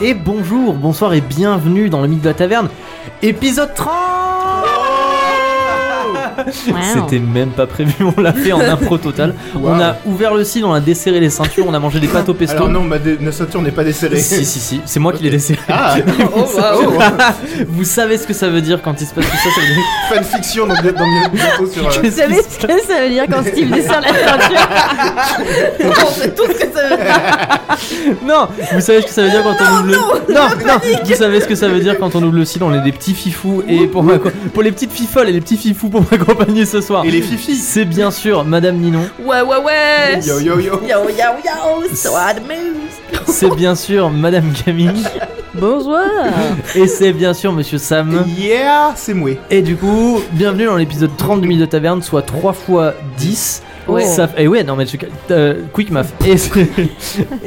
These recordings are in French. Et bonjour, bonsoir et bienvenue dans le mythe de la taverne, épisode 30 C'était même pas prévu, on l'a fait en impro total. On a ouvert le site, on a desserré les ceintures, on a mangé des pâtes au pesto. Alors non, ma, dé- ma ceinture n'est pas desserrée. Si, si, si, c'est moi qui l'ai desserré. Ah, Oh, waouh. Vous savez ce que ça veut dire quand il se passe tout ça, ça veut dire fanfiction dans, dans, dans bientôt sur. euh, que Vous savez ce que ça veut dire quand Steve dessert la ceinture On sait tout ce que ça veut dire. Non, vous savez ce que ça veut dire quand on ouvre le Non, non, vous savez ce que ça veut dire quand on ouvre le site, on est des petits fifous et pour ma co- pour les petites fifoles et les petits fifous pour m'accompagner ce soir. Et les fifis. C'est bien sûr madame Ninon, Ouais, ouais, ouais. Yo yo yo. yo, yo, so I moves. c'est bien sûr madame Camille Bonjour. et c'est bien sûr monsieur Sam. Yeah, c'est moué. Et du coup, bienvenue dans l'épisode 30 du Mille de Taverne, soit 3 fois 10. Ouais. Ça- et ouais, non mais je- euh, quick math. Et, c'est-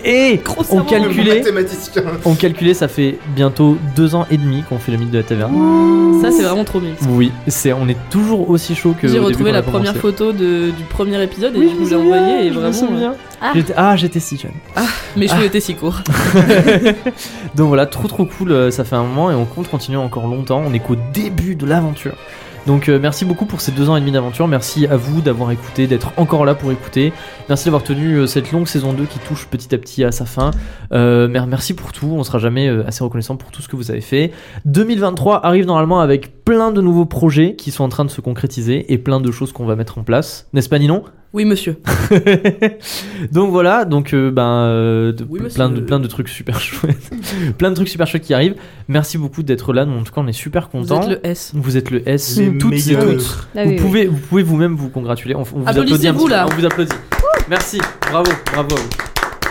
et Gros on savant. calculait, Mathématicien. on calculait, ça fait bientôt deux ans et demi qu'on fait le mythe de la taverne. Ça, c'est vraiment trop mignon. Oui, c'est on est toujours aussi chaud que. J'ai au début retrouvé qu'on la a commencé. première photo de- du premier épisode et Oui, je me vous l'ai souviens, envoyée et je me vraiment. euh, souviens. J'étais- Ah, j'étais si jeune. Ah. Mes cheveux étaient si courts. Donc voilà, trop trop cool, euh, ça fait un moment et on compte continuer encore longtemps. On est qu'au début de l'aventure. Donc euh, merci beaucoup pour ces deux ans et demi d'aventure. Merci à vous d'avoir écouté, d'être encore là pour écouter. Merci d'avoir tenu euh, cette longue saison 2 qui touche petit à petit à sa fin. Euh, mer- merci pour tout. On sera jamais euh, assez reconnaissant pour tout ce que vous avez fait. 2023 arrive normalement avec plein de nouveaux projets qui sont en train de se concrétiser et plein de choses qu'on va mettre en place. N'est-ce pas Ninon Oui, monsieur. donc voilà, donc euh, ben euh, de- Oui, monsieur. plein de plein de trucs super chouettes, plein de trucs super chouettes qui arrivent. Merci beaucoup d'être là. Nous, en tout cas, on est super Vous contents. êtes le S. Vous êtes le S, Les toutes et meilleurs. toutes. Vous pouvez vous pouvez vous-même vous congratuler. On, on vous applaudit un Applaudissez-vous, petit peu. là. On vous applaudit. Merci, bravo, bravo à vous.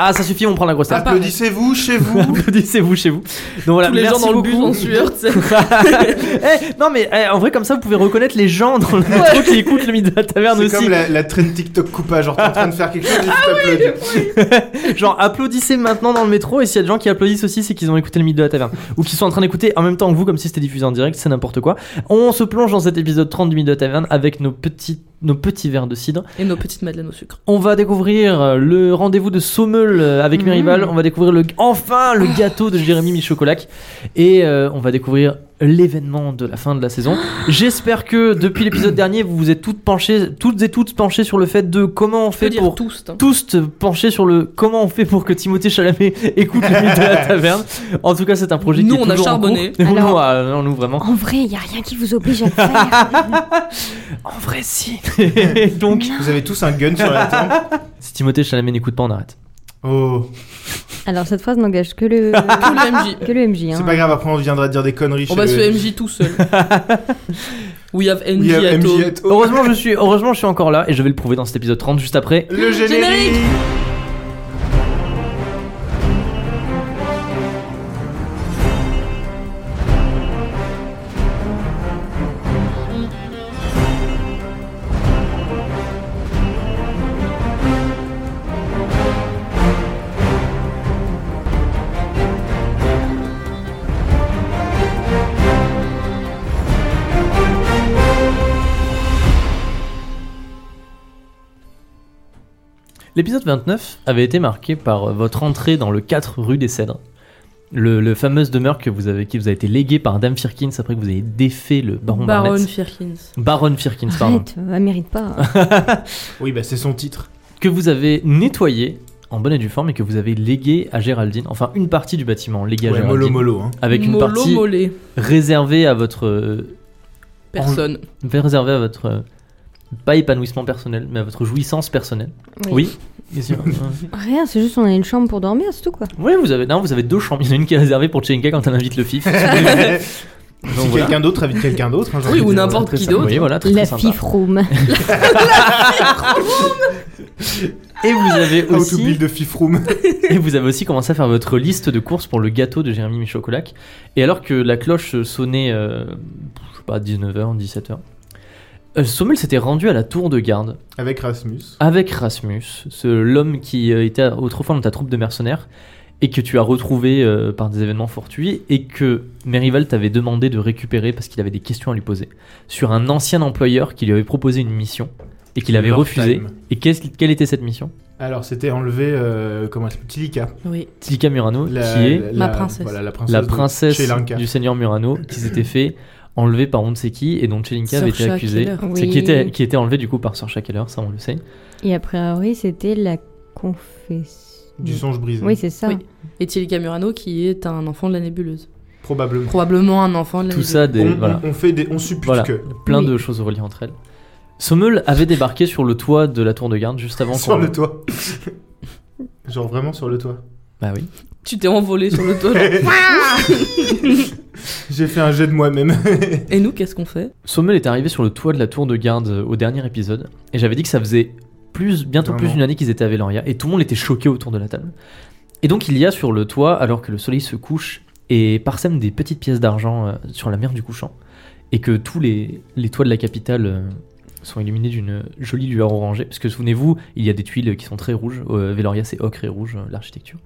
Ah, ça suffit, on prend la grosse tête. Applaudissez-vous chez vous. Applaudissez-vous chez vous. Donc voilà, Ah. Tous les gens merci dans le beaucoup. bus en sueur, tu sais. Eh, non mais eh, en vrai comme ça vous pouvez reconnaître les gens dans le métro qui écoutent le midi de la taverne C'est aussi. comme la, la trend TikTok coupage. Genre t'es en train de faire quelque chose et tu t'applaudis. Genre applaudissez maintenant dans le métro et s'il y a des gens qui applaudissent aussi c'est qu'ils ont écouté le mythe de la taverne ou qu'ils sont en train d'écouter en même temps que vous comme si c'était diffusé en direct c'est n'importe quoi. On se plonge dans cet épisode 30 du mythe de la taverne avec nos petits nos petits verres de cidre. Et nos petites madeleines au sucre. On va découvrir euh, le rendez-vous de Sommel euh, avec Mhm. Merival. On va découvrir le, enfin le gâteau de Jérémy Michocolac. Et euh, on va découvrir l'événement de la fin de la saison. J'espère que depuis l'épisode dernier, vous vous êtes toutes penchées, toutes et toutes penchées sur le fait de comment on Je peux fait dire pour tous. hein. tous te pencher sur le comment on fait pour que Timothée Chalamet écoute le mythe de la taverne. En tout cas, c'est un projet Nous, qui est on a toujours en charbonné. cours. Nous, Alors- ah, non, nous, vraiment. En vrai, y a rien qui vous oblige à le faire. En vrai, si. Donc, Vous avez tous un gun sur la tempe. si Timothée Chalamet n'écoute pas, on arrête. Oh, Alors cette phrase n'engage que le Tout le MJ. que le MJ. c'est Hein. pas grave. Après on viendra dire des conneries. On chez va le- se MJ tout seul. We have Oui, MJ à- at MJ home. at home. Heureusement je, suis, heureusement, je suis encore là et je vais le prouver dans cet épisode 30 juste après. Le générique. Générique. L'épisode 29 avait été marqué par euh, votre entrée dans le 4 rue des Cèdres. Le, le fameuse demeure que vous avez, qui vous a été léguée par Dame Firkins après que vous avez défait le baron Baron Barnett. Firkins. Baron Firkins, hein. pardon. Arrête, euh, elle mérite pas. Oui, bah c'est son titre. Que vous avez nettoyé en bonne et due forme et que vous avez légué à Géraldine. Enfin, une partie du bâtiment léguée à Ouais, Géraldine. mollo mollo. Hein. Avec une Molo partie mollet. réservée à votre. euh, Personne. réservée à votre. euh, pas épanouissement personnel, mais à votre jouissance personnelle. Oui. bien sûr. Ouais. Rien, c'est juste on a une chambre pour dormir, c'est tout quoi. Oui, vous avez, non, vous avez deux chambres. Il y en a une qui est réservée pour Tchenka quand elle invite le FIF. si voilà. quelqu'un d'autre invite quelqu'un d'autre. hein, j'ai Oui, ou envie de- n'importe très qui sympa. d'autre. oui, voilà, très, très La sympa. fif room. Et vous avez How to aussi, build a fif room. et vous avez aussi commencé à faire votre liste de courses pour le gâteau de Jérémy Michocolac. Et alors que la cloche sonnait, euh, je sais pas, 19h, 17h. euh, Sommel s'était rendu à la tour de garde Avec Rasmus. avec Rasmus, ce- l'homme qui euh, était autrefois dans ta troupe de mercenaires et que tu as retrouvé euh, par des événements fortuits et que Merival t'avait demandé de récupérer parce qu'il avait des questions à lui poser sur un ancien employeur qui lui avait proposé une mission et qu'il avait Leur refusé. time. Et qu'est-ce- quelle était cette mission Alors, c'était enlever, euh, comment elle s'appelle Tilika, Oui. Tilka Murano, la- qui est Ma la- la- princesse. Voilà, la princesse, la de princesse Sri Lanka. du seigneur Murano, qui s'était fait enlever par on ne sait qui, et dont Chelinka avait été Saoirse accusée. Keller. C'est Oui. qui était, qui était enlevé du coup par Saoirse Keller, ça on le sait. Et a priori, c'était la confession. Du songe brisé. Oui, c'est ça. Oui. Et Tilly Murano qui est un enfant de la nébuleuse. Probablement. Probablement un enfant de la Tout nébuleuse. ça, des, on, voilà, on fait des, on suppute Voilà. que plein Oui. de choses reliées entre elles. Sommel avait débarqué sur le toit de la tour de garde juste avant sur qu'on. le toit. Genre vraiment sur le toit. Bah oui. Tu t'es envolé sur le toit. genre. J'ai fait un jet de moi-même. Et nous, qu'est-ce qu'on fait Sommel est arrivé sur le toit de la tour de garde euh, au dernier épisode, et j'avais dit que ça faisait plus, bientôt Un plus an. d'une année qu'ils étaient à Veloria, et tout le monde était choqué autour de la table. Et donc il y a sur le toit, alors que le soleil se couche et parsème des petites pièces d'argent euh, sur la mer du couchant, et que tous les, les toits de la capitale euh, sont illuminés d'une jolie lueur orangée, parce que souvenez-vous, il y a des tuiles qui sont très rouges, euh, Veloria c'est ocre et rouge, euh, l'architecture.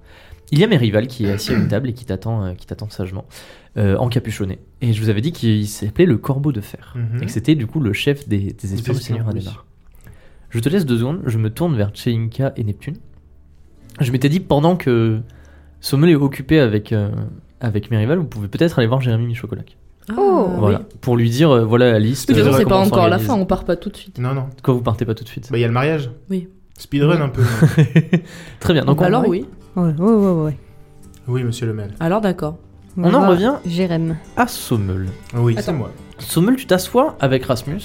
Il y a Merival qui est assis à une table et qui t'attend euh, qui t'attend sagement, euh, encapuchonné. Et je vous avais dit qu'il s'appelait le corbeau de fer et que c'était du coup le chef des, des espions du espions, Seigneur oui. Adélar. Je te laisse deux secondes, je me tourne vers Chelinka et Neptune. Je m'étais dit pendant que Sommel est occupé avec, euh, avec Merival, vous pouvez peut-être aller voir Jérémy Michocolac. Oh, Ah, voilà, oui. pour lui dire euh, voilà Alice. De toute euh, façon, c'est pas comment on encore la s'organise. fin, on part pas tout de suite. Non, non. Bah, Quand vous partez pas tout de il suite. y a le mariage. Oui. Speedrun un peu. Très bien, donc on, Bah Alors, oui. Ouais, ouais, ouais, ouais. oui, monsieur le maire. Alors, d'accord. on en va- revient Jérém. à Sommel. Oui, c'est Attends. moi. Sommel, tu t'assois avec Rasmus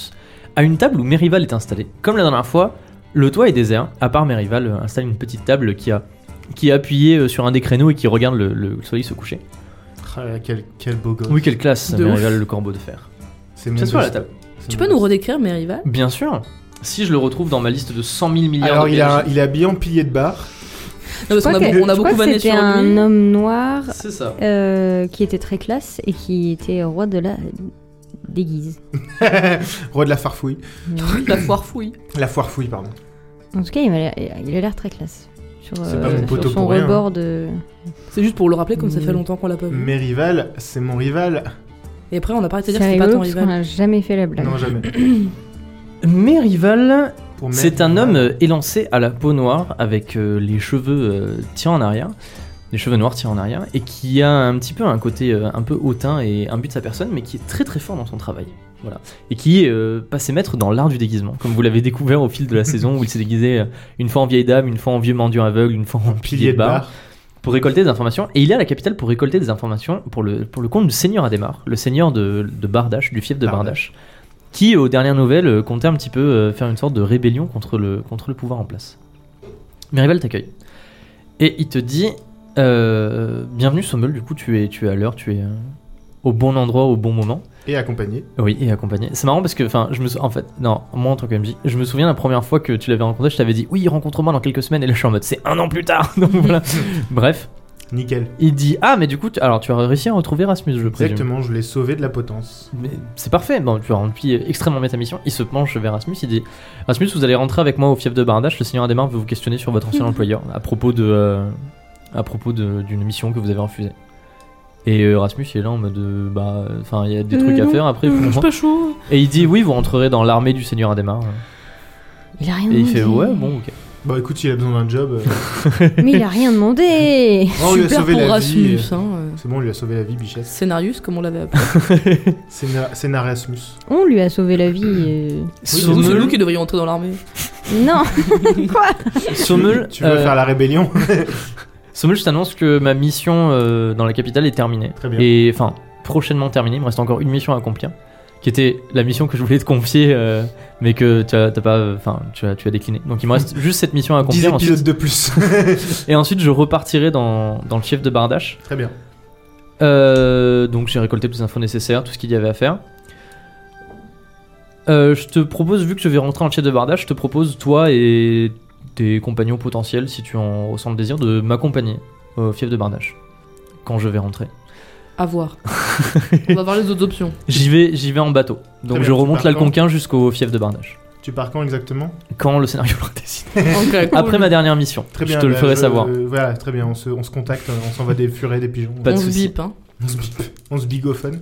à une table où Merival est installé. Comme la dernière fois, le toit est désert, à part Merival euh, installe une petite table qui, a, qui est appuyée euh, sur un des créneaux et qui regarde le, le soleil se coucher. Ah, Quel, quel beau gosse. Oui, quelle classe, De Merival le corbeau de fer. C'est mon S'assoit à la gosse. table. C'est Tu mon peux nous gosse. redécrire mes rivales Bien sûr Si je le retrouve dans ma liste de 100 000 milliards Alors, de il, a, PNJ. il est habillé en pilier de bar. Non, parce qu'on a, Je crois beaucoup- on a que- je beaucoup crois que vanné sur C'était un lui. homme noir C'est ça. euh, qui était très classe et qui était roi de la déguise. Roi de la farfouille. La foire fouille. La foire fouille, pardon. En tout cas, il m'a l'air- il a l'air très classe. Sur, euh, C'est pas mon sur poteau son pour rien, hein. rebord de. C'est juste pour le rappeler, comme ça Mm. fait longtemps qu'on l'a pas vu. Mes rivales, c'est mon rival. Et après, on n'a pas arrêté de C'est dire que c'était pas ton rigolo parce qu'on rival. n'a jamais fait la blague. Non, jamais. Merival, Pour mes c'est un rivales. homme euh, élancé à la peau noire avec euh, les cheveux euh, tirés en arrière. Les cheveux noirs tirés en arrière et qui a un petit peu un côté euh, un peu hautain et un but de sa personne, mais qui est très très fort dans son travail. Voilà. Et qui est euh, passé maître dans l'art du déguisement, comme vous l'avez découvert au fil de la saison où il s'est déguisé euh, une fois en vieille dame, une fois en vieux mendiant aveugle, une fois en Pilier de bar. pour récolter des informations. Et il est à la capitale pour récolter des informations pour le, pour le compte du seigneur Adhémar, le seigneur de, de Bardache, du fief de Bardache, Bardache. qui, aux dernières nouvelles, euh, comptait un petit peu euh, faire une sorte de rébellion contre le, contre le pouvoir en place. Merival t'accueille. Et il te dit euh, Bienvenue, Sommel, du coup, tu es, tu es à l'heure, tu es euh, au bon endroit, au bon moment. Et accompagné. Oui, et accompagné. C'est marrant parce que, enfin, je me sou- En fait, non, moi en tant que MJ, je me souviens la première fois que tu l'avais rencontré, je t'avais dit oui, rencontre-moi dans quelques semaines, et là je suis en mode c'est un an plus tard. Donc voilà. Bref. Nickel. Il dit Ah, mais du coup, tu- alors tu as réussi à retrouver Rasmus, je présume. Exactement, je l'ai sauvé de la potence. Mais c'est parfait, bon, tu as rempli extrêmement bien ta mission. Il se penche vers Rasmus, il dit Rasmus, vous allez rentrer avec moi au fief de Bardache, le seigneur Adémar veut vous questionner sur votre ancien employeur à propos de. euh, à propos de- d'une mission que vous avez refusée. Et euh, Rasmus, il est là en mode euh, Bah, enfin, il y a des Euh, trucs à non. faire après. Euh, pour Je suis moi. pas chaud. Et il dit Oui, vous rentrerez dans l'armée du seigneur Adémar. Il a rien Et il demandé. fait Ouais, bon, ok. Bon, Bah, écoute, il a besoin d'un job. euh, Mais il a rien demandé. on lui Oh, a Super sauvé pour la Rasmus. vie. euh, hein, euh. C'est bon, on lui a sauvé la vie, Bichette. Scénarius, comme on l'avait appelé. Scénar- Scénarasmus. On lui a sauvé la vie. euh. C'est Sommel- nous qui devrions entrer dans l'armée. Non. Sommel, Tu veux euh, faire la rébellion Sommel, je t'annonce que ma mission euh, dans la capitale est terminée. Très bien. Et enfin, prochainement terminée. Il me reste encore une mission à accomplir, qui était la mission que je voulais te confier, euh, mais que tu as, t'as pas, euh, enfin, tu as, tu as décliné. Donc il me reste juste cette mission à 10 accomplir. épisodes ensuite. de plus. et ensuite, je repartirai dans, dans le fief de Bardache. Très bien. Euh, donc j'ai récolté toutes les infos nécessaires, tout ce qu'il y avait à faire. Euh, je te propose, vu que je vais rentrer en fief de Bardache, je te propose toi et tes compagnons potentiels, si tu en ressens le désir, de m'accompagner au fief de Bardache quand je vais rentrer. À voir. on va voir les autres options. J'y vais, j'y vais en bateau. Donc bien, je tu remonte pars l'Alconquin jusqu'au fief de Bardache. Tu pars quand exactement Quand le scénario l'aura décidé. Ok, cool. Après ma dernière mission, Très je bien. te le bah, ferai je- savoir. euh, voilà, très bien. On se, on se contacte, euh, on s'envoie des furets, des pigeons. hein. Pas de on se soucis. bip, hein. On se bip- on se bigophone.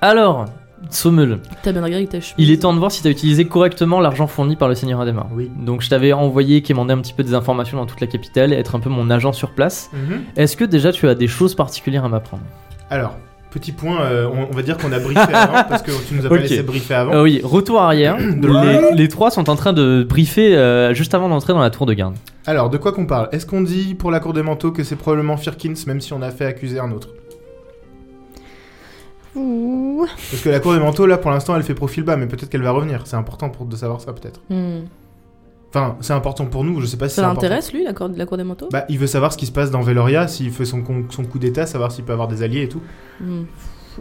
Alors, Sommel, T'as bien regardé avec ta chemise. il est temps de voir si tu as utilisé correctement l'argent fourni par le Seigneur Adhémar. Oui. Donc je t'avais envoyé quémander un petit peu des informations dans toute la capitale et être un peu mon agent sur place. Est-ce que déjà tu as des choses particulières à m'apprendre Alors, petit point, euh, on, on va dire qu'on a briefé avant, parce que tu nous as pas Ok. laissé briefer avant. Euh, Oui, retour arrière. les, les trois sont en train de briefer euh, juste avant d'entrer dans la tour de garde. Alors, de quoi qu'on parle Est-ce qu'on dit pour la cour des manteaux que c'est probablement Firkins, même si on a fait accuser un autre Ouh. Parce que la cour des manteaux, là, pour l'instant, elle fait profil bas, mais peut-être qu'elle va revenir. C'est important pour de savoir ça, peut-être. Hmm. Enfin, c'est important pour nous, je sais pas si Ça c'est important. l'intéresse, lui, la cour, la cour des manteaux Bah, il veut savoir ce qui se passe dans Veloria, s'il fait son, con- son coup d'état, savoir s'il peut avoir des alliés et tout. Hmm.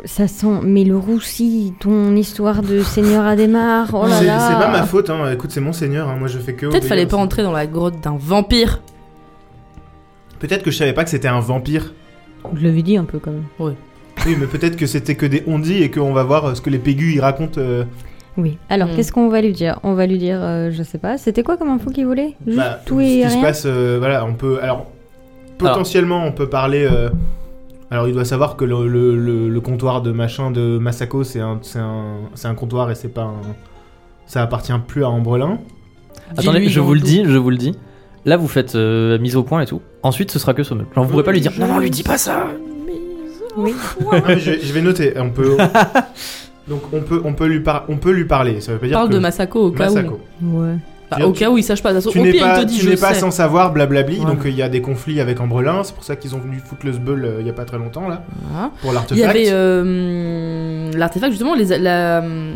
Ça sent, mais le roussi, ton histoire de Seigneur Adhémar, oh là c'est c'est là. pas ma faute, hein. écoute, c'est mon seigneur, hein. moi je fais que. Peut-être obéir. fallait pas entrer dans la grotte d'un vampire. Peut-être que je savais pas que c'était un vampire. Je l'avais dit un peu quand même. Oui, mais peut-être que c'était que des ondis et qu'on va voir euh, ce que les pégus ils racontent. euh, Oui. Alors, Hmm. qu'est-ce qu'on va lui dire On va lui dire, euh, je sais pas, c'était quoi comme info qu'il voulait Juste bah, tout ce et qui se rien passe, euh, voilà, on peut. Alors, potentiellement, on peut parler. euh, alors, il doit savoir que le, le- le- le comptoir de machin de Masako, c'est un, c'est un, c'est un comptoir et c'est pas un. Ça appartient plus à Ambrelin. Attendez, Dis-lui je dans vous le tout. dis, je vous le dis. Là, vous faites euh, mise au point et tout. Ensuite, ce sera que Sommel. Genre, vous pourrez pas lui dire. Je Non, non, lui dis pas ça. Oui. Non, Ah, mais je, vais- je vais noter. On peut. Donc, on peut, on peut lui par- on peut lui parler. Ça veut pas dire Parle que. de Masako au cas Masako. Ouais. où. hein. Bah, au Tu- cas où il sache pas. De toute Tu façon, Au n'es pire, il pas, te dit tu je n'es pas sais. sans savoir, blablabli. Voilà. Donc euh, il y a des conflits avec Ambrelin. C'est pour ça qu'ils ont venu foutre le sbeul euh, il y a pas très longtemps là Voilà. Il pour y l'artefact. avait euh, l'artefact justement les la euh,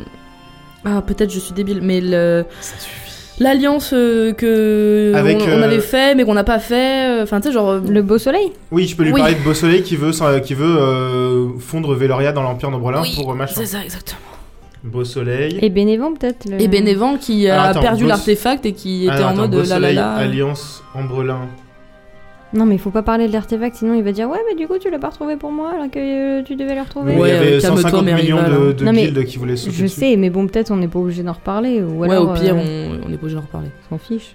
ah peut-être je suis débile mais le Ça suffit. l'alliance euh, que Avec, on, on euh, avait fait mais qu'on n'a pas fait euh, enfin tu sais genre euh, Le beau soleil Oui, je peux lui Oui. parler de Beau Soleil qui veut, sans- qui veut euh, fondre Veloria dans l'empire d'Ambrelin Oui, pour euh, machin. c'est ça exactement Beau Soleil. Et Bénévent peut-être le- et Bénévent qui a Alors, attends, perdu Boss- l'artefact et qui était Ah, non, en attends, euh, mode Beau la la Soleil, la Alliance Ambrelin. Non, mais il faut pas parler de l'artefact, sinon il va dire Ouais, mais du coup, tu l'as pas retrouvé pour moi alors que euh, tu devais le retrouver. il y Ouais, avait euh, calme-toi, 150 mes millions rivales, de, hein. de Non, mais guildes qui voulaient sauter Je dessus. sais, mais bon, peut-être on n'est pas obligé d'en reparler. Ou ouais alors, au pire euh, on, on est pas obligé d'en reparler on s'en fiche.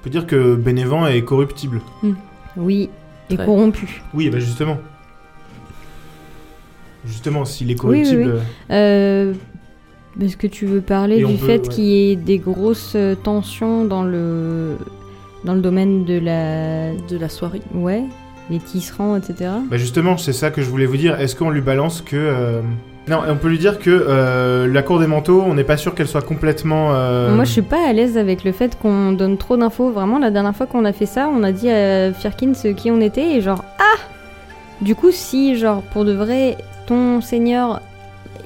On peut dire que Bénévent est corruptible. Oui, et Très. corrompu. Oui, bah justement. Justement, s'il est corruptible. oui. euh, Euh, Est-ce que tu veux parler Et on du peut- fait ouais. qu'il y ait des grosses euh, tensions dans le dans le domaine de la de la soirée ouais les tisserands etc. Bah justement, c'est ça que je voulais vous dire. Est-ce qu'on lui balance que... euh, Non, on peut lui dire que euh, la cour des manteaux, on n'est pas sûr qu'elle soit complètement... euh, Moi je suis pas à l'aise avec le fait qu'on donne trop d'infos. Vraiment la dernière fois qu'on a fait ça, on a dit à Firkin ce qui on était et genre ah du coup si genre pour de vrai ton seigneur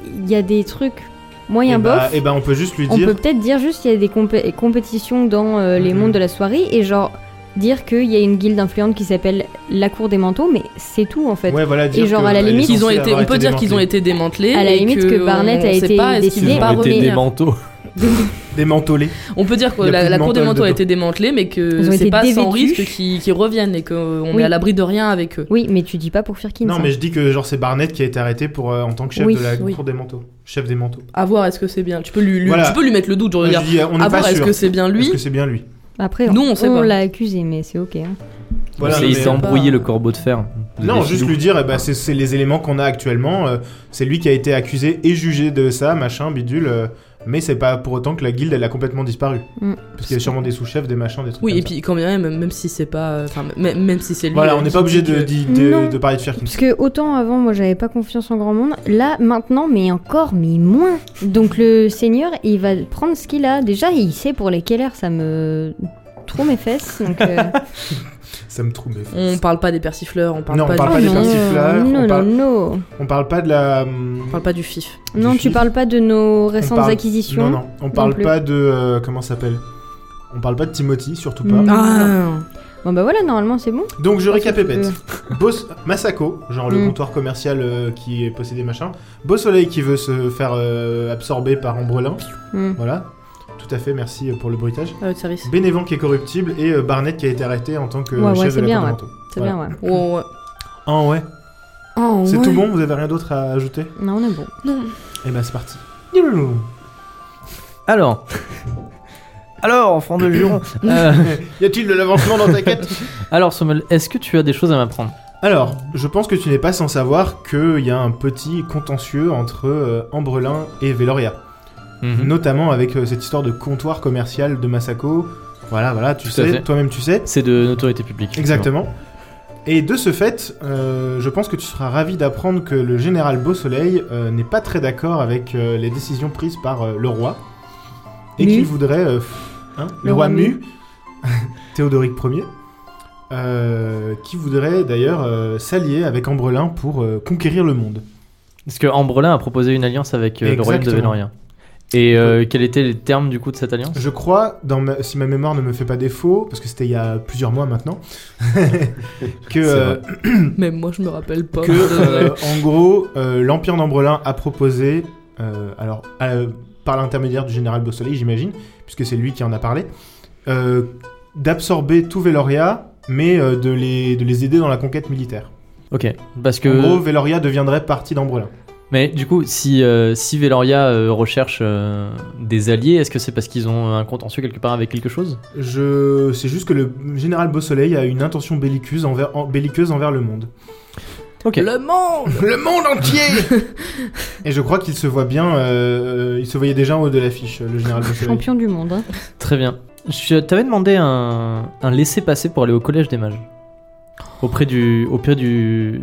il y a des trucs eh moyen bof. bah, eh bah, on peut juste lui On dire... peut peut-être dire juste qu'il y a des compé- compétitions dans euh, les Mhm. mondes de la soirée et genre dire qu'il y a une guilde influente qui s'appelle la Cour des Manteaux, mais c'est tout en fait. Ouais, voilà, dire genre, que à la elle est limite- censée qu'ils ont été avoir on peut dire qu'ils ont démantelée. été démantelés À la et limite que Barnett on a sait été pas, est-ce qu'ils décidé. vont pas hein. Ils ont été revenir manteaux. démantelés. On peut dire que Il y a la, plus de la cour des mental manteaux a dedans. été démantelée, mais que Ils ont c'est été pas sans dévêtus. risque qu'ils qu'ils reviennent et qu'on Oui. est à l'abri de rien avec eux. Oui, mais tu dis pas pour Firkin. Non, ça. mais je dis que genre c'est Barnett qui a été arrêté pour, euh, en tant que chef Oui, de la oui. cour des manteaux. Chef des manteaux. À voir, est-ce que c'est bien Tu peux lui, lui- Voilà. tu peux lui mettre le doute, je veux Moi, dire. je dis, euh, on À n'est Ah pas voir, est-ce sûr. que c'est bien Est-ce lui que c'est bien lui Après, Nous, on sait on pas. l'a accusé, mais c'est ok. hein. Voilà, il mais- s'est embrouillé pas- le corbeau de fer. Non, Les juste filous. lui dire, eh bah, c'est c'est les éléments qu'on a actuellement. euh, c'est lui qui a été accusé et jugé de ça, machin, bidule. euh, mais c'est pas pour autant que la guilde, elle a complètement disparu. Mm. Parce qu'il y a sûrement des sous-chefs, des machins, des trucs. Oui, comme et ça. puis quand bien même, même si c'est pas, enfin, même, même si c'est lui. Voilà, euh, on n'est qui pas obligé dit de, que- d'y- de- Non. de parler de Firkin. Parce que autant avant, moi j'avais pas confiance en grand monde, là maintenant, mais encore, mais moins. Donc le seigneur, il va prendre ce qu'il a. Déjà, il sait pour les Keller, ça me. Trop mes fesses. Donc, euh, Ça me trouble. On parle pas des persifleurs, on parle Non, on pas, parle du... pas des Oh non, persifleurs, on non, parle- non, non. On parle pas de la. hum, on parle pas du fif. Non, du tu fil. parles pas de nos récentes parle- acquisitions. Non, non, on parle plus. pas de. euh, comment ça s'appelle On parle pas de Timothy, surtout pas. Mm. Non. Ah, Bon bah voilà, normalement c'est bon. Donc je récapépète. Euh, Boss Masako, genre le Mm. comptoir commercial euh, qui est possédé machin. Beau Soleil qui veut se faire euh, absorber par Ambrelin. Mm. Voilà. Tout à fait, merci euh, pour le bruitage. à votre service. Bénévent qui est corruptible et euh, Barnett qui a été arrêté en tant que Ouais, ouais, chef c'est de la bien, Cour des ouais. Manteaux. C'est Voilà. bien, ouais. Ouais, ouais. Ah ouais. Oh, C'est ouais. tout bon, vous avez rien d'autre à ajouter Non, on est bon. Non. Et bah c'est parti. Alors. Alors, enfant de juron. Euh, Y a-t-il de l'avancement dans ta quête alors, Sommel, est-ce que tu as des choses à m'apprendre Alors, je pense que tu n'es pas sans savoir qu'il y a un petit contentieux entre euh, Ambrelin et Veloria. Mhm. Notamment avec euh, cette histoire de comptoir commercial de Masako. Voilà, voilà, tu Tout à sais, fait. toi-même tu sais. C'est de notoriété publique. Exactement. Et de ce fait, euh, je pense que tu seras ravi d'apprendre que le général Beau Soleil euh, n'est pas très d'accord avec euh, les décisions prises par euh, le roi. Et Mu. qu'il voudrait. euh, hein, le, roi Mu, Théodoric Ier, euh, qui voudrait d'ailleurs euh, s'allier avec Ambrelin pour euh, conquérir le monde. Parce que Ambrelin a proposé une alliance avec euh, le royaume de Exactement. Véloria. Et euh, quels étaient les termes du coup de cette alliance Je crois, dans ma- si ma mémoire ne me fait pas défaut, parce que c'était il y a plusieurs mois maintenant, que, euh, Même moi, je me rappelle pas. que euh, en gros, euh, l'Empire d'Ambrelin a proposé, euh, alors euh, par l'intermédiaire du général Beausoleil, j'imagine, puisque c'est lui qui en a parlé, euh, d'absorber tout Veloria, mais euh, de, les, de les aider dans la conquête militaire. Ok, parce En gros, que. Veloria deviendrait partie d'Ambrelin. Mais du coup, si, euh, si Veloria euh, recherche euh, des alliés, est-ce que c'est parce qu'ils ont un contentieux quelque part avec quelque chose Je... C'est juste que le général Beausoleil a une intention belliqueuse envers, en- belliqueuse envers le monde. Ok. Le monde Le monde entier Et je crois qu'il se voit bien, euh, euh, il se voyait déjà en haut de l'affiche, le général Beausoleil. Champion du monde. hein. Très bien. Je t'avais demandé un, un laissez-passer pour aller au collège des mages. Auprès du. Auprès du.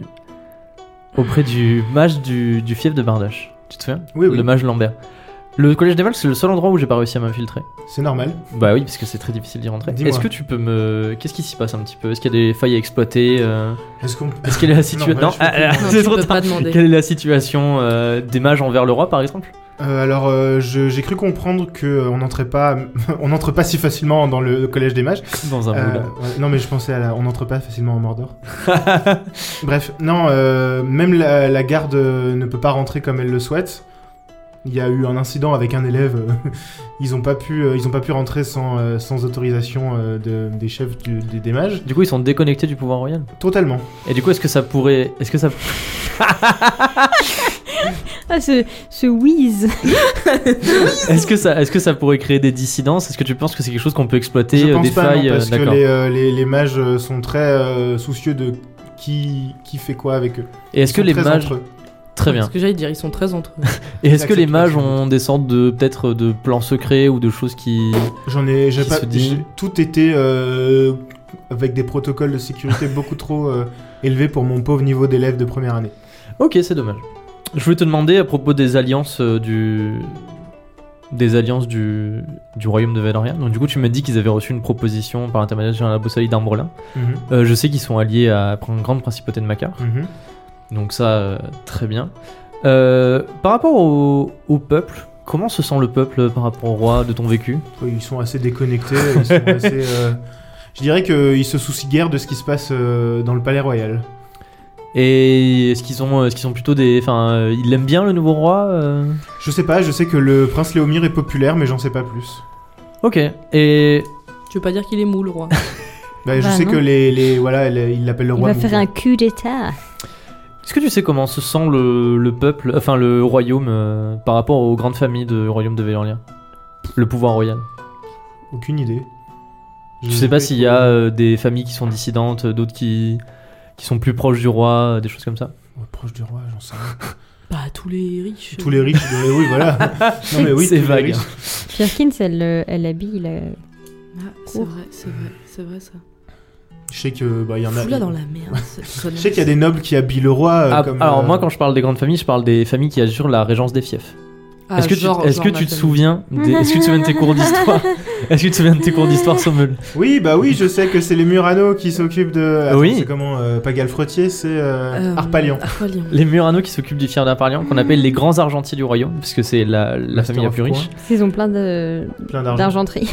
Auprès du mage du, du fief de Bardache. Tu te souviens Oui, oui. Le mage Lambert. Le collège des mages, c'est le seul endroit où j'ai pas réussi à m'infiltrer. C'est normal. Bah oui, parce que c'est très difficile d'y rentrer. Dis-moi. Est-ce que tu peux me. Qu'est-ce qui s'y passe un petit peu Est-ce qu'il y a des failles à exploiter euh, Est-ce qu'on... Est-ce qu'elle est la Non, situation. bah, Non, je ah, peux ah, Non, c'est tu trop peux tard. pas demander. Quelle est la situation euh, des mages envers le roi, par exemple Euh, alors, euh, je- j'ai cru comprendre que euh, on n'entrait pas, on n'entre pas si facilement dans le collège des mages. Dans un Euh, moule. ouais, non, mais je pensais à la, on n'entre pas facilement en Mordor. Euh. Bref, non, euh, même la, la garde euh, ne peut pas rentrer comme elle le souhaite. Il y a eu un incident avec un élève. euh, ils n'ont pas pu, euh, ils ont pas pu rentrer sans, euh, sans autorisation euh, de- des chefs du- des, des mages. Du coup, ils sont déconnectés du pouvoir royal. Totalement. Et du coup, est-ce que ça pourrait. Est-ce que ça Ah, ce, ce whiz. Est-ce que ça, est-ce que ça pourrait créer des dissidences Est-ce que tu penses que c'est quelque chose qu'on peut exploiter je euh, pense des pas non, failles euh, parce que D'accord. les, euh, les- les mages euh, sont très euh, soucieux de qui, qui fait quoi avec eux. Et est-ce Ils que sont les très mages entre eux. Très Ce bien. que j'allais dire, ils sont très entre eux. Et est-ce que les acceptent pas mages tout. ont des sortes de peut-être de plans secrets ou de choses qui J'en ai, j'ai Qui pas. se dit- j'ai- Tout était euh, avec des protocoles de sécurité beaucoup trop euh, élevés pour mon pauvre niveau d'élève de première année. Ok, c'est dommage. Je voulais te demander à propos des alliances euh, du des alliances du, du royaume de Valoria. Donc du coup, tu m'as dit qu'ils avaient reçu une proposition par l'intermédiaire de la Bossaï d'Ambrelin. Mhm, Euh, je sais qu'ils sont alliés à la grande principauté de Macar. mhm. Donc ça, euh, très bien. Euh, par rapport au, au peuple, comment se sent le peuple par rapport au roi de ton vécu Oui, Ils sont assez déconnectés. ils sont assez, euh, Je dirais qu'ils se soucient guère de ce qui se passe euh, dans le palais royal. Et est-ce qu'ils ont, est-ce qu'ils sont plutôt des, enfin, euh, ils l'aiment bien le nouveau roi euh Je sais pas, je sais que le prince Léomir est populaire, mais j'en sais pas plus. Ok. Et tu veux pas dire qu'il est mou, le roi Bah, je Bah, sais non. que les, les voilà, les- il l'appelle le Il roi. va Mou, faire quoi. un coup d'état. est-ce que tu sais comment se sent le, le peuple, enfin le royaume euh, par rapport aux grandes familles de royaume de Véloria le pouvoir royal. Aucune idée. Je sais pas s'il y a euh, des familles qui sont dissidentes, euh, d'autres qui, qui sont plus proches du roi, euh, des choses comme ça. Ouais, Proche du roi, j'en sais rien. Bah, tous les riches. Tous les riches, euh, oui, voilà. Non, mais oui, C'est tous les vague. riches. Firkins, elle, euh, elle habille la. Ah, c'est vrai, c'est vrai, c'est vrai ça. Je sais que bah il y en a. Fous-la dans la merde. ça- ça- Je sais qu'il y a des nobles qui habillent le roi. euh, Ah, comme, alors euh, moi, quand je parle des grandes familles, je parle des familles qui assurent la régence des fiefs. Ah, est-ce que tu, genre- est-ce que genre tu te ma famille. souviens, des- est-ce que tu te souviens de tes cours d'histoire Est-ce que tu te souviens de tes cours d'histoire, Sommel Oui, bah oui, je sais que c'est les Murano qui s'occupent de. Attends, Oui. C'est comment euh, Pas Galfrottier, c'est euh, Euh, Arpalion. Arpalion. Les Murano qui s'occupent du fief d'Arparlian, qu'on appelle les grands argentiers du royaume, puisque c'est la, la Master famille la of plus Coin. riche. Ils ont plein de- Plein d'argent. d'argenterie.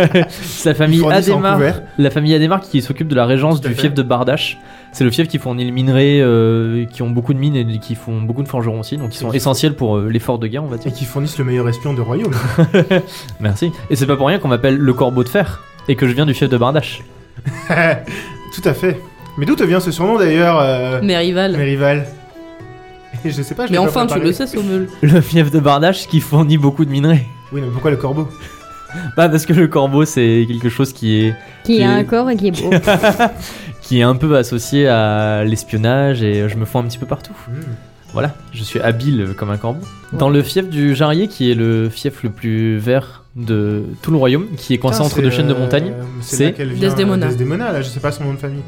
C'est la famille Fournissent en Adémar, couvert. la famille Adémar qui s'occupe de la régence Tout à du fait. fief de Bardache. C'est le fief qui fournit le minerai, euh, qui ont beaucoup de mines et qui font beaucoup de forgerons aussi, donc ils sont Et qui- essentiels pour euh, l'effort de guerre, on va Et dire. qui fournissent le meilleur espion de royaume. Merci. Et c'est pas pour rien qu'on m'appelle le corbeau de fer et que je viens du fief de Bardache. Tout à fait. Mais d'où te vient ce surnom d'ailleurs, euh, Mes rivales. mes rivales Et Je sais pas, je Mais l'ai pas enfin, tu préparé. le sais, Sommel. Le fief de Bardache qui fournit beaucoup de minerais. Oui, mais pourquoi le corbeau Bah parce que le corbeau c'est quelque chose qui est Qui Qui- a un corps et qui est beau. qui est un peu associé à l'espionnage et je me fous un petit peu partout. Voilà, je suis habile euh, comme un corbeau. Dans le fief du Jarrier, qui est le fief le plus vert de tout le royaume, qui est coincé entre deux chaînes de montagne. c'est- euh, C'est Desdemona. Desdemona. Desdemona, là, je sais pas son nom de famille.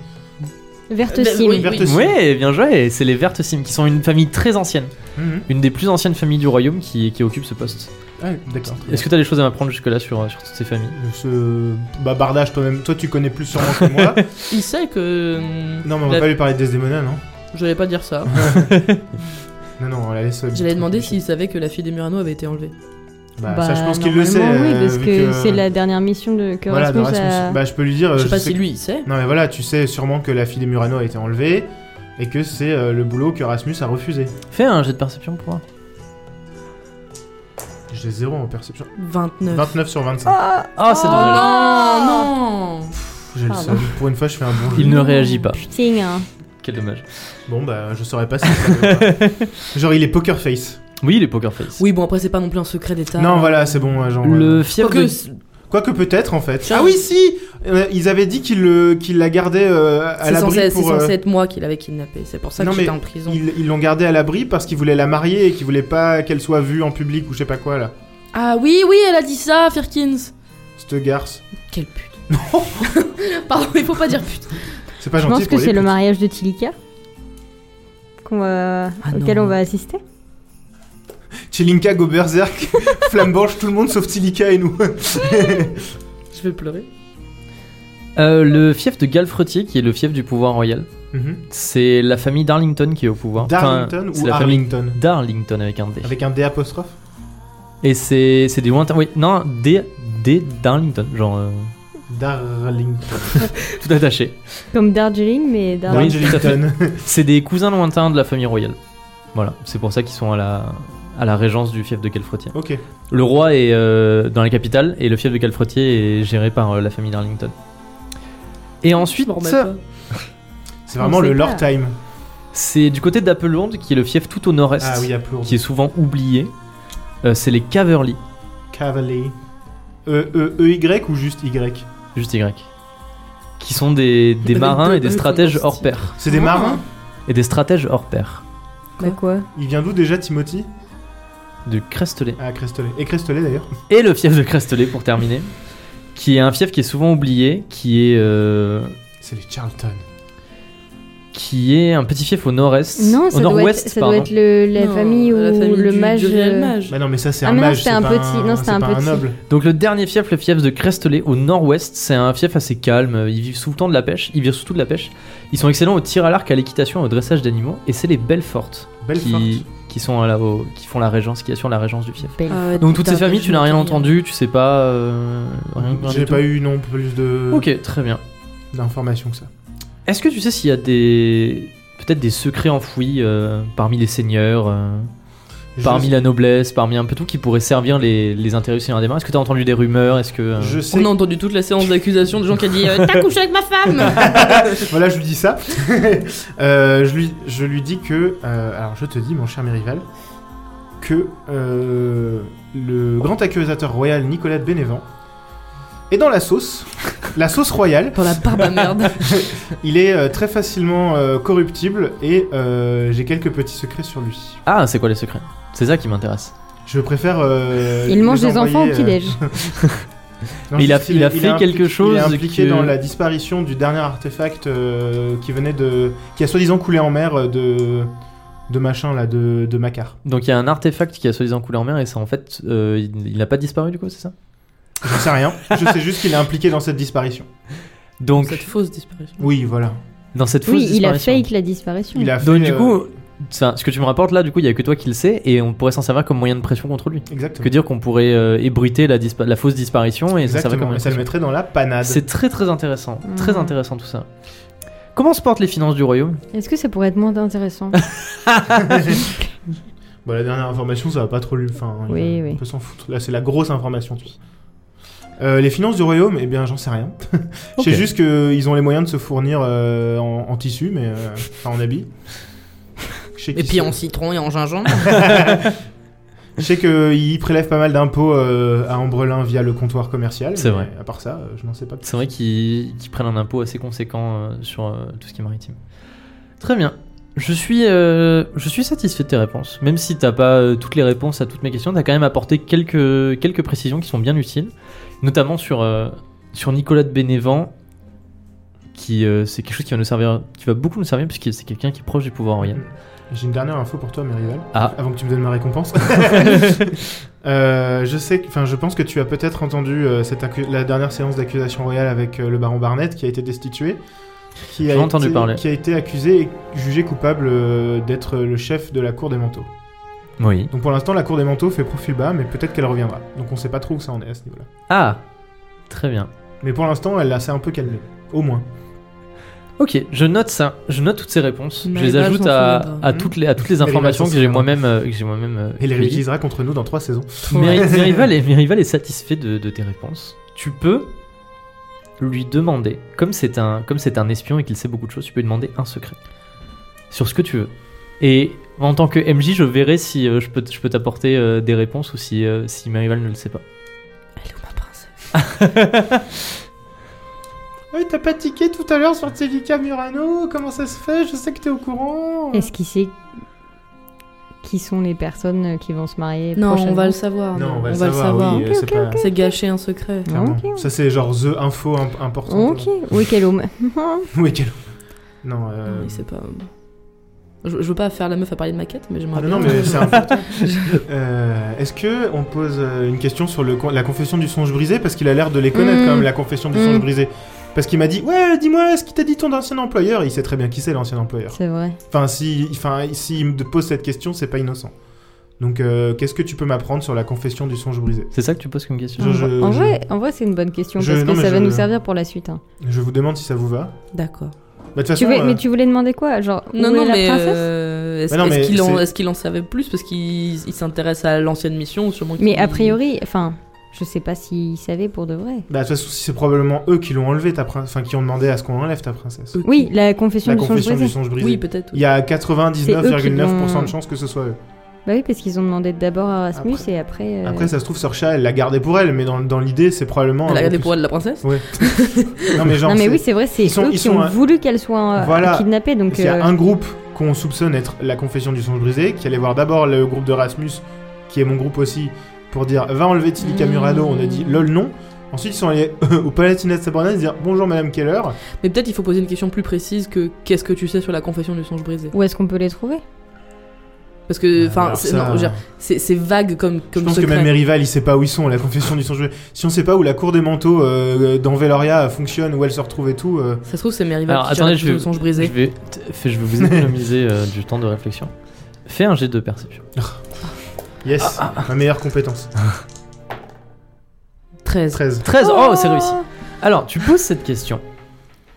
Vertocim. Bah Oui, Verte oui. Sim. Ouais, bien joué, c'est les Vertes Sim, qui sont une famille très ancienne, Mhm. une des plus anciennes familles du royaume qui, qui occupe ce poste. Ouais, d'accord. Est-ce que t'as des choses à m'apprendre jusque-là sur, euh, sur toutes ces familles ce bah, bardage toi-même, toi tu connais plus sûrement que moi. Il sait que. hum, non, mais on va la- pas lui parler de Desdemona, non Je vais pas dire ça. Non, non, on la laisse. euh, J'allais demander s'il savait que la fille des Murano avait été enlevée. Bah, ça, je pense Bah, qu'il le sait. normalement, Oui, euh, parce vu que, c'est la dernière mission de que Voilà, Rasmus dans Rasmus. a- Bah, je peux lui dire. je sais pas sais si que- lui il sait. Non, mais voilà, tu sais sûrement que la fille des Murano a été enlevée et que c'est euh, le boulot que Rasmus a refusé. Fais un jet de perception pour moi. J'ai zéro en perception. 29. 29 sur 25. Ah, Oh c'est dommage. non, non J'ai Ah, le Pardon. bah. seul. Pour une fois, je fais un bon jeu. Il ne réagit pas. Putain, hein. Quel dommage. Bon, bah, je saurais pas si. ça veut pas. Genre, il est poker face. Oui, Oh les poker face. Oui, bon, après, c'est pas non plus un secret d'État. Non, voilà, c'est bon, genre. Le euh, fief Quoique, de... c'est- Quoique peut-être, en fait. Tiens. Ah oui, si Euh, Ils avaient dit qu'ils le... qu'ils la gardaient euh, à c'est l'abri censé, c'est pour. censé euh, être moi qui l'avais kidnappé. C'est pour ça Non, que j'étais mais en prison. Ils ils l'ont gardée à l'abri parce qu'ils voulaient la marier et qu'ils voulaient pas qu'elle soit vue en public ou je sais pas quoi là. Ah oui, oui, elle a dit ça, Firkins. Cette garce. Quelle pute. Pardon, il faut pas dire pute. C'est pas Je gentil. pense que pour les c'est le putes. mariage de Tilika qu'on va- Ah auquel non. on va assister. Tchelinka go berserk, Flamborge, tout le monde sauf Tilika et nous. Je vais pleurer. Euh, le fief de Galfretier, qui est le fief du pouvoir royal. Mhm. C'est la famille Darlington qui est au pouvoir. Enfin, Darlington c'est ou la famille Arlington Darlington avec un D. Avec un D apostrophe Et c'est c'est des lointains. Oui, non, D, D Darlington, genre euh, Darlington. tout attaché. Comme Darjeeling, mais Bah Darjeeling. Oui, tout à fait. C'est des cousins lointains de la famille royale. Voilà, c'est pour ça qu'ils sont à la, à la régence du fief de Galfretier. ok. Le roi est euh, dans la capitale et le fief de Galfretier est géré par euh, la famille Darlington. Et ensuite, Je m'en remets pas. C'est On vraiment le sait lore pas. time. c'est du côté d'Appelonde qui est le fief tout au nord-est, Ah oui, à Plourde. qui est souvent oublié. Euh, c'est les Caverly, Cavalier. E, e, e Y ou juste Y juste Y, qui sont des, des Avec marins deux et des E stratèges comme dans hors Steve. pair. C'est des Ah. marins Et des stratèges hors pair Bah quoi Il vient d'où déjà Timothy de Crestolet. Ah, Crestolet. Et Crestolet d'ailleurs. Et le fief de Crestolet pour terminer, qui est un fief qui est souvent oublié, qui est, euh, C'est les Charlton. qui est un petit fief au nord-est, Non, au ça doit être, nord-ouest, ça doit pardon. être le- la Non, famille ou la famille le du- du mage. réel euh, mage. Bah non, mais ça c'est Ah, un mais non, mage. c'était c'est un pas petit- non, c'était c'est un pas petit. noble. Donc le dernier fief, le fief de Crestolet au nord-ouest, c'est un fief assez calme. Ils vivent sous le temps de la pêche, ils vivent surtout de la pêche. Ils sont excellents au tir à l'arc, à l'équitation, au dressage d'animaux, et c'est les belles fortes Belfort. qui, qui sont à la, au- qui font la régence, qui assurent la régence du fief. Belle. Ah ouais, Donc toutes putain, ces familles, je tu n'as rien m'étais- entendu, tu sais pas. euh, rien, rien J'ai du pas tout. eu non plus de Ok, très bien. d'informations que ça. Est-ce que tu sais s'il y a des peut-être des secrets enfouis euh, parmi les seigneurs, euh, Je- parmi la noblesse, parmi un peu tout qui pourrait servir les, les intérêts du seigneur des mains Est-ce que tu as entendu des rumeurs Est-ce que euh, Je On sais. a entendu toute la séance d'accusation de gens qui a dit euh, T'as couché avec ma femme Voilà, je lui dis ça. Euh, je, lui, je lui dis que. euh, alors, je te dis, mon cher Mérival, que euh, le grand accusateur royal Nicolas de Bénévent est dans la sauce. La sauce royale. Pour la barbe à merde. Il est euh, très facilement euh, corruptible et euh, j'ai quelques petits secrets sur lui. Ah, c'est quoi les secrets C'est ça qui m'intéresse. Je préfère. euh, Il mange les des enfants envoyer, au euh, petit-déj. Non, Mais il a- juste, il a est- fait est quelque impliqué- chose Il est impliqué que- dans la disparition du dernier artefact euh, qui venait de. qui a soi-disant coulé en mer euh, de. de machin là, de, de Macar. Donc il y a un artefact qui a soi-disant coulé en mer et c'est en fait euh, il il n'a pas disparu du coup, c'est ça Je sais rien. Je sais juste qu'il est impliqué dans cette disparition. Donc Cette fausse disparition. Oui, voilà. dans cette fausse Oui, il a disparition. fake la disparition. Il a fait. Donc du euh, coup, ça- ce que tu me rapportes là, du coup, il y a que toi qui le sais et on pourrait s'en servir comme moyen de pression contre lui. Exactement. Que dire qu'on pourrait euh, ébruiter la, dispa- la fausse disparition et ça servir comme Exactement. moyen Et de ça le pression. mettrait dans la panade. Ah, C'est très très intéressant, très Mhm. intéressant tout ça. Comment se portent les finances du royaume Est-ce que ça pourrait être moins intéressant Bon, Bah, la dernière information, ça va pas trop lui. Enfin, il Oui, va- oui. on peut s'en foutre. Là, c'est la grosse information. tu vois. Euh, les finances du royaume, eh bien, j'en sais rien. Je sais Ok. juste qu'ils ont les moyens de se fournir euh, en, en tissu, mais euh, enfin en habit. Et puis en citron et en gingembre. Je sais qu'ils prélèvent pas mal d'impôts euh, à Ambrelin via le comptoir commercial. C'est mais vrai. À part ça, euh, je n'en sais pas plus. C'est vrai qu'ils qu'ils prennent un impôt assez conséquent euh, sur euh, tout ce qui est maritime. Très bien. Je suis, euh, je suis satisfait de tes réponses. Même si t'as pas euh, toutes les réponses à toutes mes questions, t'as quand même apporté quelques, quelques précisions qui sont bien utiles. Notamment sur, euh, sur Nicolas de Bénévent, qui euh, c'est quelque chose qui va nous servir, qui va beaucoup nous servir, puisque c'est quelqu'un qui est proche du pouvoir royal. J'ai une dernière info pour toi, Merival. Ah. Avant que tu me donnes ma récompense. Euh, je sais, que- enfin, je pense que tu as peut-être entendu euh, cette accu- la dernière séance d'accusation royale avec euh, le baron Barnett qui a été destitué. Qui J'en ai été- entendu parler. Qui a été accusé et jugé coupable euh, d'être le chef de la cour des manteaux. Oui. Donc pour l'instant, la cour des manteaux fait profil bas, mais peut-être qu'elle reviendra. Donc on sait pas trop où ça en est à ce niveau-là. Ah Très bien. Mais pour l'instant, elle s'est un peu calmée. Au moins. Ok, je note ça, je note toutes ces réponses, Mais je les là, ajoute j'en à, fais pas. à toutes les, à toutes les Mais les informations que réponses j'ai sont- moi-même. euh, que j'ai moi-même euh, Et les cueillies. réutilisera contre nous dans trois saisons. Méri- Mérival est, Mérival est satisfait de, de tes réponses. Tu peux lui demander, comme c'est un, comme c'est un espion et qu'il sait beaucoup de choses, tu peux lui demander un secret sur ce que tu veux. Et en tant que MJ, je verrai si euh, je peux, je peux t'apporter euh, des réponses ou si, euh, si Mérival ne le sait pas. Elle est où ma princesse Ouais, t'as pas tiqué tout à l'heure sur Tevika Murano Comment ça se fait Je sais que t'es au courant. Est-ce qu'il sait qui sont les personnes qui vont se marier Non, on va le prochainement savoir. Non, on va le savoir. oui, Ok, euh, c'est ok, pas- ok. C'est gâcher un secret. Clairement. Ok. Ça, c'est genre The Info imp- importante. Ok, oui, quel homme. Oui, quel. Non, euh... Non, il sait pas. Je, je veux pas faire la meuf à parler de ma quête, mais j'aimerais Ah, non, bien. non, mais c'est important. Euh, Est-ce que on pose euh, une question sur le con- la confession du songe brisé Parce qu'il a l'air de les connaître Mm. quand même, la confession du Mm. songe brisé. Parce qu'il m'a dit Ouais, dis-moi, ce qu'il t'a dit ton ancien employeur Il sait très bien qui c'est l'ancien employeur. C'est vrai. Enfin, si, enfin, s'il me pose cette question, c'est pas innocent. Donc, euh, qu'est-ce que tu peux m'apprendre sur la confession du songe brisé C'est ça que tu poses comme question Je- je- en, je- vrai, en vrai, c'est une bonne question Je- parce que non, mais ça va je- nous servir pour la suite. hein. Je vous demande si ça vous va. D'accord. Bah, de toute façon, Tu veux- euh, Mais tu voulais demander quoi Genre, Non, où non, est la mais princesse euh, est-ce Mais non, est-ce mais qu'il en, c'est- est-ce qu'il en savait plus parce qu'il il s'intéresse à l'ancienne mission ou sûrement Mais qu'il- a priori, enfin, je sais pas s'il savait pour de vrai. bah, de toute façon, c'est probablement eux qui l'ont enlevé, ta princesse. Enfin, qui ont demandé à ce qu'on enlève ta princesse. Ok. Oui, la confession La du songe confession du brisé. songe brisé. Oui, peut-être. Il oui. y a C'est eux qui 99,9% l'ont- de chances que ce soit eux. Bah oui, parce qu'ils ont demandé d'abord à Rasmus Après- et après. euh, Après, ça se trouve, Sorcha, elle l'a gardé pour elle, mais dans, dans l'idée, c'est probablement. Elle a un regardé peu pour elle la princesse plus- Ouais. non, mais genre, non mais c'est- oui, c'est vrai, c'est Ils sont- ils eux qui sont ont un- voulu qu'elle soit euh, Voilà. kidnappée, donc. il y euh, a un groupe qu'on soupçonne être la confession du songe brisé, qui allait voir d'abord le groupe de Rasmus, qui est mon groupe aussi, pour dire va enlever Mmh. Tilly Murano. On a dit lol, non. Ensuite, ils sont allés au Palatinat de Sabrina et dire bonjour, madame Keller. Mais peut-être il faut poser une question plus précise que qu'est-ce que tu sais sur la confession du songe brisé Où est-ce qu'on peut les trouver Parce que, Euh, enfin, Alors, c'est- ça, non, je veux dire, c'est c'est vague comme, Je comme pense secret. que même mes rivales, ils savent pas où ils sont, la confession du songe brisé. Si on sait pas où la cour des manteaux euh, dans Veloria fonctionne, où elle se retrouve et tout. euh, Ça se trouve, c'est Merival Alors qui gère la attendez, je confession vais, du songe brisé. je, vais, t- fais- je vais vous économiser euh, du temps de réflexion. Fais un jet de perception. Yes, Ah, ma meilleure compétence. 13. 13. 13, oh c'est réussi. Alors, tu poses cette question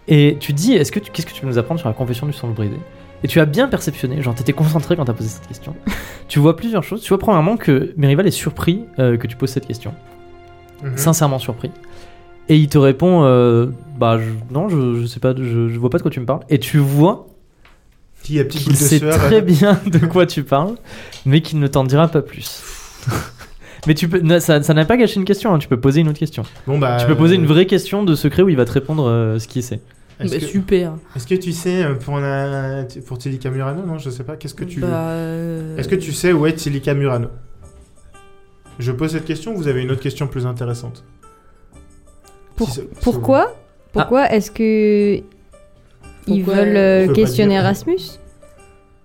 et tu dis est-ce que tu- qu'est-ce que tu peux nous apprendre sur la confession du sang brisé Et tu as bien perceptionné, genre t'étais concentré quand t'as posé cette question. tu vois plusieurs choses. Tu vois premièrement que Merival est surpris euh, que tu poses cette question, Mmh. Mhm. sincèrement surpris. Et il te répond euh, bah je- non, je, je sais pas, je, je vois pas de quoi tu me parles. Et tu vois Qui a petite boule qu'il de sait sueur. très bien de quoi tu parles, mais qu'il ne t'en dira pas plus. Mais tu peux, non, ça ça n'a pas gâché une question, hein, tu peux poser une autre question. Bon bah. Tu peux poser une euh, vraie question de secret où il va te répondre euh, ce qu'il sait. Est-ce Bah, que, Super. est-ce que tu sais euh, pour la- pour Tilika Murano non je sais pas qu'est-ce que tu Bah, euh, est-ce que tu sais où est Tilika Murano Je pose cette question. Vous avez une autre question plus intéressante. Pour- Si c'est- Pourquoi Pourquoi est-ce que ils Ah. Pourquoi- veulent Ça euh, veut pas questionner dire. Erasmus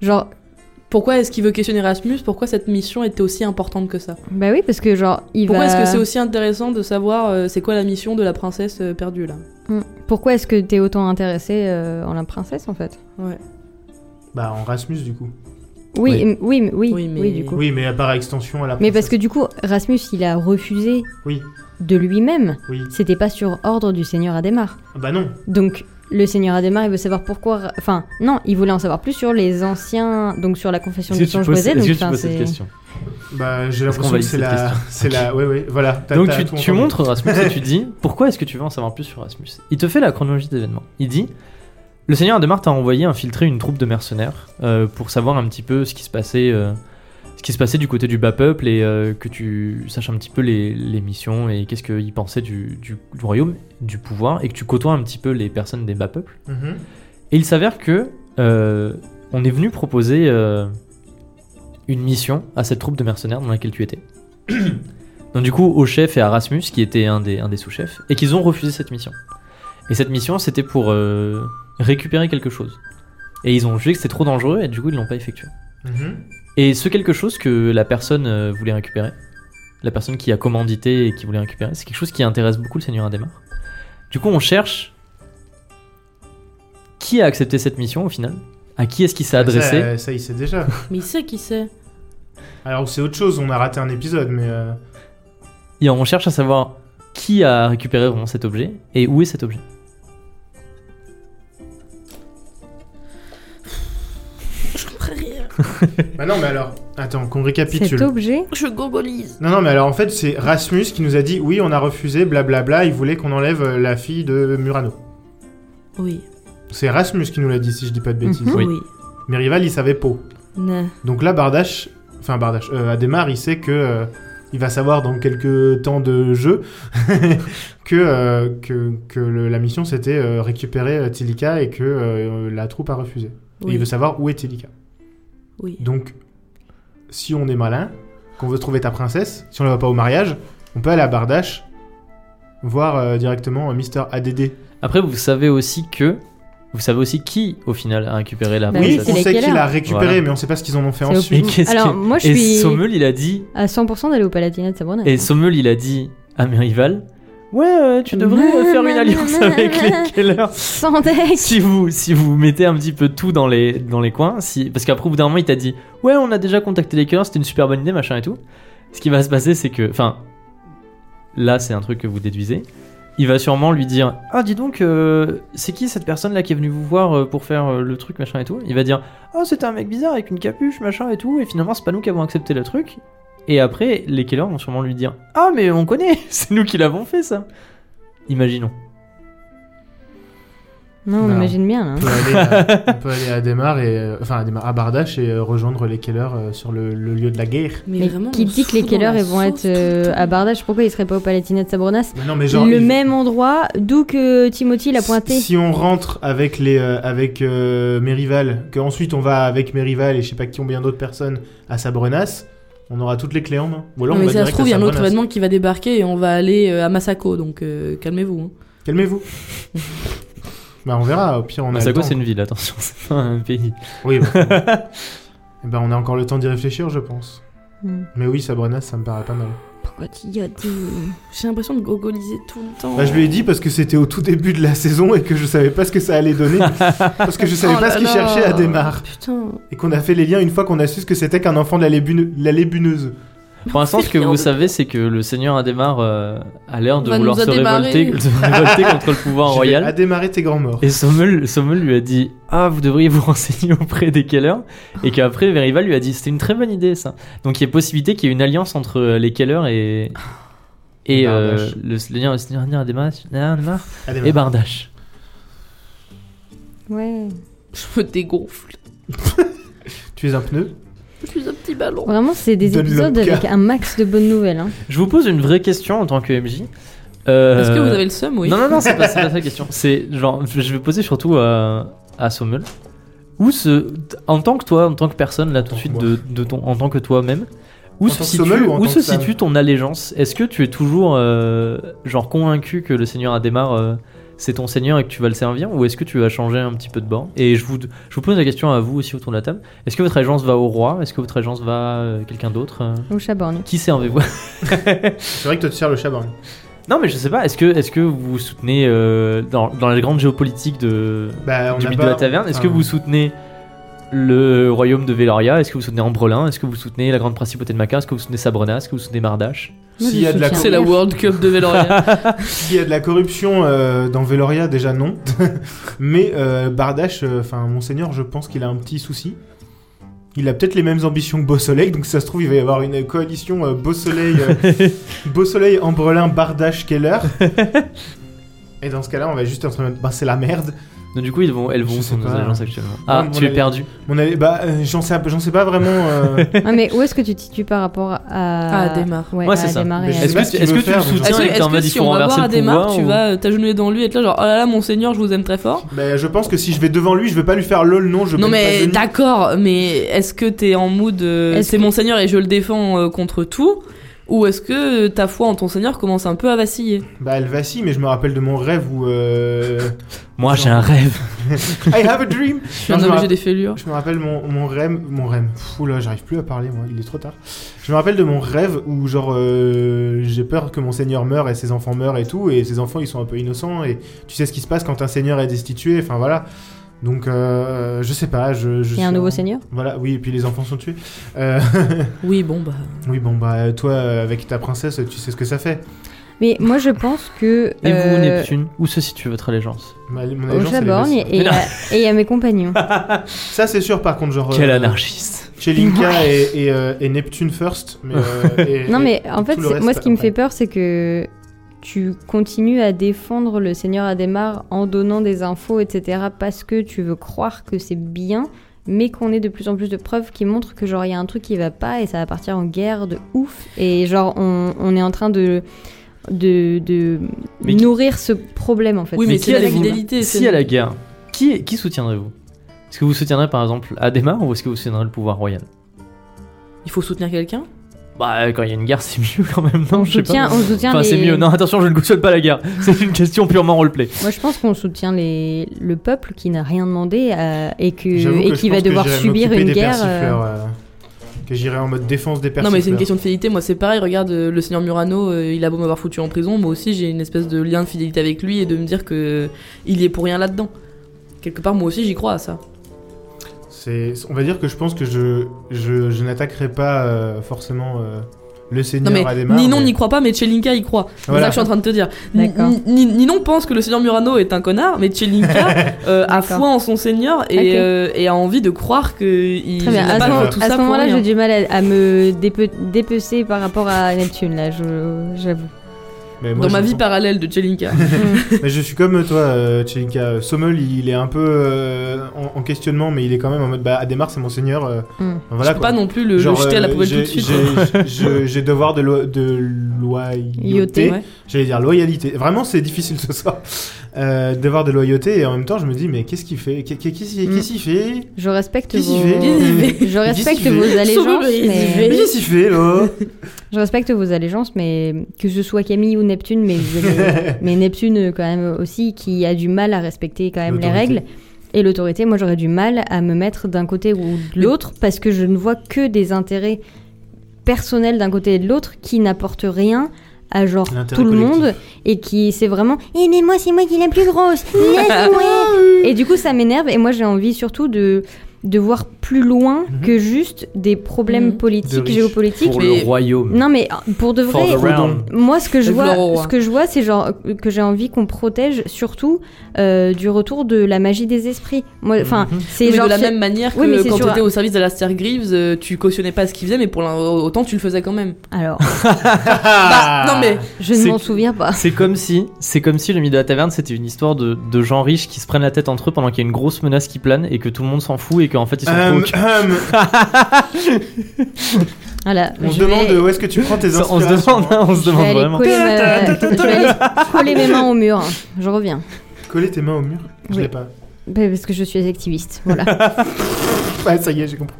Genre, Pourquoi est-ce qu'il veut questionner Erasmus Pourquoi cette mission était aussi importante que ça bah oui, parce que genre, il Pourquoi va. est-ce que c'est aussi intéressant de savoir euh, c'est quoi la mission de la princesse euh, perdue là Hmm. Pourquoi est-ce que t'es autant intéressé euh, en la princesse en fait c'est- Bah en Rasmus du coup. oui, Oui. m- oui, m- oui, Oui, oui, mais- du coup. Oui, mais à part extension à la. Mais parce que princesse. du coup, Rasmus, il a refusé Oui. de lui-même. Oui. C'était pas sur ordre du seigneur Adhémar. Ah Bah non. Donc, le seigneur Adhémar, il veut savoir pourquoi. Enfin, non, il voulait en savoir plus sur les anciens. Donc, sur la confession Est-ce que du tu songe poses- brisé. est-ce Donc, que tu enfin, poses cette c'est- question Bah j'ai Est-ce qu'on l'impression que valide c'est cette la question c'est la oui oui voilà. T'as- Donc t'as tu, tout tu entendu. montres Rasmus et tu dis pourquoi est-ce que tu veux en savoir plus sur Rasmus Il te fait la chronologie d'événements. Il dit le Seigneur Ademar t'a envoyé infiltrer une troupe de mercenaires euh, pour savoir un petit peu ce qui se passait, euh, ce qui se passait du côté du bas peuple et euh, que tu saches un petit peu les, les missions et qu'est-ce qu'ils pensaient du, du- du royaume, du pouvoir, et que tu côtoies un petit peu les personnes des bas peuples. Mhm. Et il s'avère que euh, on est venu proposer euh, une mission à cette troupe de mercenaires dans laquelle tu étais. Donc du coup, au chef et à Rasmus, qui était un des, un des sous-chefs, et qu'ils ont refusé cette mission. Et cette mission, c'était pour euh, récupérer quelque chose. Et ils ont jugé que c'était trop dangereux, et du coup, ils l'ont pas effectué. Mhm. Et ce quelque chose que la personne euh, voulait récupérer, la personne qui a commandité et qui voulait récupérer, c'est quelque chose qui intéresse beaucoup le Seigneur Adhémar. Du coup, on cherche qui a accepté cette mission au final, à qui est-ce qu'il s'est adressé. Ça, ça, il sait déjà. Mais il sait qui c'est. Alors c'est autre chose, on a raté un épisode, mais euh, Et on cherche à savoir qui a récupéré vraiment cet objet et où est cet objet. Je comprends rien. bah non, mais alors, attends, qu'on récapitule. Cet objet, Je gogolise. Non, non, mais alors en fait, c'est Rasmus qui nous a dit oui, on a refusé, blablabla, il voulait qu'on enlève euh, la fille de Murano. Oui. C'est Rasmus qui nous l'a dit, si je dis pas de bêtises. Mhm. Oui. Merival, il savait pas. Non. Donc là, Bardache, enfin Bardache, euh, Adhémar, il sait que. euh, il va savoir dans quelques temps de jeu que, euh, que, que le- la mission c'était euh, récupérer euh, Tilika et que euh, la troupe a refusé. Et Oui. il veut savoir où est Tilika. Oui. Donc, si on est malin, qu'on veut trouver ta princesse, si on la voit pas au mariage, on peut aller à Bardache voir euh, directement Mister ADD. Après, vous savez aussi que vous savez aussi qui au final a récupéré la Bah oui, oui, c'est on les sait qu'il killers. a récupéré, Voilà. mais on sait pas ce qu'ils en ont fait C'est Et ensuite. qu'est-ce Alors, que- moi, je et suis- Sommel, il a dit à 100% d'aller au Palatinat de Sabrina. Et Sommel, il a dit à Merival Ouais, euh, Mmh. tu devrais euh, faire une alliance avec les Keller. Sans deck Si vous, si vous mettez un petit peu tout dans les, dans les coins, si, parce qu'après, au bout d'un moment, il t'a dit Ouais, on a déjà contacté les Keller, c'était une super bonne idée, machin et tout. Ce qui va se passer, c'est que. Enfin, là, c'est un truc que vous déduisez. Il va sûrement lui dire Ah, dis donc, euh, c'est qui cette personne là qui est venue vous voir euh, pour faire euh, le truc, machin et tout Il va dire Ah, c'était un mec bizarre avec une capuche, machin et tout, et finalement, c'est pas nous qui avons accepté le truc. Et après, les Keller vont sûrement lui dire Ah, mais on connaît, c'est nous qui l'avons fait ça. Imaginons. Non, on Non. imagine bien. On hein. peut aller à, on peut aller à Adhémar et euh, enfin à Adhémar, à Bardache et euh, rejoindre les Keller euh, sur le, le lieu de la guerre. Mais, Mais vraiment. qui on dit se que les fout dans Keller la ils vont sauce être tout le euh, temps. à Bardage Pourquoi ils seraient pas au Palatinat de Sabronas Mais non, mais genre Le il- même endroit d'où que Timothy l'a pointé. Si on rentre avec les euh, avec euh, Merival, qu'ensuite on va avec Merival et je sais pas qui ont bien d'autres personnes à Sabrenas, on aura toutes les clés en main. Ou alors Non, mais on va ça se direct trouve, à il y a un autre Sabrenas. événement qui va débarquer et on va aller euh, à Masako, donc euh, calmez-vous. hein. Calmez-vous. bah on verra. Au pire on a. le Masako, temps. c'est une ville, attention, c'est pas un pays. Oui. bah, eh ben, on a encore le temps d'y réfléchir, je pense. Hmm. Mais oui, Sabrenas, ça me paraît pas mal. Pourquoi tu y as dit Bah, J'ai l'impression de gogoliser tout le temps. Bah, je lui ai dit parce que c'était au tout début de la saison et que je savais pas ce que ça allait donner. parce que je savais Oh pas là ce qu'il là. cherchait à démarre. Putain. Et qu'on a fait les liens une fois qu'on a su ce que c'était qu'un enfant de la, lébune- la lébuneuse. Pour l'instant, ce que Rien vous de- savez, c'est que le seigneur Adhémar euh, a l'air de Va nous vouloir se adhémarer. révolter, se révolter contre le pouvoir J'ai royal. à démarrer tes grands morts. Et Sommel, Sommel lui a dit Ah, vous devriez vous renseigner auprès des Keller. Et qu'après, Verival lui a dit C'était une très bonne idée, ça. Donc il y a possibilité qu'il y ait une alliance entre euh, les Keller et. Et Et euh, Bardache. le seigneur le seigneur Adhémar Adhémar À démarrer. et Bardache. Ouais. Je me dégonfle. Tu es un pneu Je suis un petit ballon. Vraiment, c'est des Donne épisodes l'homme avec un max de bonnes nouvelles. hein. Je vous pose une vraie question en tant que MJ. Euh, Est-ce que vous avez le seum, oui Non, non, non, c'est pas, c'est pas ça la question. C'est genre, je vais poser surtout à, à Sommel. Où ce, en tant que toi, en tant que personne, là tout tant de que suite, moi. de, de ton, en tant que toi-même, En où se tant que situe, Sommel ou en où tant se que Sam situe ton allégeance Est-ce que tu es toujours euh, genre convaincu que le Seigneur Adhémar euh, c'est ton Seigneur et que tu vas le servir ou est-ce que tu vas changer un petit peu de bord Et je vous, je vous pose la question à vous aussi autour de la table. Est-ce que votre allégeance va au roi Est-ce que votre allégeance va euh, quelqu'un d'autre Euh, Au chaborgne. Qui servez-vous C'est vrai que toi tu sers le chaborgne. Non, mais je sais pas, est-ce que, est que vous soutenez euh, dans, dans la grande géopolitique de, Bah, on du a mythe pas- de la taverne. Est-ce que Ah. vous soutenez le royaume de Veloria Est-ce que vous soutenez Ambrelin Est-ce que vous soutenez la grande principauté de Maca Est-ce que vous soutenez Sabrona Est-ce que vous soutenez Mardache Moi, S'il je y, a de la soutiens. C'est la World Cup de Veloria. s'il y a de la corruption euh, dans Veloria, déjà non. Mais euh, Bardache, enfin, Monseigneur, je pense qu'il a un petit souci. Il a peut-être les mêmes ambitions que Beau Soleil, donc si ça se trouve, il va y avoir une coalition euh, Beau Soleil, euh, Beau Soleil, Ambrelin, Bardache, Keller. Et dans ce cas-là, on va juste être en train de. Bah, c'est la merde. Donc du coup, ils vont, elles Je vont sais sur nos pas. agences actuellement. Ah, mon tu es avis- perdu. Mon avis- bah, euh, j'en sais, j'en sais pas vraiment. euh, Ah, mais où est-ce que tu te situes par rapport à. Ah, démarre. Ouais, Moi, à c'est ça. démarrer. Mais je sais Est-ce pas que, ce qu'il est-ce veut que tu faire, le donc. soutiens Est-ce que, et que t'es en mode, est-ce que il si faut on va renverser voir le Adhémar, pouvoir tu ou- vas euh, t'agenouiller devant lui et être là genre oh là là mon seigneur je vous aime très fort bah, je pense que si je vais devant lui, je vais pas lui faire lol, non, je Non peux pas mais venir. d'accord, mais est-ce que t'es en mood euh, Est-ce c'est que- mon seigneur et je le défends euh, contre tout ou est-ce que ta foi en ton seigneur commence un peu à vaciller Bah, elle vacille, mais je me rappelle de mon rêve où. euh, Moi, j'ai un rêve. I have a dream Je suis Non, un je homme me et j'ai des fêlures. Je me rappelle mon, mon rêve. Mon rêve. Pfff, là, j'arrive plus à parler, moi, il est trop tard. Je me rappelle de mon rêve où, genre, euh, j'ai peur que mon seigneur meure et ses enfants meurent et tout, et ses enfants, ils sont un peu innocents, et tu sais ce qui se passe quand un seigneur est destitué, enfin voilà. Donc, euh, je sais pas, je. je Il y a un suis nouveau seigneur Voilà, oui, et puis les enfants sont tués. Euh, Oui bon bah oui, bon, bah, toi, euh, avec ta princesse, tu sais ce que ça fait. Mais moi, je pense que. Et vous, euh, Neptune, où se situe votre allégeance Ma- mon Au allégeance, elle est Chaborgne basse. et, à- et à mes compagnons. Ça, c'est sûr, par contre, genre. Quel euh, anarchiste Chez Linka et, et, euh, et Neptune first. Mais, euh, et- Non, et- mais en tout fait, le c'est- reste moi, ce qui me après. fait peur, c'est que tu continues à défendre le Seigneur Adhémar en donnant des infos, etc., parce que tu veux croire que c'est bien, mais qu'on ait de plus en plus de preuves qui montrent que, genre, il y a un truc qui va pas et ça va partir en guerre de ouf. Et, genre, on, on est en train de. de, de Mais qui- nourrir ce problème, en fait. Oui, mais qui c'est la allez-vous- fidélité, c'est- Si à la guerre, qui, qui soutiendrez-vous Est-ce que vous soutiendrez par exemple Adhémar ou est-ce que vous soutiendrez le pouvoir royal il faut soutenir quelqu'un Bah, euh, quand il y a une guerre, c'est mieux quand même, non on Je sais pas. soutient, on soutient Enfin, les... c'est mieux. Non, attention, je ne console pas la guerre. C'est une question purement roleplay. Moi, je pense qu'on soutient les... le peuple qui n'a rien demandé à- et, que... J'avoue et que qui je va pense que devoir j'irai subir m'occuper une des guerre. persifleurs, euh, que j'irai en mode défense des Non persifleurs. mais c'est une question de fidélité, moi c'est pareil, regarde euh, le seigneur Murano, euh, il a beau m'avoir foutu en prison, moi aussi j'ai une espèce de lien de fidélité avec lui et de me dire que il y est pour rien là-dedans. Quelque part moi aussi j'y crois à ça. C'est- On va dire que je pense que je, je, je n'attaquerai pas euh, forcément euh, le Non seigneur mais Adhémar. Ninon mais- n'y croit pas, mais Chelinka y croit. C'est Voilà. ça que je suis en train de te dire. Ni- D'accord. ni- ni- Ninon pense que le seigneur Murano est un connard, mais Chelinka euh, a D'accord. foi en son seigneur et, Ok. euh, et a envie de croire qu'il Très bien. n'a À pas ce, moment- fait tout à ça ce pour moment-là, rien. j'ai du mal à, à me dépe- dépecer par rapport à Neptune, là, je- j'avoue. mais moi, Dans je ma vie pense- parallèle de Chelinka. Mais je suis comme toi, euh, Tchelinka. Sommel, il est un peu euh, en, en questionnement, mais il est quand même en mode bah, Adhémar, c'est mon seigneur. euh, Mm. Hmm. Voilà je peux quoi. pas non plus le, Genre, le jeter à la euh, poubelle tout j'ai- de suite. hein. j'ai- j'ai- J'ai devoir de, lo- de loyauté. Yoté. Ouais. J'allais dire loyalité. Vraiment, c'est difficile ce soir. Euh, devoir de loyauté, et en même temps, je me dis, mais qu'est-ce qu'il fait Qu'est- qu'est- Qu'est-ce qu'il Mm. qu'est-ce qu'il fait Je respecte Qu'est-ce vos... qu'il fait Qu'est-ce qu'il Je respecte fait vos allégeances, Sauvez-le, Mais mais... qu'est-ce qu'il fait là Je respecte vos allégeances, mais que ce soit Camille ou Neptune, mais, mais Neptune euh, quand même aussi, qui a du mal à respecter quand même les L'autorité. règles et l'autorité. Moi, j'aurais du mal à me mettre d'un côté ou de l'autre parce que je ne vois que des intérêts personnels d'un côté et de l'autre qui n'apportent rien à genre L'intérêt tout le collectif. monde et qui c'est vraiment eh mais moi c'est moi qui la plus grosse laisse-moi et du coup ça m'énerve et moi j'ai envie surtout de de voir plus loin Mhm. que juste des problèmes Mhm. politiques De riches. géopolitiques Pour mais- le royaume. non mais euh, pour de For vrai, the realm. moi ce que je Et vois, gloire au roi. ce que je vois, c'est genre euh, que j'ai envie qu'on protège surtout euh, du retour de la magie des esprits. Moi, enfin, Mhm. c'est mais genre de la c'est- même manière que Oui, mais c'est quand sur- t'étais au service d'Alastair Greaves, euh, tu cautionnais pas ce qu'il faisait, mais pour l'un- autant tu le faisais quand même. alors, Ah. Bah, non mais je C'est- ne m'en souviens pas. Ah C'est comme si, c'est comme si le mythe de la taverne, c'était une histoire de, de gens riches qui se prennent la tête entre eux pendant qu'il y a une grosse menace qui plane et que tout le monde s'en fout et qu'en fait ils sont Hum, trop au cul. hum, Voilà, on se je vais- demande où est-ce que tu prends tes Ça, On se inspirations. demande, hein, on se je vais demande aller vraiment. coller ma- je vais aller coller mes mains au mur. Je reviens Coller tes mains au mur Je Oui. l'ai pas. Bah, parce que je suis activiste. Voilà. Ouais, ça y est, j'ai compris.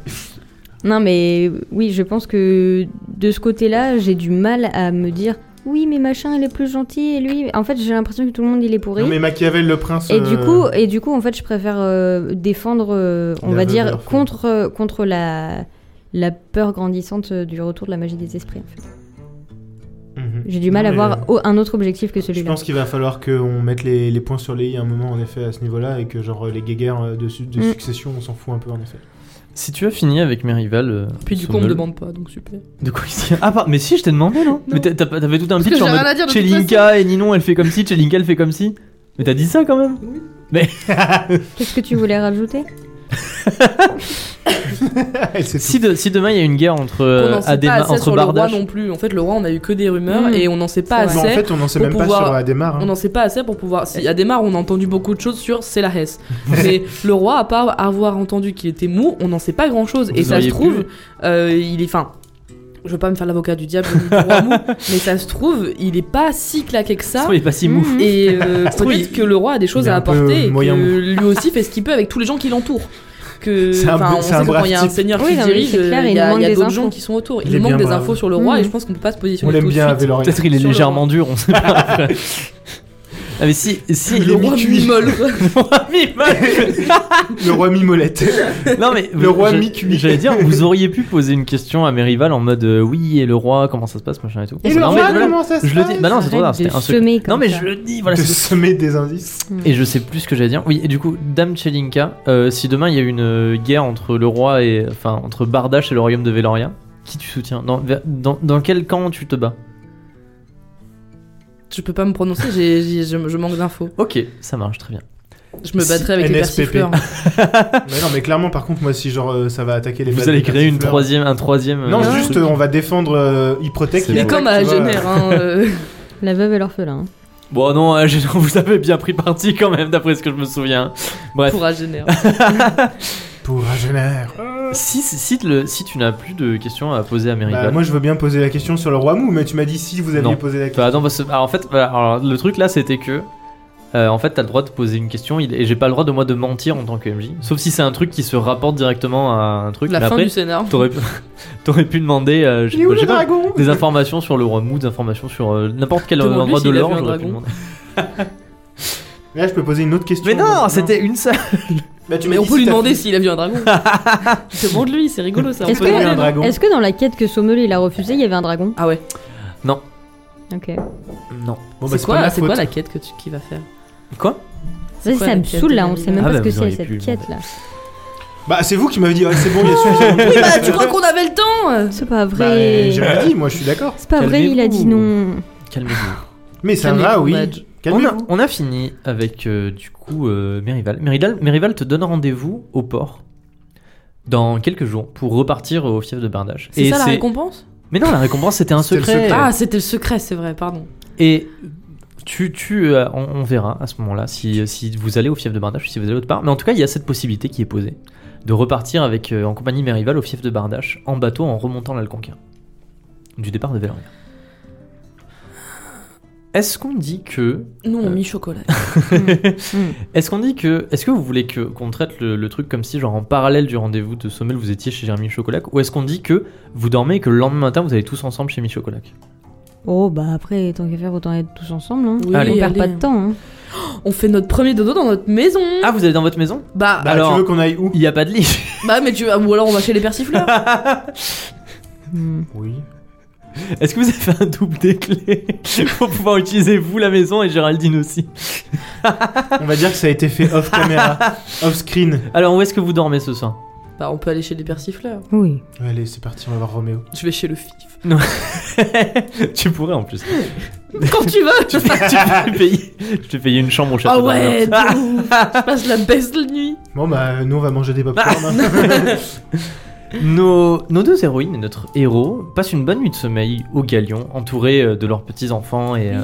Non, mais oui, je pense que de ce côté-là, j'ai du mal à me dire oui, mais machin, il est plus gentil et lui. En fait, j'ai l'impression que tout le monde il est pourri. Non, mais Machiavel, le prince. Et du euh, coup, et du coup, en fait, je préfère euh, défendre, euh, on La va veuve et dire, l'orphelin. contre euh, contre la la peur grandissante euh, du retour de la magie des esprits. en fait. mhm. J'ai du mal Non, à mais, voir euh, au- un autre objectif que Je celui-là. pense qu'il va falloir qu'on mette les, les points sur les i un moment, en effet, à ce niveau-là, et que, genre, les guéguerres euh, de, su- de Mm. succession, on s'en fout un peu, en effet. Si tu as fini avec mes rivales. euh, puis du coup on Sommel- me demande pas, donc super. De quoi il Ah, pas, mais si, je t'ai demandé, non, Mais t'as- t'as pas- t'avais tout un pitch que en j'ai mode. rien à dire de Chez toute Linka et Ninon, elle fait comme si, chez Linka, elle fait comme si. Mais t'as dit ça quand même Qu'est-ce que tu voulais rajouter Elle s'est Si, de- si demain il y a une guerre entre, on euh, n'en sait Adema- pas assez entre sur le roi Bardache. non plus. En fait, le roi, on a eu que des rumeurs Mhm. et on n'en sait pas C'est Mais assez. vrai. en fait, on n'en sait pour même pas pouvoir- sur Adhémar. hein. On n'en sait pas assez pour pouvoir. Si, Adhémar, on a entendu beaucoup de choses sur c'est la Hesse. Mais le roi, à part avoir entendu qu'il était mou, on n'en sait pas grand chose. Et Vous ça se auriez trouve, pu. euh, il est. Enfin, je veux pas me faire l'avocat du diable du roi mou, mais ça se trouve, il est pas si claqué que Ça se ça. trouve, il est pas si mou. Mhm. Et euh, trouve, peut-être il- que le roi a des choses il est à un peu apporter et moyen mou. que lui aussi fait ce qu'il peut avec tous les gens qui l'entourent. Que, C'est un enfin, bra- on c'est sait un que brave quand il y a un type. seigneur Oui, qui non, mais dirige, euh, c'est clair, il il y a, manque il y a des d'autres infos. gens qui sont autour. Il Il, est manque bien des brave. infos sur le roi Mmh. et je pense qu'on peut pas se On positionner tout l'aime de bien à suite. Vélorien. Peut-être il est Sur le légèrement dur, on sait pas. ah mais si, si Il Le est roi mi-cuit. mimole. Le roi Mimolette. non mais Le roi je- mi-cuit. J'allais dire, vous auriez pu poser une question à mes rivales en mode euh, oui et le roi, comment ça se passe, machin et tout. Et Non, le mais roi, voilà, comment ça se je le passe dis. Bah non, c'est trop tard. Arrête C'était de un secret. semer comme Non mais ça. je le dis. Voilà. de c'est- semer des indices. Et je sais plus ce que j'allais dire. Oui. Et du coup, Dame Chelinka, euh, si demain il y a une euh, guerre entre le roi et enfin entre Bardache et le royaume de Veloria, qui tu soutiens dans, vers- dans dans quel camp tu te bats Je peux pas me prononcer, j'ai- j'ai- je, je manque d'infos. Ok, ça marche très bien. Je me Si, battrai avec les NSPP. persifleurs. hein. mais non, mais clairement, par contre, moi, si genre euh, ça va attaquer les Vous balles allez de créer une persifleurs- troisième, un troisième. Non, euh, juste truc. euh, on va défendre. euh, il protège. C'est il Mais vrai. attaque, comme tu à vois. Génère, hein, euh, La veuve et l'orphelin. hein. Bon non, euh, j'ai- vous avez bien pris parti quand même, d'après ce que je me souviens. Bref. pour Agener. Pour Agener. Si, si, si le- si tu n'as plus de questions à poser à mes Bah, rivales. moi, je veux bien poser la question sur le roi Mou, mais tu m'as dit si vous aviez Non. posé la question. Bah, attends, parce que- alors, en fait, voilà, alors, le truc là, c'était que. euh, en fait, t'as le droit de poser une question il- et j'ai pas le droit de moi de mentir en tant que MJ. Sauf si c'est un truc qui se rapporte directement à un truc. La mais fin après, du scénar. t'aurais pu, t'aurais pu demander euh, je sais Il est où pas, je le sais pas, dragon des informations sur le roi Mou, des informations sur euh, n'importe quel Demande-lui endroit de s'il a vu l'or. un j'aurais pu dragon. demander. Là, je peux poser une autre question. Mais non, c'était une seule. Bah, tu m'as Mais on dit peut si lui t'as- demander s'il a vu un dragon. Demande-lui, c'est rigolo ça. on Est-ce peut que- demander. un dragon. Est-ce que dans la quête que Sommel il a refusée, il y avait un dragon Ah ouais. Ok. Non. Bon, bah, c'est quoi, pas ma c'est quoi faute. la quête que tu qui va faire Quoi Vas-y, quoi ça la me quête saoule de là, la on sait même Ah pas bah, ce que vous c'est auriez cette pu le quête là. Bah, c'est vous qui m'avez dit, ah, c'est bon, il y a suffisamment Oui, bah tu crois qu'on avait le temps C'est pas Bah, vrai. j'ai rien dit, moi, je suis d'accord. C'est pas vrai, il a dit non. Calmez-vous. Mais ça Calmez-vous, va, oui. Madge. On a, Calmez-vous. on a fini avec euh, du coup euh, Merival. Merival. Merival te donne rendez-vous au port dans quelques jours pour repartir au fief de Bardache. C'est ça la récompense Mais non, la récompense c'était un C'était le secret. secret. Ah, c'était le secret, c'est vrai, pardon. Et tu, tu, euh, on, on verra à ce moment-là si, euh, si vous allez au fief de Bardache ou si vous allez autre part. Mais en tout cas, il y a cette possibilité qui est posée de repartir avec euh, en compagnie de Merival au fief de Bardache en bateau en remontant l'Alconquin du départ de Véloria. Est-ce qu'on dit que Nous, on Euh. mit chocolat. Est-ce qu'on dit que. Est-ce que vous voulez que qu'on traite le, le truc comme si, genre, en parallèle du rendez-vous de Sommel, vous étiez chez Jérémy Chocolac Ou est-ce qu'on dit que vous dormez et que le lendemain matin, vous allez tous ensemble chez Michocolac Oh bah après, tant qu'à faire, autant être tous ensemble. Hein. Oui, on Allez. perd pas allez. de temps. Hein. On fait notre premier dodo dans notre maison. Ah, vous allez dans votre maison Bah, Bah, alors- tu veux qu'on aille où Il n'y a pas de lit bah, mais tu vas- ou alors on va chez les persifleurs. Hmm. Oui. Est-ce que vous avez fait un double des clés pour pouvoir utiliser vous la maison et Géraldine aussi On va dire que ça a été fait off caméra, off screen. Alors, où est-ce que vous dormez ce soir bah, on peut aller chez les persifleurs. Oui. Allez, c'est parti, on va voir Roméo. Je vais chez le fif. Tu pourrais en plus. Quand tu veux. tu peux, tu peux payer, je te payer une chambre au château. Ah ouais, d'Orléans. de ouf. Je passe la baisse de nuit. Bon, bah, nous, on va manger des hein. pop Nos, nos deux héroïnes et notre héros passent une bonne nuit de sommeil au galion, entourés euh, de leurs petits-enfants et. euh,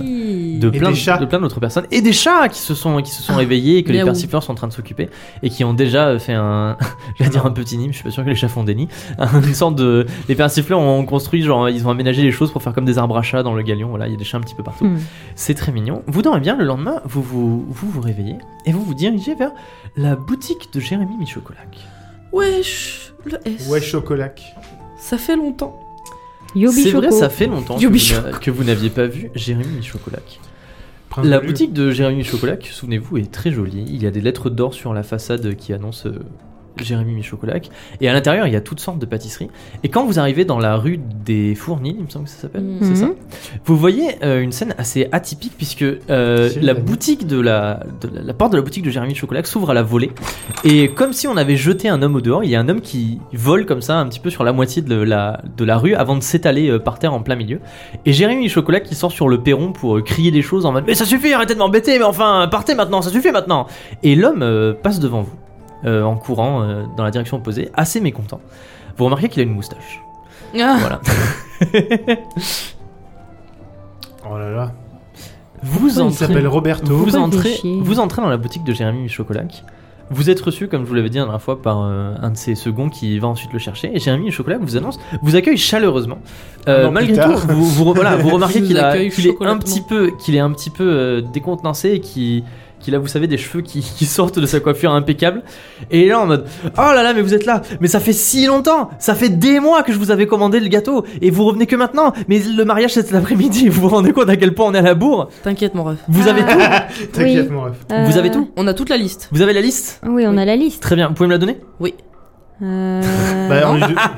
de De... Et plein, des chats. Ah, de plein d'autres personnes et des chats qui se sont qui se sont réveillés et que les miaou. persifleurs sont en train de s'occuper et qui ont déjà euh, fait un j'allais dire un petit nid mais je suis pas sûr que les chats font des nids une sorte de les persifleurs ont construit genre ils ont aménagé les choses pour faire comme des arbres à chats dans le galion voilà il y a des chats un petit peu partout Hmm. c'est très mignon vous dormez bien le lendemain vous vous vous, vous réveillez et vous vous dirigez vers la boutique de Jérémy Michocolac Wesh, le S. Ouais, chocolat. Ça fait longtemps. Yobi c'est vrai Choco. ça fait longtemps que Yobi vous n'a- que vous n'aviez pas vu Jérémy Michocolac Prince La de boutique de Jérémy Michocolac, souvenez-vous, est très jolie. Il y a des lettres d'or sur la façade qui annoncent euh, Jérémy Michocolac. Et à l'intérieur, il y a toutes sortes de pâtisseries. Et quand vous arrivez dans la rue des Fournils, il me semble que ça s'appelle, Mhm. c'est ça Mhm. Vous voyez euh, une scène assez atypique puisque euh, C'est la la- boutique de la, de la, la porte de la boutique de Jérémy Chocolac s'ouvre à la volée. Et comme si on avait jeté un homme au dehors, il y a un homme qui vole comme ça un petit peu sur la moitié de la, de la rue avant de s'étaler euh, par terre en plein milieu. Et Jérémy Chocolat qui sort sur le perron pour euh, crier des choses en mode Mais ça suffit, arrêtez de m'embêter, mais enfin, partez maintenant, ça suffit maintenant Et l'homme euh, passe devant vous. euh, en courant euh, dans la direction opposée, assez mécontent. Vous remarquez qu'il a une moustache. Ah, Voilà. Oh là là. Vous Il entrez, s'appelle Roberto. vous Pourquoi il fait entrez, chier vous entrez dans la boutique de Jérémy Michocolac. Vous êtes reçu, comme je vous l'avais dit la dernière fois, par euh, un de ses seconds qui va ensuite le chercher. Et Jérémy Michocolac vous annonce, vous accueille chaleureusement. Euh, Un an malgré plus tout, tard. vous, vous- voilà, vous remarquez Il nous qu'il a- accueille qu'il est un chocolatement. petit peu, qu'il est un petit peu euh, décontenancé et qui qu'il a, vous savez, des cheveux qui, qui sortent de sa coiffure impeccable. Et là, en mode, oh là là, mais vous êtes là, mais ça fait si longtemps, ça fait des mois que je vous avais commandé le gâteau, et vous revenez que maintenant, mais le mariage c'est cet après-midi, vous vous rendez compte à quel point on est à la bourre, T'inquiète, mon ref. vous avez Ah. tout, T'inquiète, mon ref. vous Euh, avez tout On a toute la liste. Vous avez la liste Oui, on a la liste. Très bien, vous pouvez me la donner Euh, Ah Bah, on lui, do- bah,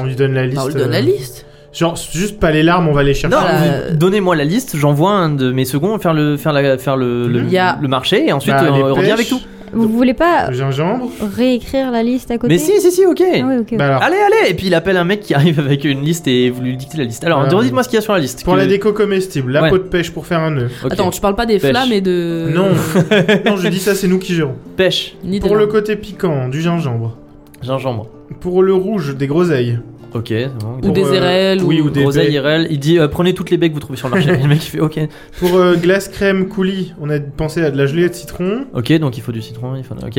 on lui donne la liste. Bah, on lui donne la euh, liste. Genre, c'est juste pas les larmes, on va les chercher. Bah, Non, Voilà. vous- donnez-moi la liste, j'envoie un de mes seconds faire le, faire la, faire le, le, Il y a- le marché, et ensuite Bah, euh, les on revient pêches, avec tout. Vous voulez pas Le gingembre. réécrire la liste à côté Mais si, si, si, ok. Ah oui, ok. Bah alors, Allez, allez Et puis il appelle un mec qui arrive avec une liste et vous lui dictez la liste. Alors, Alors, dites-moi ce qu'il y a sur la liste. Ah, pour que- la déco comestible, la Ouais. peau de pêche pour faire un nœud. Ok. Attends, tu parles pas des Pêche. flammes et de. Non, non, je dis ça, c'est nous qui gérons. pêche, Ni des Pour le larmes. côté piquant, du gingembre. gingembre. Pour le rouge, des groseilles. Ok, c'est bon. Ou Pour, euh, des érelles, Oui, ou- ou des Groseille baies. IRL, il dit euh, prenez toutes les baies que vous trouvez sur le marché. Et le mec il fait ok. Pour euh, glace crème coulis, on a pensé à de la gelée de citron. Ok, donc il faut du citron, il faut. Ok.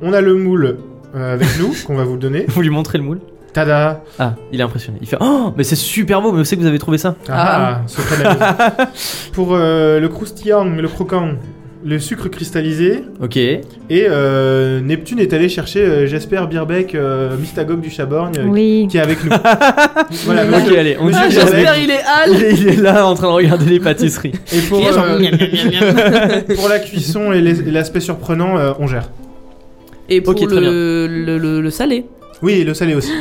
On a le moule euh, avec nous, qu'on va vous donner. Vous lui montrez le moule. Tada Ah, il est impressionné. Il fait Oh, mais c'est super beau, mais où c'est que vous avez trouvé ça Ah, secret de la maison. Pour euh, le croustillant, le croquant, le sucre cristallisé. Ok. Et euh, Neptune est allé chercher, euh, j'espère, Birbeck, euh, Mystagog du Chaborgne, euh, Oui. qui est avec nous. voilà, Ok, monsieur- allez, on dit Monsieur Ah, que Birbeck. j'espère il est hal Il est, il est là en train de regarder les pâtisseries. Et pour, Il est genre, euh, miam, miam, miam, miam. pour la cuisson et les- et l'aspect surprenant, euh, on gère. Et pour Ok, très bien. le, le, le, le salé. Oui, et le salé aussi.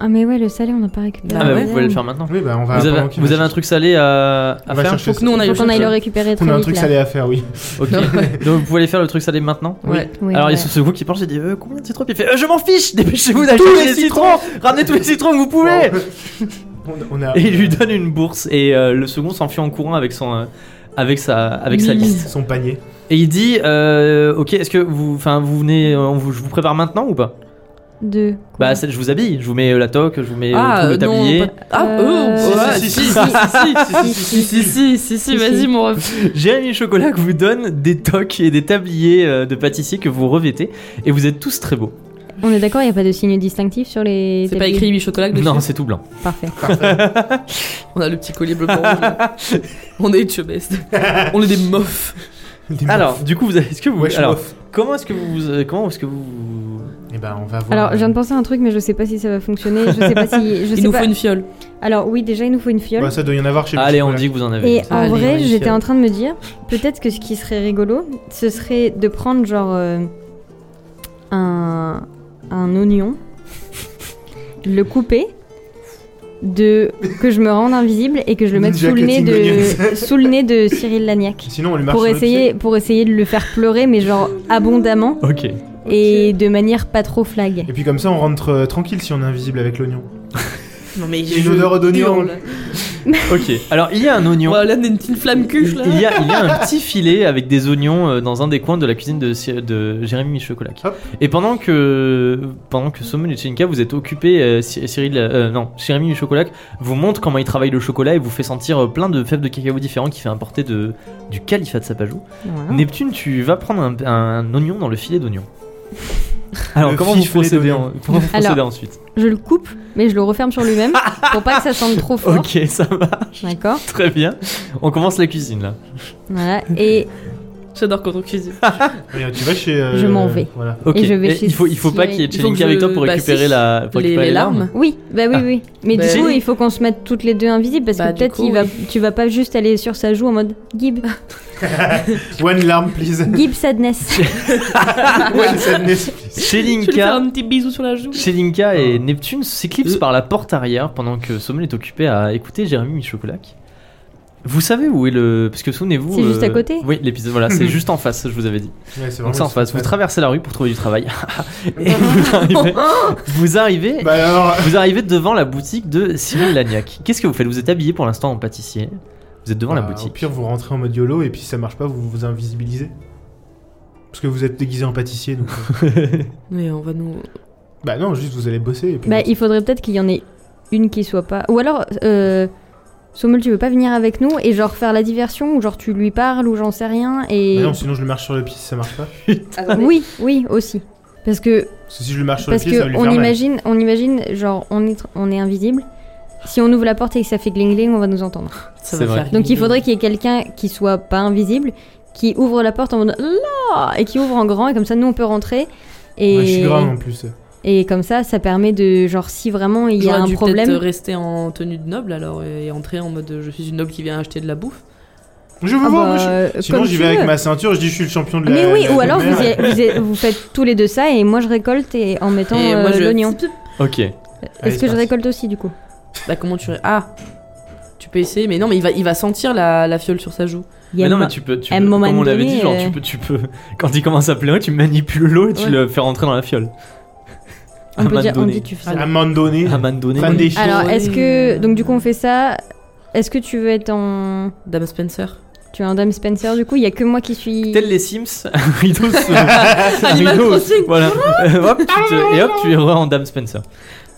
Ah, mais ouais, le salé, on n'a pas récupéré. Ah, Ah bah ouais. vous pouvez le faire maintenant. Oui, bah on va. vous pendant avez, qu'il vous va avez un chercher- truc salé à, à On va faire chercher ça. Nous, on a Faut eu qu'on aille le le récupérer très On a un vite, truc là. salé à faire, oui. Ok. Donc vous pouvez aller faire le truc salé maintenant Ouais. Oui, Alors il y a ouais. ce second qui pense, il dit euh, combien de citrons Puis il fait euh, je m'en fiche, dépêchez-vous d'aller chercher les citrons, ramenez tous les citrons que vous pouvez. on, on a Et il lui donne une bourse et euh, le second s'enfuit en courant avec son euh, avec sa avec sa Mille. liste. son panier. Et il dit euh, ok est-ce que vous enfin vous venez euh, on vous- je vous prépare maintenant ou pas Deux. Bah c'est- je vous habille, je vous mets euh, la toque, je vous mets euh, tout le Ah, non, tablier. pas- Ah, Euh, oh, ouais, si, si, si, si, si, si, si, si, si, si, si, si, vas-y, mon ref. Jérémy Chocolat vous donne des toques et des tabliers euh, de pâtissier que vous revêtez et vous êtes tous très beaux. On est d'accord, il n'y a pas de signe distinctif sur les. C'est pas tapis écrit mi chocolat dessus. Non, c'est tout blanc. Parfait. On a le petit collier bleu orange. On est chubest. On est des meufs. Des Alors, meufs. du coup, vous avez- est-ce que vous Wesh alors meuf. comment est-ce que vous euh, comment est-ce que vous Eh ben, on va voir. Alors, je euh, viens de penser à un truc, mais je sais pas si ça va fonctionner. Je sais pas si. Je sais Il nous pas... faut une fiole. Alors, oui, déjà, il nous faut une fiole. Bah, ça doit y en avoir chez Allez, le on chocolat. dit que vous en avez. Et en Allez, on vrai, y j'étais va. en train de me dire, peut-être que ce qui serait rigolo, ce serait de prendre genre euh, un, un oignon, le couper, de que je me rende invisible et que je le mette Ninja sous le, nez cutting de, sous le nez de Cyril Lagnac. Sinon, on lui marche Pour sur le essayer, pour essayer de le faire pleurer, mais genre abondamment OK. et de manière pas trop pied. flag. Et puis comme ça, on rentre euh, tranquille si on est invisible avec l'oignon. Non, mais J'ai une odeur d'oignon. hurle. OK. Alors, il y a un oignon. Ouais, là, on a une petite flamme cuche, là. Il y, a, il y a un petit filet avec des oignons euh, dans un des coins de la cuisine de, Cy- de Jérémy Michocolac. Hop. Et pendant que pendant que Sommel et Tchenka vous êtes occupés, euh, Cy- Cyril, euh, non, Jérémy Michocolac vous montre comment il travaille le chocolat et vous fait sentir euh, plein de fèves de cacao différents qu'il fait importer de, du califat de Sapajou. Ah. Voilà. Neptune, tu vas prendre un, un oignon dans le filet d'oignon. Alors, Le comment vous, filet procédez d'oignon. en- comment vous procédez Alors. ensuite Je le coupe, mais je le referme sur lui-même pour pas que ça sente trop fort. Ok, ça va, D'accord. très bien. On commence la cuisine là. Voilà. Et J'adore quand on cuisine. Allez, tu vas chez. euh, Je m'en vais. Voilà. Ok, Et je vais chez il faut, il faut pas qu'il y ait Il faut que Tchelinka avec toi je- pour bah, récupérer, si. la, pour Les- récupérer les larmes. Oui, bah oui, Ah. oui. Mais Bah du coup, oui. il faut qu'on se mette toutes les deux invisibles parce Bah, que du peut-être coup, il va, oui. tu vas pas juste aller sur sa joue en mode Gib, One larm, please. Gib sadness. One sadness, please. Je vais lui faire Chelinka, un petit bisou sur la joue. Chelinka et Neptune s'éclipsent Euh. par la porte arrière pendant que Sommel est occupé à écouter Jérémy Michocolac. Vous savez où est le. Parce que souvenez-vous. euh, C'est juste à côté Oui, l'épisode, voilà, c'est juste en face, je vous avais dit. Ouais, c'est vraiment Donc c'est en face. Vous super. traversez la rue pour trouver du travail. et vous arrivez. Oh. Vous arrivez, Bah alors. vous arrivez devant la boutique de Cyril Lagnac. Qu'est-ce que vous faites Vous êtes habillé pour l'instant en pâtissier. Vous êtes devant la Bah, Au boutique. pire, vous rentrez en mode YOLO et puis si ça marche pas, vous vous invisibilisez. Parce que vous êtes déguisé en pâtissier, donc. euh, Mais on va nous. bah non, juste vous allez bosser. Et puis Bah, il faudrait peut-être qu'il y en ait une qui soit pas. Ou alors, euh, Sommel, tu veux pas venir avec nous et genre faire la diversion ou genre tu lui parles ou j'en sais rien Bah et. non, sinon je le marche sur le pied si ça marche pas. Attendez. oui, oui, aussi. Parce que Parce que si je le marche sur parce le pied, ça va que lui on faire mal. imagine, on imagine genre on est on est invisible. Si on ouvre la porte et que ça fait gling gling, on va nous entendre. C'est Ça va vrai. faire Donc il faudrait qu'il y ait quelqu'un qui soit pas invisible, qui ouvre la porte en mode là et qui ouvre en grand et comme ça nous on peut rentrer et Ouais, je suis grave en plus. et comme ça ça permet de genre si vraiment il y a J'aurais un dû problème. peut-être rester en tenue de noble alors et entrer en mode je suis une noble qui vient acheter de la bouffe. Je veux Ah voir. bah, moi, je- euh, Sinon, comme j'y tu vais avec veux. ma ceinture, je dis je suis le champion de la. Mais oui, la- ou de alors mer. vous, y- vous, y- vous faites tous les deux ça et moi je récolte et en mettant et euh, moi je. l'oignon. Ok. Allez, Est-ce c'est que je parti. récolte aussi du coup Bah comment tu. Ah Tu peux essayer, mais non, mais il va, il va sentir la, la fiole sur sa joue. Mais non, Yelma. mais tu peux, tu à un peux- moment comme on l'avait donné, dit, genre, euh, tu peux, tu peux, quand il commence à pleurer, tu manipules l'eau et tu Ouais. le fais rentrer dans la fiole. À un On peut moment dire, on donné. dit tu fais ça. À un moment donné, À un moment donné. fan des chiens. Alors, est-ce que. euh, Donc, du coup, on fait ça. Est-ce que tu veux être en. Dame Spencer. Tu es en Dame Spencer, du coup Il y a que moi qui suis. Tel les Sims, un rideau se. un Ah, Animal rideau- Crossing. Voilà. Euh, hop, tu te- et hop, tu es re en Dame Spencer.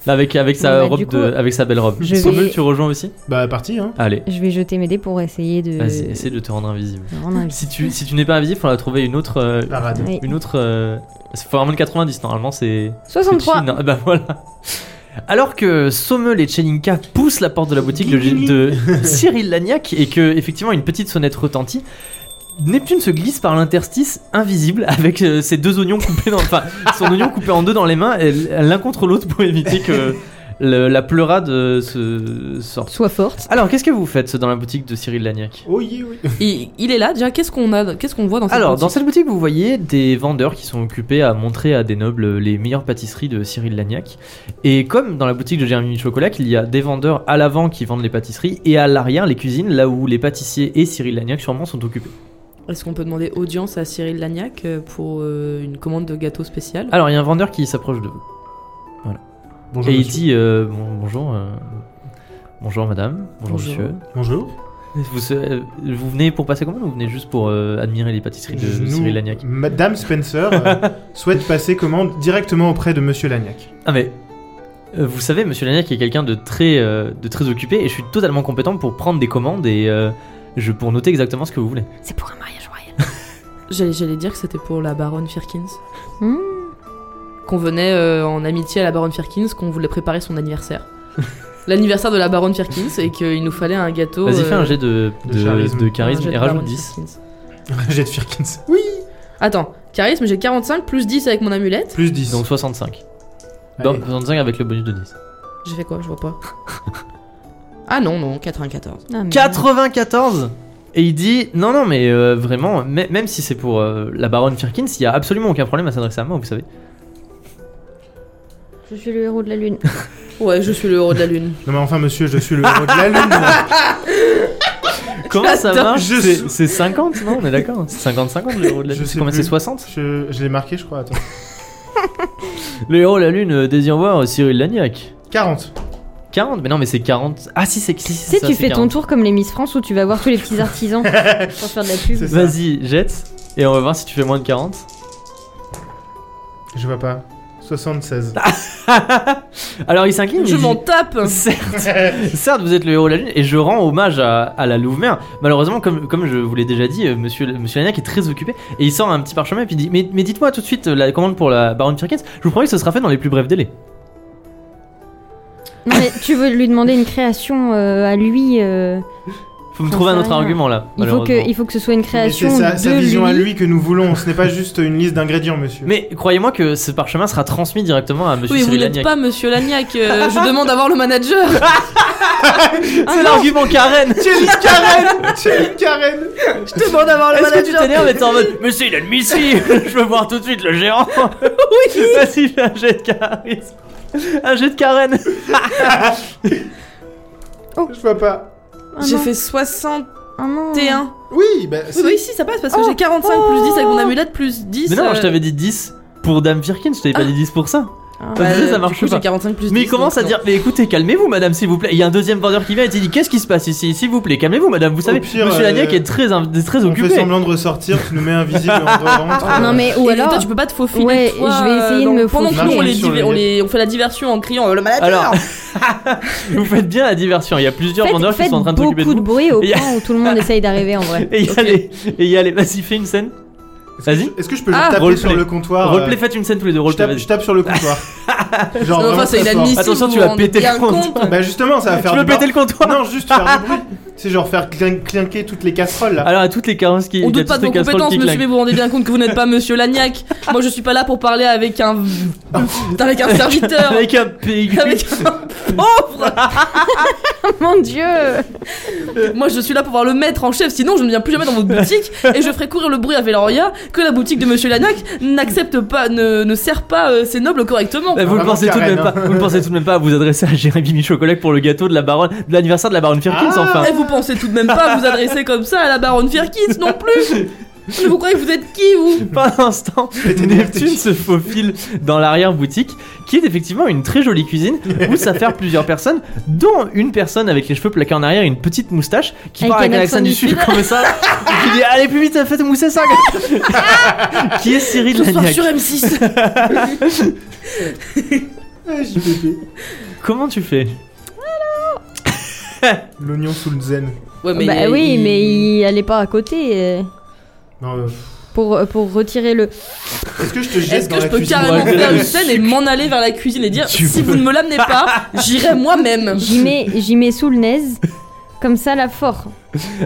Avec, avec, sa Bon, bah, robe du coup, de, avec sa belle robe. je vais- Sommel, tu rejoins aussi Bah, parti, hein. Allez, Je vais jeter mes dés pour essayer de. vas-y, essaie de te rendre invisible. de rendre un vis. Si tu, si tu n'es pas invisible, on va trouver une autre. euh, Parade. Oui. une autre. euh, c'est faut vraiment le 90, normalement, c'est. 63 Chine, hein. Bah voilà. Alors que Sommel et Chelinka poussent la porte de la boutique de, de Cyril Lagnac et que effectivement une petite sonnette retentit, Neptune se glisse par l'interstice invisible avec euh, ses deux oignons coupés dans, enfin son oignon coupé en deux dans les mains, elle- elle l'un contre l'autre pour éviter que le- la pleurade euh, se sorte. Sois forte. Alors qu'est-ce que vous faites dans la boutique de Cyril Lagnac Oh, yeah, oui. Il, il est là déjà, qu'est-ce qu'on a Qu'est-ce qu'on voit dans cette Alors, boutique dans cette boutique, vous voyez des vendeurs qui sont occupés à montrer à des nobles les meilleures pâtisseries de Cyril Lagnac. Et comme dans la boutique de Jérémy Chocolat, il y a des vendeurs à l'avant qui vendent les pâtisseries et à l'arrière les cuisines, là où les pâtissiers et Cyril Lagnac sûrement sont occupés. Est-ce qu'on peut demander audience à Cyril Lagnac euh, pour euh, une commande de gâteau spécial Alors, il y a un vendeur qui s'approche de vous Bonjour. et il monsieur. dit euh, bon- Bonjour, euh, bonjour madame, bonjour, Bonjour. monsieur. Bonjour. Vous, euh, vous venez pour passer commande ou vous venez juste pour euh, admirer les pâtisseries de Nous, Cyril Lagnac Madame Spencer euh, souhaite passer commande directement auprès de Monsieur Lagnac. Ah mais euh, vous savez, Monsieur Lagnac est quelqu'un de très, euh, de très occupé et je suis totalement compétent pour prendre des commandes et euh, je pour noter exactement ce que vous voulez. C'est pour un mariage royal. J'allais, j'allais dire que c'était pour la baronne Firkins. Hmm. Qu'on venait euh, en amitié à la baronne Firkins, qu'on voulait préparer son anniversaire. L'anniversaire de la baronne Firkins et qu'il nous fallait un gâteau. Vas-y, fais un euh, jet de, de de- charisme. de un charisme jet de et rajoute baronne 10. Firkins. Jet de Firkins. Attends, charisme, j'ai 45 plus 10 avec mon amulette. Plus 10. Donc 65. Allez. Donc 65 avec le bonus de Mmh. 10. J'ai fait quoi Je vois pas. ah non, non, 94. Ah, mais- 94 Et il dit Non, non, mais euh, vraiment, mè- même si c'est pour euh, la baronne Firkins, il n'y a absolument aucun problème à s'adresser à moi, vous savez. Je suis le héros de la lune. Ouais, je suis le héros de la lune. Non, mais enfin, monsieur, je suis le héros de la lune. Comment ça Attends, marche je C'est- suis- C'est 50, non On est d'accord C'est 50-50 le héros de la Je lune sais Combien plus. c'est 60 Je, je l'ai marqué, je crois. Attends. Le héros de la lune euh, désire voir Cyril Lagnac. 40. 40 Mais non, mais c'est 40. Ah si, c'est si, Tu sais, ça, tu c'est fais ton 40. tour comme les Miss France où tu vas voir tous les petits artisans pour faire de la pub. C'est ça. Vas-y, jette. Et on va voir si tu fais moins de 40. Je vois pas. 76. Ah. Alors il s'incline. Je il m'en dit, tape Certes, certes, vous êtes le héros de la lune et je rends hommage à, à la Louve-Mère. Malheureusement, comme, comme je vous l'ai déjà dit, euh, monsieur, monsieur Lagnac est très occupé et il sort un petit parchemin et puis il dit Mais, mais dites-moi tout de suite euh, la commande pour la baronne Firkins, je vous promets que ce sera fait dans les plus brefs délais. Non, mais tu veux lui demander une création euh, à lui. euh, Faut me J'en trouver un sais autre rien. argument là. il, faut malheureusement. que, il faut que ce soit une Mais c'est création. sa, sa de vision à lui que nous voulons. Ce n'est pas juste une liste d'ingrédients, monsieur. Mais croyez-moi que ce parchemin sera transmis directement à monsieur Oui, vous Cyril n'êtes Lagnac. pas monsieur Lagnac. euh, je demande d'avoir le manager. Ah C'est l'argument Karen Chérie Karen Chérie Karen Je demande d'avoir le Est-ce que tu manager. t'énerves et t'es en mode Mais c'est inadmissible Je veux voir tout de suite le géant Oui Vas-y, fais un jet de charisme Un jet de Karen Je vois pas. Ah J'ai non, fait 61. ah non. Oui, bah. Oui, si. bah oui, si, ça passe parce que Oh, j'ai 45 plus 10 avec mon amulette plus 10. Mais non, euh, je t'avais dit 10 pour Dame Firkin, je t'avais pas dit 10 pour ça Ah, Bah, déjà, ça marche du coup, pas. J'ai 45 plus Mais il 10, commence à donc non. dire, mais écoutez, calmez-vous, madame, s'il vous plaît. Il y a un deuxième vendeur qui vient et qui dit, qu'est-ce qui se passe ici, s'il vous plaît, calmez-vous, madame. Vous savez, pire, Monsieur euh, Lagnac est très, in- très On fait occupé. semblant de ressortir, tu nous mets invisible et on rentre. Ah, Non, mais ou euh, Et alors. toi, tu peux pas te faufiler. Ouais, toi, je vais essayer de dans- me Pendant que nous, on, faufiler. les Sur divi- le on, net. les- on fait la diversion en criant euh, le malade. Alors, vous faites bien la diversion. Il y a plusieurs Faites, vendeurs qui faites sont en train de beaucoup s'occuper de, de vous. bruit au Et y a- point où tout le monde essaye d'arriver en vrai. Et il y a Ok. les, et il y a les, vas-y, fais une scène. Vas-y. Est-ce que je peux Ah, juste taper roleplay. sur le comptoir euh, Replay, faites une scène tous les deux. je Replay, tape, vas-y. je tape sur le comptoir. Genre, Non, vraiment enfin, c'est très fort. inadmissible. Attention, vous tu vas vous rendez péter le bien compte. Bah justement, ça va faire Tu veux du bar- péter le comptoir Non, juste faire du bruit. C'est genre faire clin- clinquer toutes les casseroles là. Alors, à toutes les carences qui. On il y a doute pas de toutes vos les casseroles compétences, qui monsieur, claquent. mais vous vous rendez bien compte que vous n'êtes pas monsieur Lagnac. Moi, je suis pas là pour parler avec un. avec un serviteur. Avec un pays. avec un pauvre Oh Mon dieu Moi, je suis là pour voir le maître en chef, sinon je ne viens plus jamais dans votre boutique et je ferai courir le bruit à Véloria que la boutique de monsieur Lagnac n'accepte pas, ne, ne sert pas euh, ses nobles correctement. Bah, vous, le Vraiment pensez tout de Karen, même hein. pas, vous le pensez tout de même pas à vous adresser à Jérémy Michocolac pour le gâteau de la baronne, de l'anniversaire de la baronne Firkins, Ah enfin. Et vous pensez tout de même pas vous adresser comme ça à la baronne Firkins non plus Mais vous croyez que vous êtes qui, vous Pendant un instant, t'es Neptune nerveux. se faufile dans l'arrière-boutique, qui est effectivement une très jolie cuisine où ça fait plusieurs personnes, dont une personne avec les cheveux plaqués en arrière et une petite moustache qui Avec part avec un un accent accent du du sud comme ça, et qui dit Allez plus vite, faites mousser ça Qui est Cyril Ce soir Lagnac. sur M6 Ah, JPP. Comment tu fais L'oignon sous le zen. ouais, Bah il- oui, mais il allait pas à côté euh, Non, euh, pour, pour retirer le. Est-ce que je te jette Est-ce dans que je la peux cuisine carrément Ouais, faire le une scène et m'en aller vers la cuisine et dire Tu si peux. vous ne me l'amenez pas, j'irai moi-même J'y mets, j'y mets sous le naze, comme ça la fort.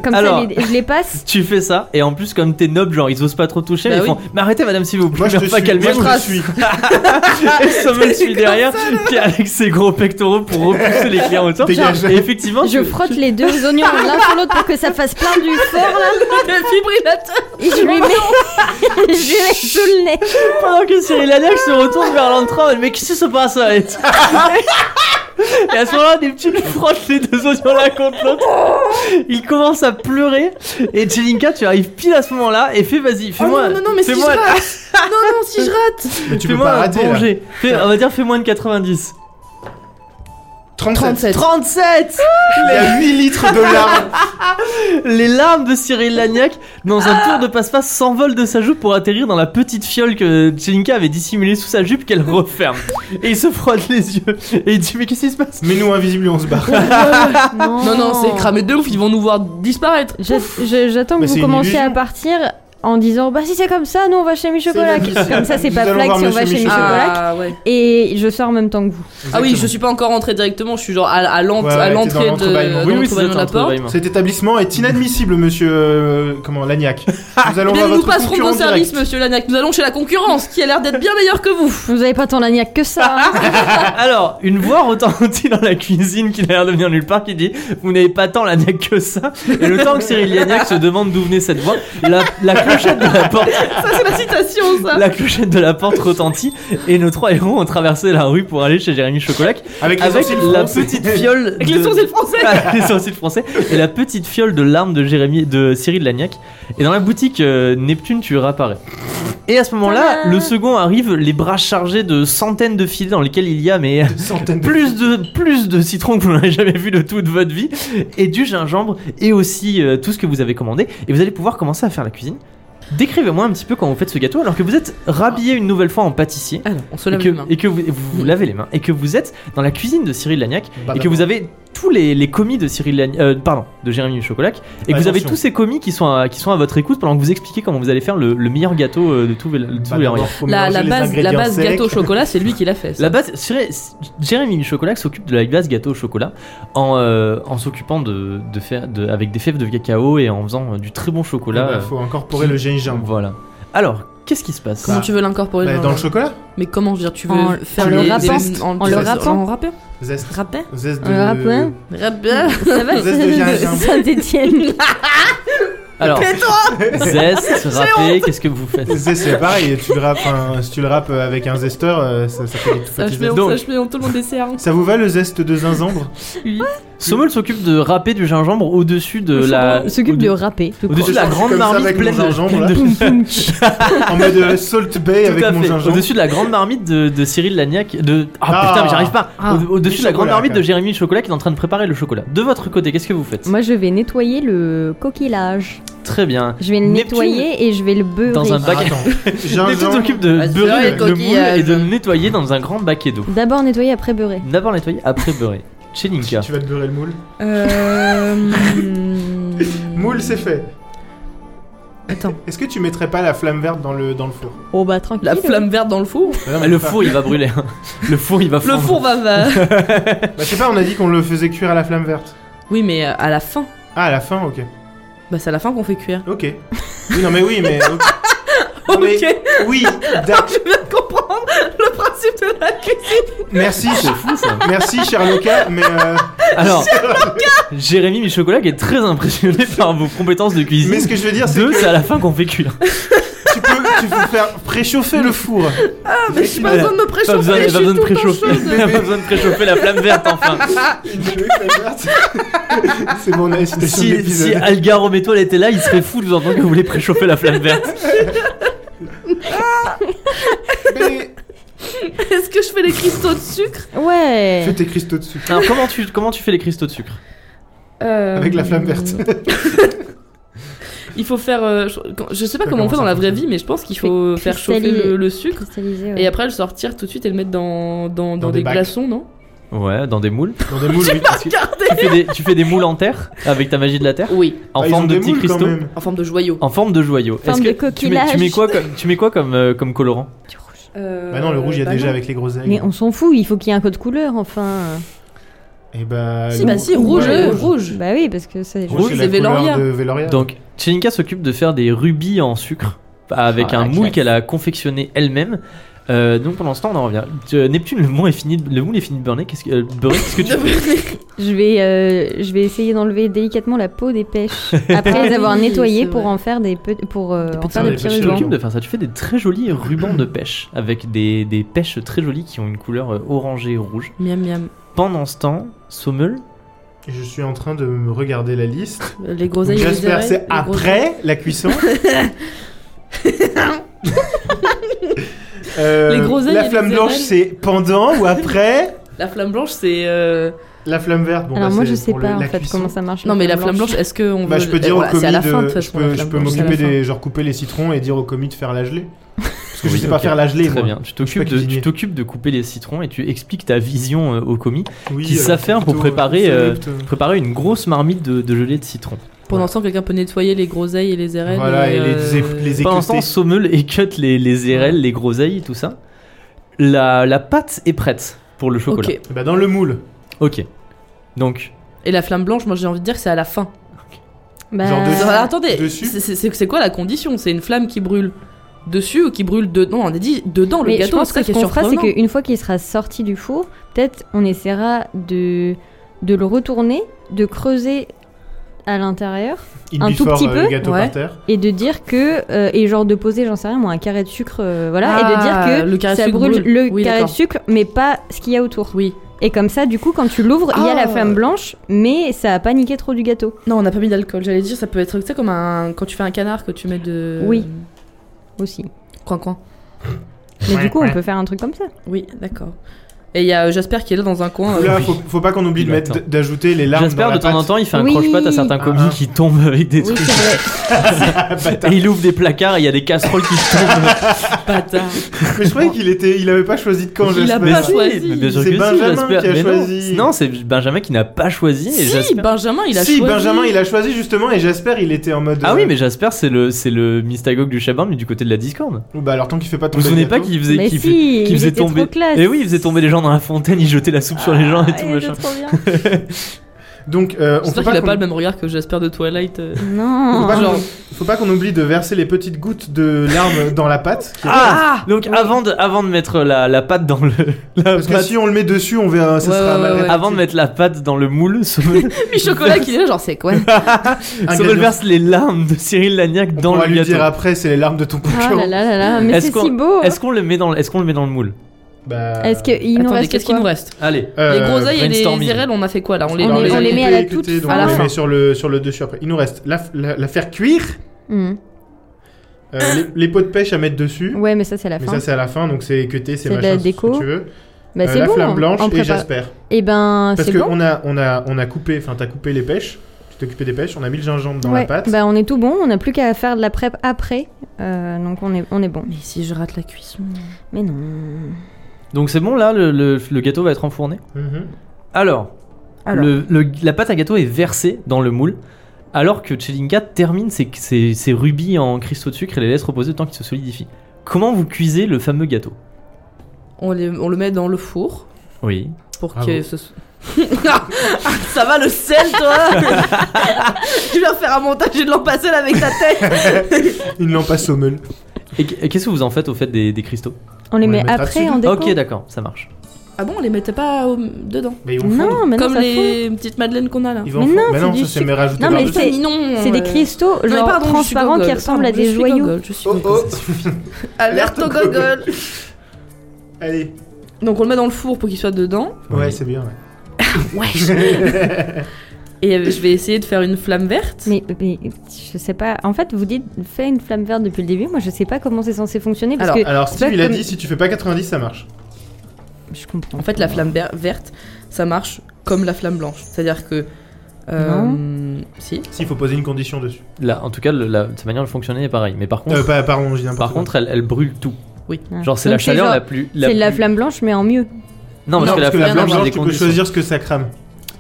Comme Alors. ça les- je les passe. Tu fais ça, et en plus, comme t'es noble, genre ils osent pas trop te toucher, Bah mais ils oui. font Mais arrêtez, madame, s'il vous plaît, Moi je te mais enfin, suis. calmez-vous. Moi, je te suis. Ah, Et Sommel suit derrière, qui est avec ses gros pectoraux pour repousser les clients autour. Dégage. Et effectivement, Je tu- frotte les deux oignons l'un sur l'autre pour que ça fasse plein du fort là. Le fibrillateur Et je lui mets, je lui mets sous le nez. pendant que Cyril Hanoch se retourne vers l'entrée, elle dit, mais qu'est-ce qui se passe là Et et à ce moment-là, Neptune frotte les deux oignons l'un contre l'autre. Il commence à pleurer. Et Jelinka, tu arrives pile à ce moment-là et fais vas-y, Oh fais-moi. non, non, non, mais si je fais-moi- rate Non, non, si je rate Mais tu peux Fais-moi pas un rater bon là. jet. Fais- on va dire fais moins de 90. 37. 37 Il y a 8 litres de larmes. Les larmes de Cyril Lagnac, dans un tour de passe-passe, s'envolent de sa joue pour atterrir dans la petite fiole que Jelinka avait dissimulée sous sa jupe qu'elle referme. Et il se frotte les yeux et il dit Mais qu'est-ce qui se passe Mets-nous invisible et on se barre. Non, non, Oh. c'est cramé de ouf, ils vont nous voir disparaître Je- je- J'attends Mais que c'est vous une commenciez à illusion. partir en disant bah si c'est comme ça, nous on va chez Michocolat. C'est une illusion. Comme ça c'est Nous pas allons blague voir si on va Monsieur chez Michocolat. Ah, ouais. Et je sors en même temps que vous. ah oui, je Exactement. suis pas encore entré directement, je suis genre à, à l'ent- Ouais, ouais, à t'es l'entrée dans de, l'entrebâillement. Euh, dans Oui, l'entrebâillement de la porte. Cet établissement est inadmissible, monsieur. euh, comment Lagnac. Nous allons Eh bien, voir nous votre passerons concurrent vos services, direct. monsieur Lagnac. Nous allons chez la concurrence, qui a l'air d'être bien meilleure que vous. Vous avez pas tant la niaque que ça. hein. Alors, une voix retentit dans la cuisine qui n'a l'air de venir nulle part qui dit Vous n'avez pas tant Lagnac que ça. Et le temps que Cyril Lagnac se demande d'où venait cette voix, la, la clochette de la porte Ça, c'est la citation, ça. la clochette de la porte retentit et nos trois héros ont traversé la rue pour aller chez Jérémy Chocolac Avec, les avec sourcils la froncés. petite fiole Avec les de- sourcils français. Ah, les sourcils français et la petite fiole de larmes de Jérémy de Cyril Lagnac et dans la boutique euh, Neptune tu réapparais et à ce moment-là Tadam le second arrive les bras chargés de centaines de filets dans lesquels il y a mais Centaines de- plus de plus de citrons que vous n'avez jamais vu de toute votre vie et du gingembre et aussi euh, tout ce que vous avez commandé et vous allez pouvoir commencer à faire la cuisine Décrivez-moi un petit peu quand vous faites ce gâteau alors que vous êtes rhabillé une nouvelle fois en pâtissier Alors, on se et lave que, les mains. et que vous, vous vous lavez les mains et que vous êtes dans la cuisine de Cyril Lagnac Bah, et que d'abord. vous avez tous les, les commis de Cyril Lagnac, euh, pardon de Jérémy Chocolac et que vous Attention. avez tous ces commis qui sont à, qui sont à votre écoute pendant que vous expliquez comment vous allez faire le, le meilleur gâteau euh, de tout, de tout Bah, Véloria. d'abord, faut La, mélanger la les base, la ingrédients base secs. Bah, gâteau au chocolat, c'est lui qui l'a fait. ça. La base, Cyril- Jérémy Chocolat s'occupe de la glace gâteau au chocolat en, euh, en s'occupant de, de faire de- avec des fèves de cacao et en faisant euh, du très bon Ah chocolat. bah, euh, faut incorporer le gingembre. Voilà. Alors, qu'est-ce qui se passe Comment tu veux l'incorporer Bah, dans- dans le chocolat Mais comment, je veux dire, tu veux En- faire en des- le des- rappant. en- En le en- rappant. En rappant Zeste. Rappant Zeste Un de. hein. rapin. Rappant Ça va Zeste de gingembre. Saint-Étienne. Alors, zeste, râpé, qu'est-ce que vous faites Zeste, c'est pareil. Tu le rappes, un- si tu le rappes avec un zesteur, euh, ça, ça fait des tout Ça, petits je mets zestes. Donc- ça, je mets en tout le monde dessert. hein. Ça vous va le zeste de zinzambre Sommel s'occupe de râper du gingembre au-dessus de la. Il s'occupe de au-de- rapper. tout Au-dessus de la Je suis grande comme ça marmite avec mon pleine de- gingembre, là. pleine de- en mode euh, Salt Bay Tout avec à mon fait. gingembre. Au-dessus de la grande marmite de, de Cyril Lagnac. De... ah Ah. putain, mais j'arrive pas. Ah. Au- Au-dessus de la grande Chocolat, marmite quand de même. Jérémy Chocolat qui est en train de préparer le chocolat. De votre côté, qu'est-ce que vous faites Moi, je vais nettoyer le coquillage. Très bien. Je vais le Neptune. nettoyer et je vais le beurrer. Dans un Ah, bac. attends. Mais tout Gingembre. s'occupe de Ah, c'est beurrer vrai, le, les le moule et de coquillages. le nettoyer dans un grand baquet d'eau. D'abord nettoyer, après beurrer. D'abord nettoyer, après beurrer. Chez Ninka. Tu vas te beurrer le moule. Euh. Moule, c'est fait. Attends. Est-ce que tu mettrais pas la flamme verte dans le, dans le four Oh bah tranquille. La flamme verte dans le four Bah non, Ah, mais Le pas- four il va brûler. hein. Le four il va Le fondre. four va. va... Bah, je sais pas, on a dit qu'on le faisait cuire à la flamme verte. oui, mais euh, à la fin. Ah, à la fin, ok. Bah, c'est à la fin qu'on fait cuire. Ok. Oui, non, mais oui, mais. ok. Non, mais- Ok. Oui, d'ac- Je viens de comprendre le principe de la cuisson. merci. C'est fou ça. Merci, cher Lucas, mais. euh, Alors, Jérémy Michocolat qui est très impressionné par vos compétences de cuisine. Mais ce que je veux dire, c'est Deux, que c'est à la fin qu'on fait cuire. tu peux, tu peux faire préchauffer le four. Ah, Mais j'ai pas besoin de me Pas besoin, préchauffer. je pas suis besoin de tout le temps préchauffer. chaude. Pas besoin de préchauffer la flamme verte enfin. C'est mon incitation de Si, si l'épisode. Algar Ométoile était là, il serait fou de vous entendre que vous voulez préchauffer la flamme verte. Mais Est-ce que je fais les cristaux de sucre Ouais. Fais tes cristaux dessus. Alors comment tu, comment tu fais les cristaux de sucre Euh, Avec la flamme verte. Il faut faire. euh, je, quand- je sais pas Ça comment on fait dans commence à la vraie fonctionner. vie, mais je pense qu'il Fait faut faire chauffer cristalliser. le, le sucre Cristallisé. ouais. et après le sortir tout de suite et le mettre dans, dans, dans, Dans des, des bacs. glaçons, non Ouais, dans des moules. Dans des moules, oui. Tu tu fais, des, tu fais des moules en terre avec ta magie de la terre Oui, en Ah, ils ont forme de des petits moules, quand cristaux. même. en forme de joyau. En forme de joyau. Forme de tu mets, tu mets quoi comme, tu mets quoi comme, euh, comme colorant Du rouge. Euh, Bah non, le rouge, il y a bah déjà non. avec les grosses Mais aigles. on s'en fout, il faut qu'il y ait un code couleur enfin. Et bah. Si, le- bah si, le- rouge, le- euh, rouge. Bah oui, parce que c'est. Rouge, c'est c'est la Veloria. couleur de Euh. Veloria. Donc, Chelinka s'occupe de faire des rubis en sucre avec Ah, un la moule classe. qu'elle a confectionné elle-même. Euh, donc pour l'instant on en revient. Euh, Neptune, le moule est fini, de- le moule est fini de burner. Qu'est-ce que, euh, beurrer, qu'est-ce que tu fais Je vais, euh, je vais essayer d'enlever délicatement la peau des pêches Ah après les avoir oui, nettoyées c'est pour vrai. en faire des pe- pour euh, Des en petits faire des rubans. petits Des petits rubans. t'occupes de faire ça. Tu fais des très jolis rubans de pêche avec des, des pêches très jolies qui ont une couleur euh, orangée et rouge. Miam miam. Pendant ce temps, Sommel, Je suis en train de me regarder la liste. Les groseilles et les J'espère que oreilles, c'est les gros- après la cuisson. Euh, Les groseilles et la les flamme blanche, oreilles. c'est pendant ou après La flamme blanche, c'est. euh, La flamme verte, bon, Alors bah, moi c'est je sais pour le- pas en la fait cuisson. comment ça marche. Non, mais la flamme blanche, est-ce qu'on Bah, veut. je peux dire voilà, au commis c'est à la de- fin, de toute je façon. la peux, je flamme peux blanche, c'est à la m'occuper fin. des, genre couper les citrons et dire au commis de faire la gelée. Parce que je Oui, sais pas ok. faire la gelée. très moi. bien. Tu t'occupes de, cuisinier. tu t'occupes de couper les citrons et tu expliques ta vision euh, au commis, Oui, Qui euh, s'affaire pour plutôt, préparer, euh, euh, plutôt- préparer une grosse marmite de, de gelée de citron. Pendant ce temps, quelqu'un peut nettoyer les groseilles et les euh, érelles. Voilà, et les é- les é- Pendant ce temps, éclatés. Sommel écute les, les érelles, les groseilles, tout ça. La, la pâte est prête pour le chocolat. Ok. Bah, dans le moule. Ok. Donc, Et la flamme blanche, moi j'ai envie de dire, c'est à la fin. Bah, genre de- Alors, attendez, Euh, Dessus. c'est- c'est c'est- c'est quoi la condition C'est une flamme qui brûle dessus ou qui brûle dedans Non, on a dit dedans, le mais je gâteau, pense c'est ça que qui ce est qu'on fera, c'est surprenant. qu'une fois qu'il sera sorti du four, peut-être on essaiera de de le retourner, de creuser à l'intérieur In Un tout before, petit euh, le peu, gâteau ouais. par terre. et de dire que euh, et genre de poser j'en sais rien moi un carré de sucre euh, voilà et Ah, de dire que le carré de ça sucre brûle, brûle. le Oui, carré de d'accord. sucre mais pas ce qu'il y a autour Oui. et comme ça du coup quand tu l'ouvres il y a Ah. la flamme blanche mais ça a pas niqué trop du gâteau Non, on n'a pas mis d'alcool. J'allais dire, ça peut être tu sais, comme un quand tu fais un canard que tu mets de. Oui. aussi Coin coin. mais Ouais, du coup ouais. on peut faire un truc comme ça Oui, d'accord. Et il y a euh, Jasper qui est là dans un Ah coin. euh, Là, faut, faut pas qu'on oublie de mettre Attends. d'ajouter les larmes Jasper, dans de la temps en pâte. temps, il fait un Oui. croche-patte à certains Ah, commis ah. qui tombent avec des oui trucs. c'est hein. vrai Et il ouvre des placards et il y a des casseroles qui tombent. bâtard. Mais je croyais qu'il était, il avait pas choisi de quand Il a Ah Jasper. pas bah, si, choisi. mais bien sûr C'est que si, Benjamin Jasper. qui a Mais non. choisi. Non, c'est Benjamin qui n'a pas choisi. et si, Jasper- Benjamin, il a si, choisi. Benjamin, il a choisi justement et Jasper, il était en mode. Ah euh, oui, mais Jasper, c'est le, c'est le Mystagogue du Chabarn, mais du côté de la Discord. Ou Bah alors tant qu'il fait pas Vous tomber. vous souvenez le pas gâteau. qu'il faisait, mais qu'il si qui il faisait était tomber- trop classe Et oui, il faisait tomber les gens dans la fontaine, il jetait la soupe sur les gens et tout Ah, il était machin. trop bien. Donc, euh, on faut J'espère pas qu'il a qu'on- pas le même regard que Jasper de Twilight. euh. Faut non pas, Genre- qu'on, faut pas qu'on oublie de verser les petites gouttes de larmes dans la pâte. qui- Ah Donc avant de avant de mettre la, la pâte dans le la Parce que pâte- si on le met dessus, on verra, ça Ouais, sera ouais, mal ouais. réparti. avant de mettre la pâte dans le moule, Sommel Puis Chocolat qui est là, genre c'est quoi Un Sommel gâteau. verse les larmes de Cyril Lagnac On dans pourra le lui gâteau. dire après, c'est les larmes de ton ah concurrent. là là là là mais Est-ce c'est qu'on- si beau hein. Est-ce qu'on le met dans le- est-ce qu'on le met dans le moule Bah, Est-ce qu'il nous Attendez, reste qu'est-ce qu'il quoi nous reste Allez. Euh, Les groseilles et brainstorming. les irelles, on a fait quoi là bah, On les- a on les met à coupés, la toute écoutez, donc fin. on les Fin. met sur le, sur le dessus après. Il nous reste la, la, la faire cuire, Hmm. euh, Ah. les, les pots de pêche à mettre dessus. Ouais, mais ça, c'est la Mais fin. ça, c'est à la fin, donc c'est écouté, c'est C'est de la machin, ce déco. que tu veux. Bah, Euh, c'est la bon. flamme blanche on et prépare. Jasper. Eh ben, Parce c'est que bon. on a, on a, on a coupé, enfin t'as coupé les pêches, tu t'es occupé des pêches, on a mis le gingembre dans la Ouais, pâte. bah on est tout bon, on n'a plus qu'à faire de la prep après, euh, donc on est, on est bon. Mais si je rate la cuisson. Mais non. Donc c'est bon là, le, le- le gâteau va être enfourné. Mhm. Alors, Alors. le- le- la pâte à gâteau est versée dans le moule, alors que Chelinka termine ses, ses- ses rubis en cristaux de sucre et les laisse reposer le temps qu'ils se solidifient. Comment vous cuisez le fameux gâteau On, les- on le met dans le four Oui. pour Bravo. que ce soit- ah, ça va le sel, toi Tu viens faire un montage et de l'en passer là avec ta tête Une lampe à sommel. Et qu- et qu'est-ce que vous en faites au fait des, des cristaux On les On les met mettra après dessus. en déco. Ok, d'accord, ça marche. Ah bon, on les mettait pas au- dedans Mais ils vont fondre. non, mais non, Comme ça fond. les petites madeleines qu'on a là. Ils vont Mais fondre. non, Bah c'est non, du ça c'est sucre. mes rajoutés Non, mais par-dessus. c'est- mignon. C'est des cristaux euh. Non, mais genre pardon, je suis transparents qui gogole. ressemblent à Pardon, je des suis joyaux. gogole, je suis Oh, gogole. oh. Alerte au gogol. Allez, Donc on le met dans le four pour qu'il soit dedans. Oui. ouais, c'est bien. ouais. Wesh. Et euh, je vais essayer de faire une flamme verte. Mais, mais je sais pas. En fait, vous dites fais une flamme verte depuis le début. Moi, je sais pas comment c'est censé fonctionner parce Alors, que Alors c'est Steve pas il a comme- dit si tu fais pas 90 ça marche. je comprends. En fait, la flamme ver- verte, ça marche comme la flamme blanche. C'est-à-dire que. euh, Si. S'il faut poser une condition dessus. Là, en tout cas, le- la, sa manière de fonctionner est pareille. Mais par contre, Euh, pas, pardon, je dis par contre elle, elle brûle tout. Ouais. Genre, c'est Ah. Donc, la chaleur genre- la plus. C'est de la plus- flamme blanche, mais en mieux. Non, parce que la flamme blanche, a des tu peux conditions. choisir ce que ça crame.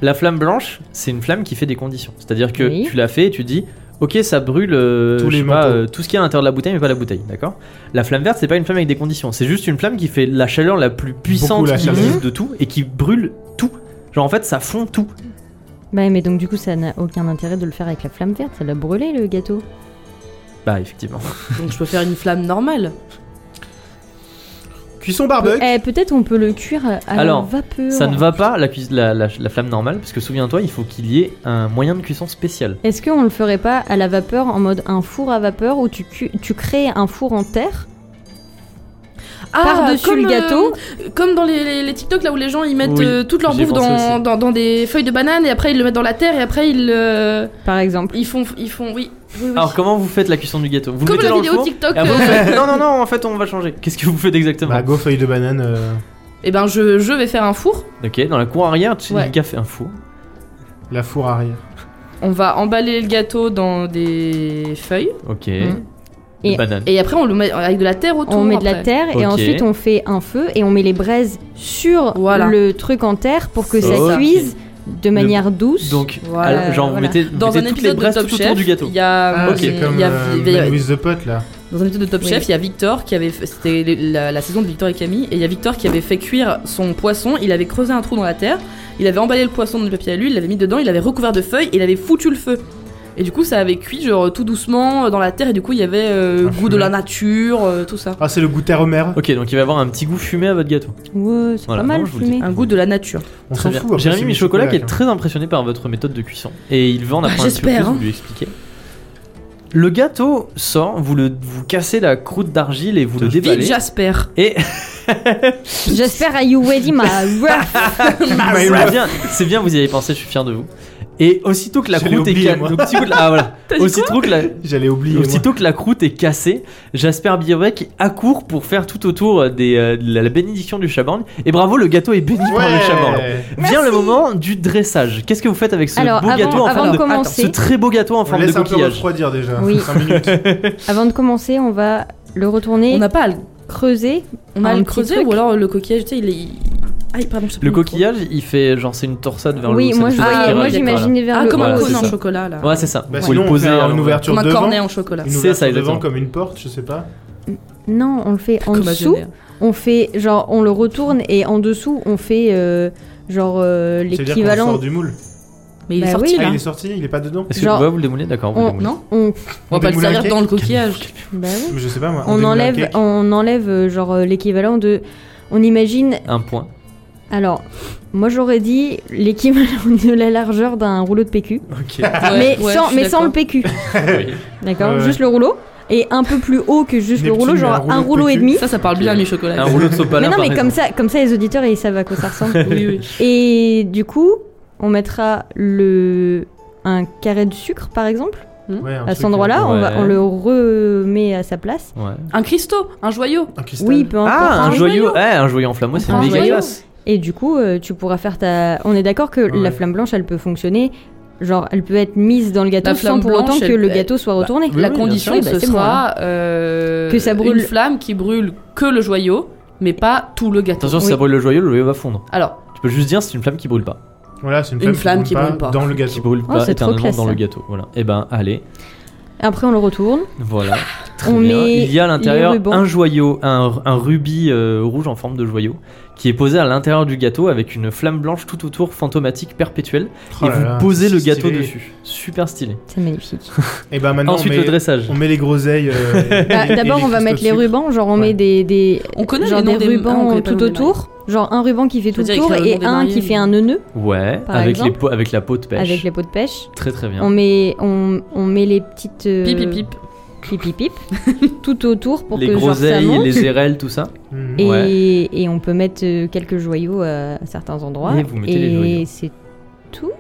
La flamme blanche, c'est une flamme qui fait des conditions. C'est-à-dire que Oui. tu la fais et tu dis, ok, ça brûle euh, Tous je les sais pas, manteaux. euh, tout ce qui est à l'intérieur de la bouteille, mais pas la bouteille, d'accord La flamme verte, c'est pas une flamme avec des conditions. C'est juste une flamme qui fait la chaleur la plus puissante la qui chaleur. existe de tout et qui brûle tout. Genre en fait, ça fond tout. Bah, mais donc du coup, ça n'a aucun intérêt de le faire avec la flamme verte. Ça l'a brûlé le gâteau. Bah effectivement. Donc je peux faire une flamme normale. Cuisson barbecue. Eh, peut-être on peut le cuire à Alors, la vapeur. Ça ne va pas la, cuis- la, la- la flamme normale, parce que souviens-toi, il faut qu'il y ait un moyen de cuisson spécial. Est-ce qu'on le ferait pas à la vapeur en mode un four à vapeur où tu, cu- tu crées un four en terre par-dessus comme, le euh, gâteau comme dans les, les, les TikTok là où les gens ils mettent Oui, euh, toute leur j'y ai bouffe pensé dans, aussi. dans, dans des feuilles de banane et après ils le mettent dans la terre et après ils, euh, par exemple ils font. Ils font oui. oui, oui. Alors comment vous faites la cuisson du gâteau Vous le comme mettez la dans le vidéo four TikTok. et après, euh, vous faites, non, non, non, en fait, on va changer. Qu'est-ce que vous faites exactement Bah go feuille de banane. euh, Eh ben je, je vais faire un four. Ok, dans la cour arrière, Tchelika fait un four. La four arrière. On va emballer le gâteau dans des feuilles Ok. Mm. Des Et- bananes. et après on le met avec de la terre autour. on met de la après. terre et Ok. ensuite on fait un feu et on met les braises sur Voilà. le truc en terre pour que ça Ok. cuise de manière douce. Donc, Voilà, alors, genre, vous voilà. mettez, vous Dans un mettez toutes les épisode de braises Top tout autour Chef, du gâteau. il y a, Ah, ok. c'est il comme y a- euh, il y a- Man with the pot là. dans un épisode de Top Oui. Chef, il y a Victor qui avait, fait- c'était le- la, la saison de Victor et Camille, et il y a Victor qui avait fait cuire son poisson. Il avait creusé un trou dans la terre, il avait emballé le poisson dans du papier à lui, il l'avait mis dedans, il l'avait recouvert de feuilles, et il avait foutu le feu. Et du coup, ça avait cuit genre tout doucement euh, dans la terre, et du coup, il y avait euh, Un goût de fumet. la nature, euh, tout ça. Ah c'est le goût terre mer. Ok, donc il va y avoir un petit goût fumé à votre gâteau. Ouais, c'est Voilà, pas mal non, je vous le dis. fumé. Un goût de la nature. On Très s'en bien. fout. après, Jérémy c'est Michocolat qui est hein. très impressionné par votre méthode de cuisson et il veut en apprendre un petit peu j'espère, plus, hein. vous lui expliquer. Le gâteau sort, vous le vous cassez la croûte d'argile et vous le Vive déballez. Jasper. Et J'espère à you ready ma ref. Ah, My c'est love. bien, c'est bien, vous y avez pensé, je suis fier de vous. Et aussitôt que la Je l'ai croûte est oublié, ca- moi. donc, si vous- ah, voilà. T'as dit aussitôt que la J'allais oublier. moi. Aussitôt que la croûte est cassée, Jasper Bierbeck accourt pour faire tout autour des, euh, de la la bénédiction du chaborgne. Et bravo, le gâteau est béni par le chaborgne. Ouais. Vient le moment du dressage. Qu'est-ce que vous faites avec ce Alors beau gâteau en avant, forme avant de de... commencer, Ce très beau gâteau en On forme de laisse un peu coquillage. refroidir déjà. Oui. Cinq minutes. avant de commencer, on va le retourner, On n'a pas à le, creuser. on a à Un le petit creuser, truc. ou alors le coquillage, tu sais, il est. Aïe, pardon, je sais pas Le micro. coquillage, il fait genre c'est une torsade vers Oui, le haut. moi ça fait je une voyais- spirale, moi voilà. j'imaginais vers Ah, le comme un Voilà, haut. c'est cône en ça. chocolat là. Ouais, c'est ça. Bah, Vous sinon, le on fait posez à une l'envers. ouverture Comme un devant. cornet en chocolat. Une C'est ça, ouverture exactement. devant comme une porte, je sais pas. Non, on le fait en Comme un dessous. génère. On fait genre on le retourne et en dessous on fait euh, genre euh, Ça veut dire qu'on l'équivalent. sort du moule. Mais il est Bah sorti oui. Ah, Là. il est sorti, il est pas dedans. Est-ce que Genre- ouais, vous le démoulez D'accord, vous le On- démoulez. Non On, On va pas le démoule un servir cake dans le coquillage. bah oui. Je sais pas moi. on démoule un enlève, cake. on enlève euh, genre euh, l'équivalent de. On imagine. Un point. Alors, moi j'aurais dit l'équivalent de la largeur d'un rouleau de PQ, Ok. mais sans, mais sans le PQ. Oui. D'accord, Ouais, ouais. juste le rouleau. et un peu plus haut que juste le Neptune, rouleau, genre un un rouleau rouleau, de et PQ. demi. Ça, ça parle bien à mi-chocolat. Un rouleau de sopalin. Mais non, par mais comme exemple. ça, comme ça, les auditeurs ils savent à quoi ça ressemble. Oui, oui. et du coup, on mettra le un carré de sucre par exemple Ouais, un à truc, cet endroit-là. On, va- Ouais. on le remet à sa place. Ouais. Un cristaux, un joyau. euh, Un cristal. Oui, peu importe. Ah, un Enfin, joyau, ouais, un joyau en flamme, ouais, c'est Un méga joyau. classe. Et du coup, euh, tu pourras faire ta. On est d'accord que Ouais. la flamme blanche, elle peut fonctionner. Genre, elle peut être mise dans le gâteau La sans flamme pour blanche, autant que elle- le elle- gâteau soit retourné. Oui, la oui, condition, bien sûr. Oui, bah, ce c'est moi, sera euh, Que ça brûle. une flamme qui brûle que le joyau, mais pas tout le gâteau. Attention, si Oui. ça brûle le joyau, le joyau va fondre. Alors, Tu peux juste dire c'est une flamme qui brûle pas. Voilà, c'est une, Une flamme qui brûle pas. dans le Qui gâteau. brûle Oh, pas c'est trop éternellement classe, dans le ça. gâteau. Voilà. Et ben, allez, Après, on le retourne. voilà. Très On bien. met Il y a à l'intérieur les rubans. un joyau, un, un rubis euh, rouge en forme de joyau, qui est posé à l'intérieur du gâteau avec une flamme blanche tout autour, fantomatique, perpétuelle. Oh et là vous là, posez c'est le gâteau stylé. dessus. Super stylé. C'est magnifique. Et bah maintenant, Ensuite, on, le met, dressage. on met les groseilles. euh, et- Bah, et D'abord, on va cristaux mettre de les sucre. rubans. Genre, on Ouais. met des, des, On connaît genre les noms des des- ah, on rubans connaît pas tout le nom des autour. Genre, un ruban qui fait tout veux dire le tour avec le et ruban des un qui mariés, fait un nœud nœud Ouais, Par avec, les exemple. peaux- avec la peau de pêche. avec les pots de pêche. Très très bien. On met, on, on met les petites. euh, pip, pip, pip. pip, pip, pip, tout autour pour les que genre, ça groseilles, monte. les érelles, tout ça. Mhm. Et, Ouais. et on peut mettre euh, quelques joyaux à, à certains endroits. Et vous mettez les joyaux. c'est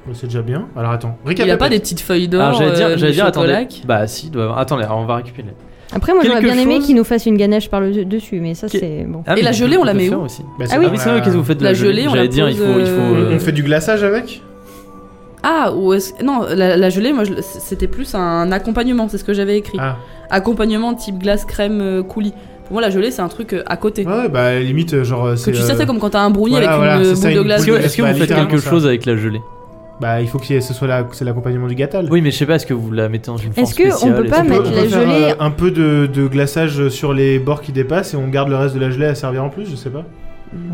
Mais C'est déjà bien. Alors attends. Il n'y a pas des récapitulatif. petites feuilles Alors d'or, Ah, j'allais dire, euh, j'allais dire, attendez. mi-chocolat. Bah si, il doit y avoir- attendez, alors on va récupérer. Après, moi, j'aurais Quelque bien aimé chose- qu'ils nous fassent une ganache par le dessus, mais ça, Qui- c'est bon. Ah, Et mais la tu gelée, peux on la le met faire où aussi. Bah, Ah oui. Ah oui, c'est vrai, qu'est-ce que vous faites de la, La gelée, on J'allais la dire, il pose, faut. Il faut euh, euh, On fait du glaçage avec Ah, ou est-ce- non, la, la gelée, moi, je- c'était plus un accompagnement, c'est ce que j'avais écrit. Ah. Accompagnement type glace, crème, euh, coulis. Pour moi, la gelée, c'est un truc euh, à côté. Ouais, ouais, bah à la limite, euh, genre. euh, que c'est, tu sais, euh, c'est comme quand t'as un brownie voilà, avec voilà, une c'est euh, ça, boule une de glace. Est-ce que, est-ce que Bah, vous faites littéralement quelque ça. chose avec la gelée Bah, il faut que ce soit la- c'est l'accompagnement du gâtal. Oui, mais je sais pas, est-ce que vous la mettez dans une forme Est-ce que on spéciale peut est-ce pas que- mettre On la peut faire, gelée- euh, un peu de, de glaçage sur les bords qui dépassent et on garde le reste de la gelée à servir en plus, je sais pas.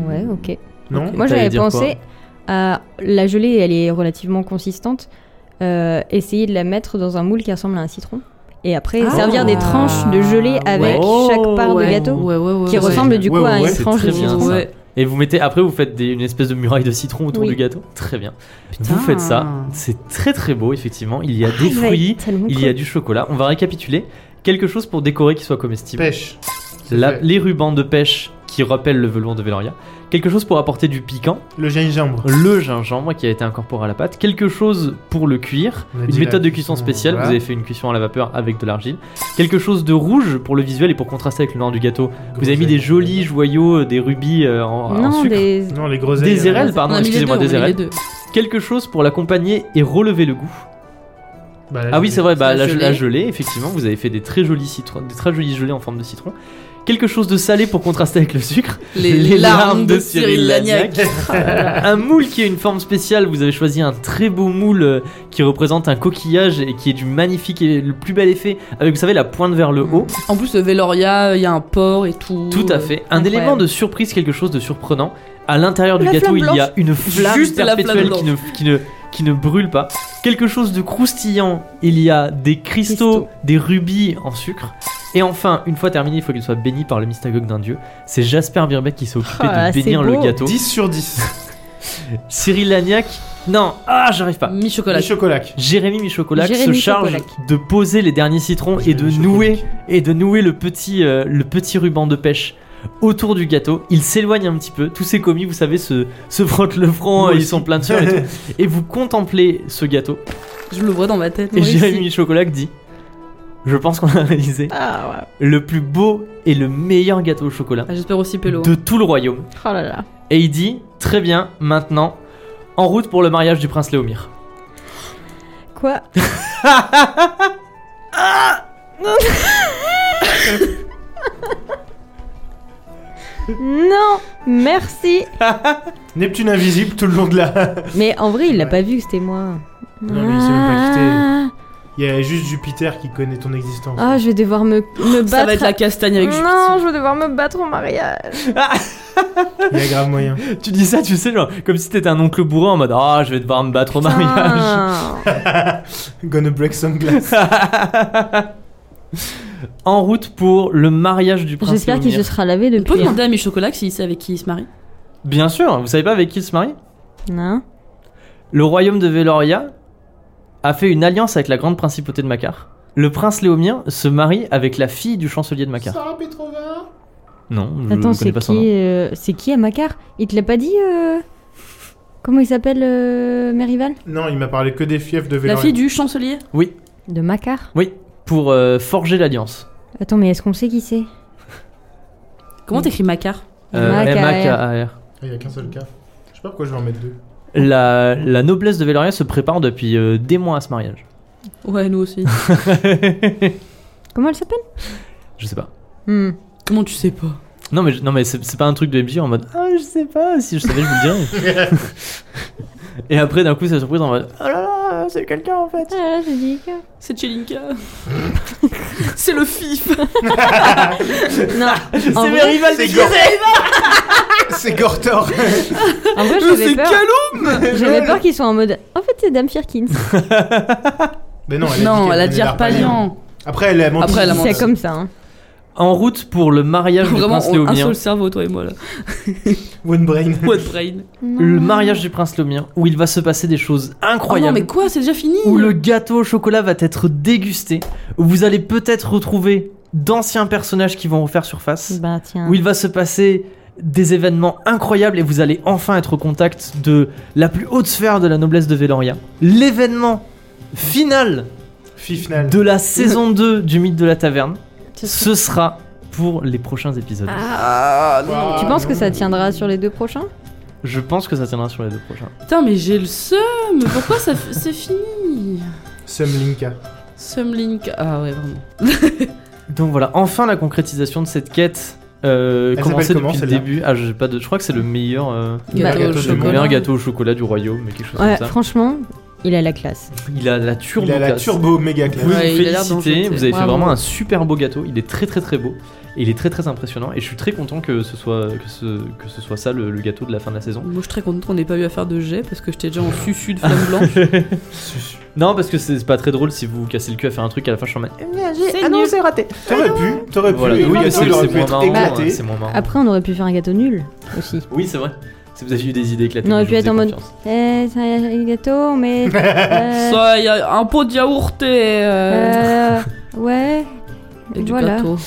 Ouais, ok. Non Moi, T'allais j'avais dire pensé à la gelée, elle est relativement consistante. Euh, essayer de la mettre dans un moule qui ressemble à un citron. Et après, Ah. servir des tranches de gelée avec Ah. Ouais. chaque part Ouais. de gâteau. Ouais, ouais, ouais. Qui ouais. ressemble du coup Ouais, ouais, à ouais, une c'est tranche très de bien, ça. citron. Ouais. Et vous mettez après vous faites des- une espèce de muraille de citron autour Oui. du gâteau. Très bien. Putain. Vous faites ça. C'est très très beau effectivement. Il y a des Ah, Il va être fruits, tellement il y cool. a du chocolat. On va récapituler quelque chose pour décorer qui soit comestible. Pêche. C'est La- fait. les rubans de pêche qui rappellent le velours de Veloria. Quelque chose pour apporter du piquant. Le gingembre. Le gingembre qui a été incorporé à la pâte. Quelque chose pour le cuir. On a Une dit la méthode de cuisson cuisson, spéciale. voilà. Vous avez fait une cuisson à la vapeur avec de l'argile. Quelque chose de rouge pour le visuel et pour contraster avec le noir du gâteau. Vous avez mis des jolis joyaux, euh, des rubis euh, en, en Non, sucre. des. Non, les groseilles. euh, Des érelles, pardon, On a mis les excusez-moi, deux, on a des mis les érelles. deux. Quelque chose pour l'accompagner et relever le goût. Bah, la Ah oui, gelée. c'est vrai, bah, La la, ge- gelée. la gelée, effectivement, vous avez fait des très jolis citrons, des très jolis gelées en forme de citron. Quelque chose de salé pour contraster avec le sucre. Les, larmes de Cyril Lagnac. un moule qui a une forme spéciale. Vous avez choisi un très beau moule euh, qui représente un coquillage et qui est du magnifique et le plus bel effet. Avec, vous savez, la pointe vers le haut. En plus, le Veloria, il y a un porc et tout. Tout à fait. Un incroyable. élément de surprise, quelque chose de surprenant. À l'intérieur du La gâteau, il flamme y a une flamme Juste la flamme perpétuelle qui ne, qui, ne, qui ne brûle pas. Quelque chose de croustillant, il y a des cristaux, Cristaux. des rubis en sucre. Et enfin, une fois terminé, il faut qu'il soit béni par le mystagogue d'un dieu. C'est Jasper Birbeck qui s'est occupé Ah, de c'est bénir le beau. gâteau. 10 sur 10. Cyril Lagnac, non, ah, j'arrive pas. Mi-chocolat. Les chocolats. Jérémy Michocolac se Jérémy charge Michalak. de poser les derniers citrons et de Jérémy nouer Michalak. et de nouer le petit euh, le petit ruban de pêche autour du gâteau. Il s'éloigne un petit peu. Tous ces commis, vous savez, se, se frottent le front, Nous ils aussi. sont pleins de sueur et tout. Et vous contemplez ce gâteau. Je le vois dans ma tête. Et moi, Jérémy ici. Michocolac dit Je pense qu'on a réalisé Ah le plus beau et le meilleur gâteau au chocolat Ah, J'espère aussi Pélo. de tout le royaume. ouais. Oh là là. Et il dit Très bien, maintenant, en route pour le mariage du prince Léomir. Quoi Non, merci. Neptune invisible tout le long de la. Mais en vrai, il l'a Ouais. pas vu que c'était moi. Non, mais il s'est même Il y a juste Jupiter qui connaît ton existence. Ah, je vais devoir me, me battre. Ça va être la castagne avec Jupiter. Non, je vais devoir me battre au mariage. Il y a grave moyen. Tu dis ça, tu sais, genre, comme si t'étais un oncle bourrin en mode Ah, je vais devoir me battre au mariage. Putain. Gonna break some glass. en route pour le mariage du prince. J'espère qu'il se Léomir. sera lavé On peut depuis. hein. demander à Mi-chocolat s'il sait avec qui il se marie. Bien sûr, vous savez pas avec qui il se marie Non. Le royaume de Veloria a fait une alliance avec la grande principauté de Makar. le prince Léomien se marie avec la fille du chancelier de Macar. Sarah Petrova Non, Mmh, je Attends, connais c'est pas son nom. qui, euh, c'est qui à Macar Il te l'a pas dit euh, Comment il s'appelle euh, Merival Non, il m'a parlé que des fiefs de La Vélorien. fille du chancelier De Macar Oui, pour euh, forger l'alliance. Attends, mais est-ce qu'on sait qui c'est Comment t'écris Macar Euh, Macar. M.A.K.A.R.. Ah, Il y a qu'un seul cas. Je sais pas pourquoi je vais en mettre deux. La, la noblesse de Véloria se prépare depuis euh, des mois à ce mariage. Ouais, nous aussi. je Comment elle s'appelle sais pas. Hmm. Comment tu sais pas Non mais, je- non, mais c'est c'est pas un truc de MJ en mode Ah, je sais pas, si je savais, je vous le dirais. Et après, d'un coup, c'est la surprise en mode Oh là là, c'est quelqu'un en fait. Ah là, j'ai dit que- C'est Chelinka. c'est le fif. Non, en C'est vrai- Merival C'est déguisé. C'est Gortor en vrai, j'avais C'est peur, Calou. j'avais peur qu'ils soient en mode. En fait, c'est Dame Firkins. Mais non, elle a dit Non, qu'elle elle a venait dit d'Arpaillon. Arpaillant. Après, elle a menti. Après, elle a menti. C'est comme ça. hein. En route pour le mariage du Vraiment, prince on, un Léomien. seul cerveau, toi et moi là. Oh One Brain. What brain Le mariage du prince Léomien, où il va se passer des choses Oh non, incroyables. mais quoi C'est déjà fini où le gâteau au chocolat va être dégusté, où vous allez peut-être retrouver d'anciens personnages qui vont refaire surface, Bah tiens. Hein. où il va se passer des événements incroyables et vous allez enfin être au contact de la plus haute sphère de la noblesse de Veloria. L'événement final Fifnal. de la saison 2 du mythe de la taverne, Ce ce sera pour les prochains épisodes. Ah non. Tu penses que ça tiendra sur les deux prochains Je pense que ça tiendra sur les deux prochains. Putain, mais j'ai le seum. Pourquoi ça f- c'est fini Sumlinka. Seum Link. Ah ouais, vraiment. Donc voilà, enfin la concrétisation de cette quête. Euh, Elle commencée s'appelle comment, depuis le celle-là début. Ah, j'ai pas de. Je crois que c'est le meilleur. euh, Meilleur Gâteau au gâteau du Le Chocolat. meilleur chocolat. gâteau au chocolat du royaume, mais quelque chose Ouais, comme ça. franchement, il a la classe. Il a la turbo Il a la classe. turbo méga Vous classe. pouvez Ouais, vous il a l'air féliciter, d'enchanté. vous avez fait Bravo. vraiment un super beau gâteau. Il est très très très beau et il est très très impressionnant. Et je suis très content que ce soit que ce, que ce soit ça le, le gâteau de la fin de la saison. Moi, je suis très contente qu'on n'ait pas eu à faire de jet parce que j'étais déjà en susu de flamme blanche. non, parce que c'est pas très drôle si vous vous cassez le cul à faire un truc à la fin. Je suis en mode, eh, C'est nul. T'aurais pu, t'aurais pu. Voilà, et oui, oui, c'est il aurait c'est pu moins être marrant. éclaté. euh, C'est moins marrant. Après, on aurait pu faire un gâteau nul aussi. Oui, c'est vrai. Si vous aviez eu des idées éclatées, Non, mais et je puis vous être en ai mode- confiance. Eh, c'est un gâteau, mais. euh, Ça, il y a un pot de yaourt et, euh, euh, ouais. et du voilà. gâteau.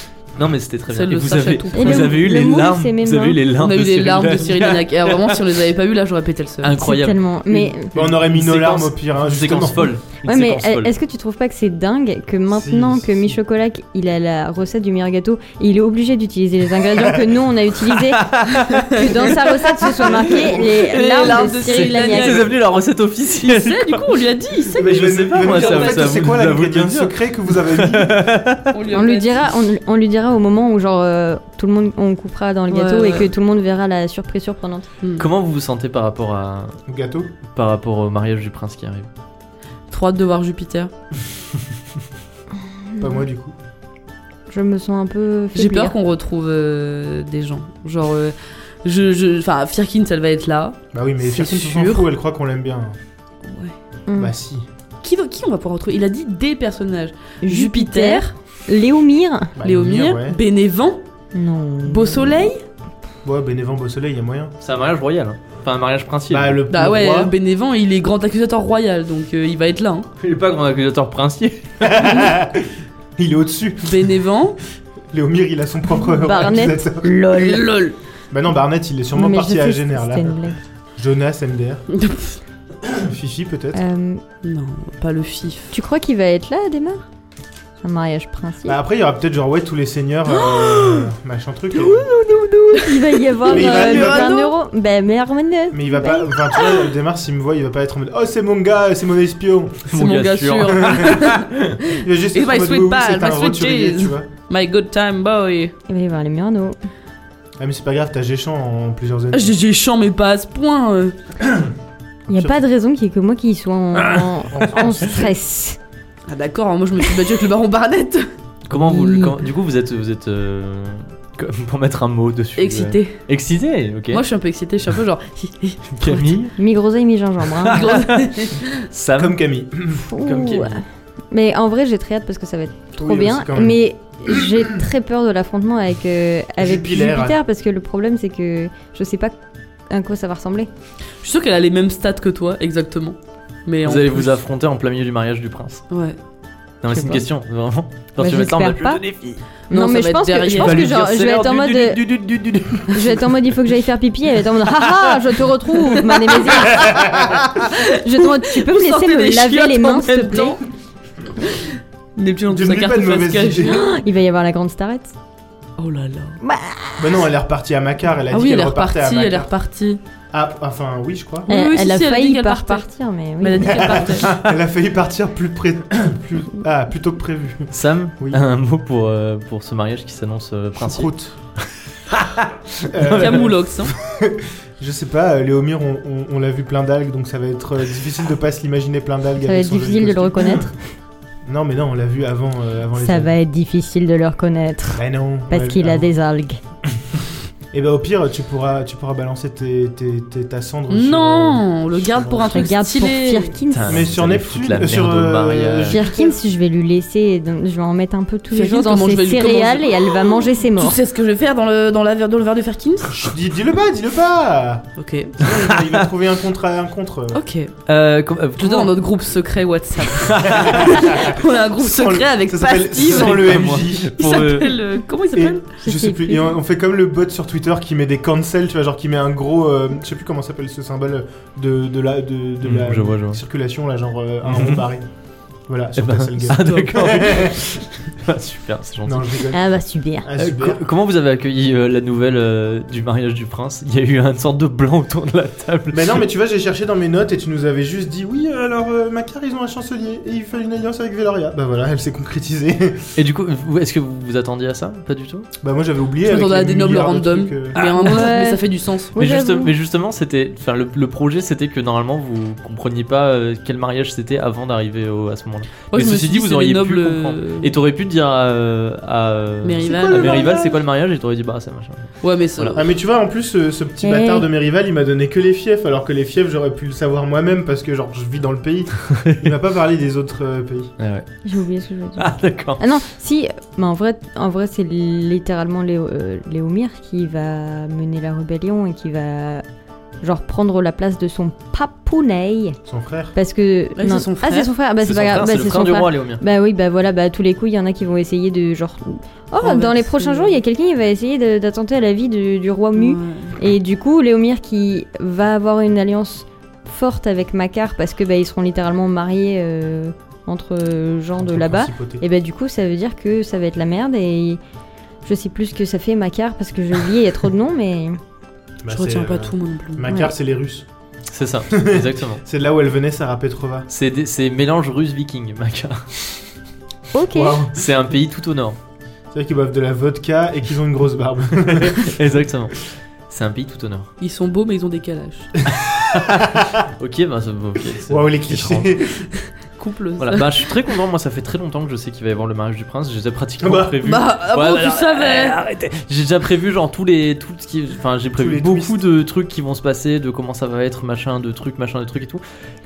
Non, mais c'était très C'est bien. Et le vous sachet avez, tout vous près. Et le- avez eu le les moule, larmes. c'est mes Vous avez eu mains. les larmes On a eu Hein, de les Cyril larmes de Hanouna. Cyril Lignac. Et alors, vraiment, si on les avait pas eu là, j'aurais pété le seum. C'est Incroyable. tellement. Mais. Bah, on aurait mis Une nos larmes au séquence- pire. hein, Une justement. séquence folle. Une Ouais, mais séquence folle. est-ce que tu trouves pas que c'est dingue que maintenant Si, que si. Michocolac il a la recette du meilleur gâteau, il est obligé d'utiliser les ingrédients que nous on a utilisés, que dans sa recette ce soit marqué les Les larmes, larmes de de Cyril Cyril Lagnac. C'est devenu la recette officielle. C'est, du coup, on lui a dit, il sait. Mais je Il va sais nous- pas, il va moi, nous dire, ça- en fait, ça C'est vous- quoi ça vous le l'ingrédient dire. secret que vous avez mis a On lui dit. dira, on, on lui dira au moment où genre euh, tout le monde on coupera dans le Ouais, gâteau et ouais. que tout le monde verra la surprise surprenante. Comment vous vous sentez par rapport à Gâteau par rapport au mariage du prince qui arrive Trop hâte de voir Jupiter. Pas moi, du coup. Je me sens un peu J'ai faiblir. peur qu'on retrouve euh, des gens. Genre, euh, je, je, enfin, Firkins, elle va être là. Bah oui, mais C'est Firkin s'en sûr. fout, elle croit qu'on l'aime bien. Mm. Bah si. Qui, va- qui on va pouvoir retrouver Il a dit des personnages. Jupiter, Léomir Bah, Léomir, Ouais, Bénévent, Non. Beau Soleil. ouais Bénévent, Beau Soleil, y a moyen. C'est un mariage royal. hein. Enfin, un mariage princier. Bah, le, Bah le ouais, roi, Bénévent, il est grand accusateur royal, donc euh, il va être là. hein. Il est pas grand accusateur princier. il est au-dessus. Bénévent, Léomir, il a son propre Barnett. organisateur. LOL. lol. Bah non, Barnett, il est sûrement Mais je parti sais, à Génère, là. c'était une blague. Jonas, MDR, Fifi, peut-être. Euh, non, pas le fif. tu crois qu'il va être là, Adhémar Un mariage princier Bah après, il y aura peut-être genre, ouais, tous les seigneurs, euh, machin truc. Il va y avoir Mais il va- euh, il le va- 20 non. euros. Ben, mais Armand- Mais il va pas. Enfin, tu vois, Démarre, s'il me voit, il va pas être en mode Oh, c'est mon gars, c'est mon espion. C'est mon gars sûr. Il va juste Et être my en mode sweet oui, oui, pal, c'est my un sweet roturier, cheese. tu vois. My good time boy. Il va y avoir les Murnau. Ah, mais c'est pas grave, t'as Géchamp en plusieurs années. Ah, J'ai j'ai chant, mais pas à ce point. euh. Il n'y a Sur- Ah. pas de raison qu'il y ait que moi qui soit en, en- en stress. Ah d'accord, hein, moi je me suis battue avec le baron Barnett. Comment vous le- Mm. quand- Du coup, vous êtes vous êtes euh, comme- pour mettre un mot dessus. euh, Excité. Excité. Ok. Moi je suis un peu excitée, je suis un peu genre. Camille, Mi groseille, mi gingembre. hein. Sam. Comme Camille. Ouh. Comme Kevin. Mais en vrai, j'ai très hâte parce que ça va être trop Oui, bien. c'est quand même- Mais j'ai très peur de l'affrontement avec, euh, avec Jupiler. Jupiter parce que le problème, c'est que je sais pas à quoi ça va ressembler. Je suis sûre qu'elle a les mêmes stats que toi, exactement. Mais en Vous allez plus. vous affronter en plein milieu du mariage du prince. Ouais. Non, mais Je sais c'est une pas. question, vraiment. Quand Bah, tu vas être là en mode, j'espère je te défie. Non, ça mais je va être pense que- je derrière. pense Va que lui dire, genre, c'est je vais l'heure être en du- mode, du- euh, du- du- du- du- du- Je vais être en mode, il faut que j'aille faire pipi. Elle va être en mode, haha, je te retrouve, ma némésis. je vais être en mode, tu peux me laisser Sortez me des laver chiottes les en mains, s'il te même plaît temps. Les pieds dans tout Devenez sa pas carte de mauvaise face idée. cachée. Il va y avoir la grande starette. Oh là là. Bah non, elle est repartie à Macar, elle a Ah dit oui, elle qu'elle est repartie, repartait à hein. Macar. elle est repartie. Ah, enfin, oui, je crois. Oui, elle oui, si, elle a si, elle a dit failli qu'elle pas partait. repartir, mais oui. Mais elle a dit qu'elle partait. elle a failli partir plus près. plus- Ah, plutôt que prévu. Sam, Oui. un mot pour, euh, pour ce mariage qui s'annonce euh, princier. Choucroute. Euh, Camoulox. hein. Je sais pas, euh, Léomir, on, on- on l'a vu plein d'algues, donc ça va être euh, difficile de pas se l'imaginer plein d'algues. Ça va avec être son joli difficile de le costume. reconnaître. Non, mais non, on l'a vu avant, euh, Ah avant les Ça algues. va être difficile de le reconnaître. Bah non. on l'a Parce vu qu'il a ah avant. des algues. Et bah au pire, tu pourras, tu pourras balancer tes, tes, tes- ta cendre. sur, Non, on le garde pour un truc Regarde pour stylé. Firkins. Putain, Mais Ah, ça sur lui Neptune, fout la euh, sur, merde au euh, mariage. Firkins, je vais lui laisser, donc je vais en mettre un peu tous les Firkins, jours dans comment je ses vais lui- comment je- céréales et elle va manger ses Tu morts. sais ce que je vais faire dans le, dans la, dans le verre de Ferkins euh, Chut, dis, dis-le pas, dis-le pas Ok. Sinon, il va- Il va trouver un contre. Un contre. Ok. Euh, com- euh, Tout ça comment- dans notre groupe secret WhatsApp. on a un groupe Sans secret le- avec ça s'appelle Pastive. Sans le C'est pas moi. MJ. Il Pour, euh, s'appelle. euh, Comment il Et Ah. s'appelle je Je sais sais plus, plus. et on, on fait comme le bot sur Twitter qui met des cancels, tu vois, genre qui met un gros, euh, je sais plus comment s'appelle ce symbole de, de la, de, de Mm, la je vois, je vois. circulation, là, genre euh, un rond Mhm. barré. Voilà, eh sur ben, Tassel Game. ah, d'accord. Ah, Super, c'est gentil. Non, je rigole. Ah bah super. Ah, Euh, super. co- comment vous avez accueilli euh, la nouvelle euh, du mariage du prince Il y a eu une sorte de blanc autour de la table. Mais non, mais tu vois, j'ai cherché dans mes notes et tu nous avais juste dit oui, alors euh, Macar, ils ont un chancelier et il fallait une alliance avec Veloria. Bah voilà, elle s'est concrétisée. Et du coup, vous- est-ce que vous vous attendiez à ça Pas du tout bah moi j'avais oublié. Je avec m'attendais les à des nobles milliards de random. Ah, trucs, euh. mais, un moment, Ouais. mais ça fait du sens. mais, Oui, juste- j'avoue. mais justement, c'était, enfin, le, le projet, c'était que normalement, vous compreniez pas euh, quel mariage c'était avant d'arriver au- à ce moment-là. Moi, mais je me ceci suis dit, vous c'est auriez les pu nobles, comprendre. euh, Et t'aurais pu dire à, euh, à, Mes à rivales. quoi le mes mariage rivales, c'est quoi le mariage Et t'aurais dit bah c'est machin. Ouais, mais ça. Ah mais tu vois en plus ce, ce petit Eh. bâtard de mes rivales il m'a donné que les fiefs alors que les fiefs j'aurais pu le savoir moi-même parce que genre je vis dans le pays. il m'a pas parlé des autres euh, pays. J'ai oublié ce que je voulais dire. Ah d'accord. Ah non, si, mais en vrai, en vrai c'est littéralement Léo, euh, Léomir qui va mener la rébellion et qui va genre prendre la place de son papounet Son frère. parce que Ouais, non. c'est son Ah c'est son frère, bah c'est son pas grave, frère, bah, c'est le frère du roi Léomir. Bah oui, bah voilà, bah à tous les coups, il y en a qui vont essayer de genre Oh, Ouais, dans les c'est- prochains jours, il y a quelqu'un qui va essayer de- d'attenter à la vie du, du roi Mu. Et du coup, Léomir qui va avoir une alliance forte avec Makar parce que bah ils seront littéralement mariés euh, entre euh, gens de Entre là-bas. principautés. Et bah du coup, ça veut dire que ça va être la merde et je sais plus ce que ça fait Makar parce que je lis il y a trop de noms mais Bah, Je c'est, retiens euh, pas tout, moi non plus. Macar c'est les Russes. C'est ça, exactement. C'est de là où elle venait Sarah Petrova. C'est des- c'est mélange russe viking, Maca. OK. Waouh. C'est un pays tout au nord. C'est vrai qu'ils boivent de la vodka et qu'ils ont une grosse barbe. Exactement. C'est un pays tout au nord. Ils sont beaux, mais ils ont des calages. Ok, bah, ça- ok, c'est- Waouh les étrange. clichés. Couple. ça. Voilà, bah je suis très content. Moi, ça fait très longtemps que je sais qu'il va y avoir le mariage du prince. J'ai déjà pratiquement Bah, prévu. Bah, ah Ouais, bon, bah, tu alors, savais euh, arrêtez. J'ai déjà prévu genre tous les tout ce qui enfin j'ai prévu les beaucoup de trucs qui vont se passer, de comment ça va être, machin, de trucs, machin, de trucs et tout.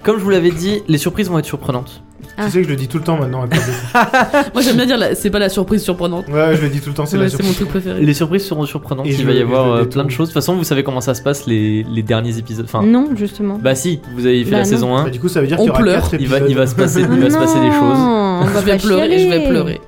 Comme je vous l'avais dit, les surprises vont être surprenantes. Ah. Tu sais que je le dis tout le temps maintenant. à cause de ça. Moi, j'aime bien dire, la- c'est pas la surprise surprenante. Ouais, je le dis tout le temps, c'est Ouais, la c'est mon surprise. truc préféré. Les surprises seront surprenantes, Et il je va y le- je avoir le euh, détourne. plein de choses. De toute façon, vous savez comment ça se passe les, les derniers épisodes enfin Mm. Non, justement. bah si, vous avez fait Bah, la non. saison 1. Bah, du coup, ça veut dire On qu'il y aura pleure. quatre Il va, épisodes. il va se passer, il Oh va se passer des choses. Je vais pleurer, je vais pleurer.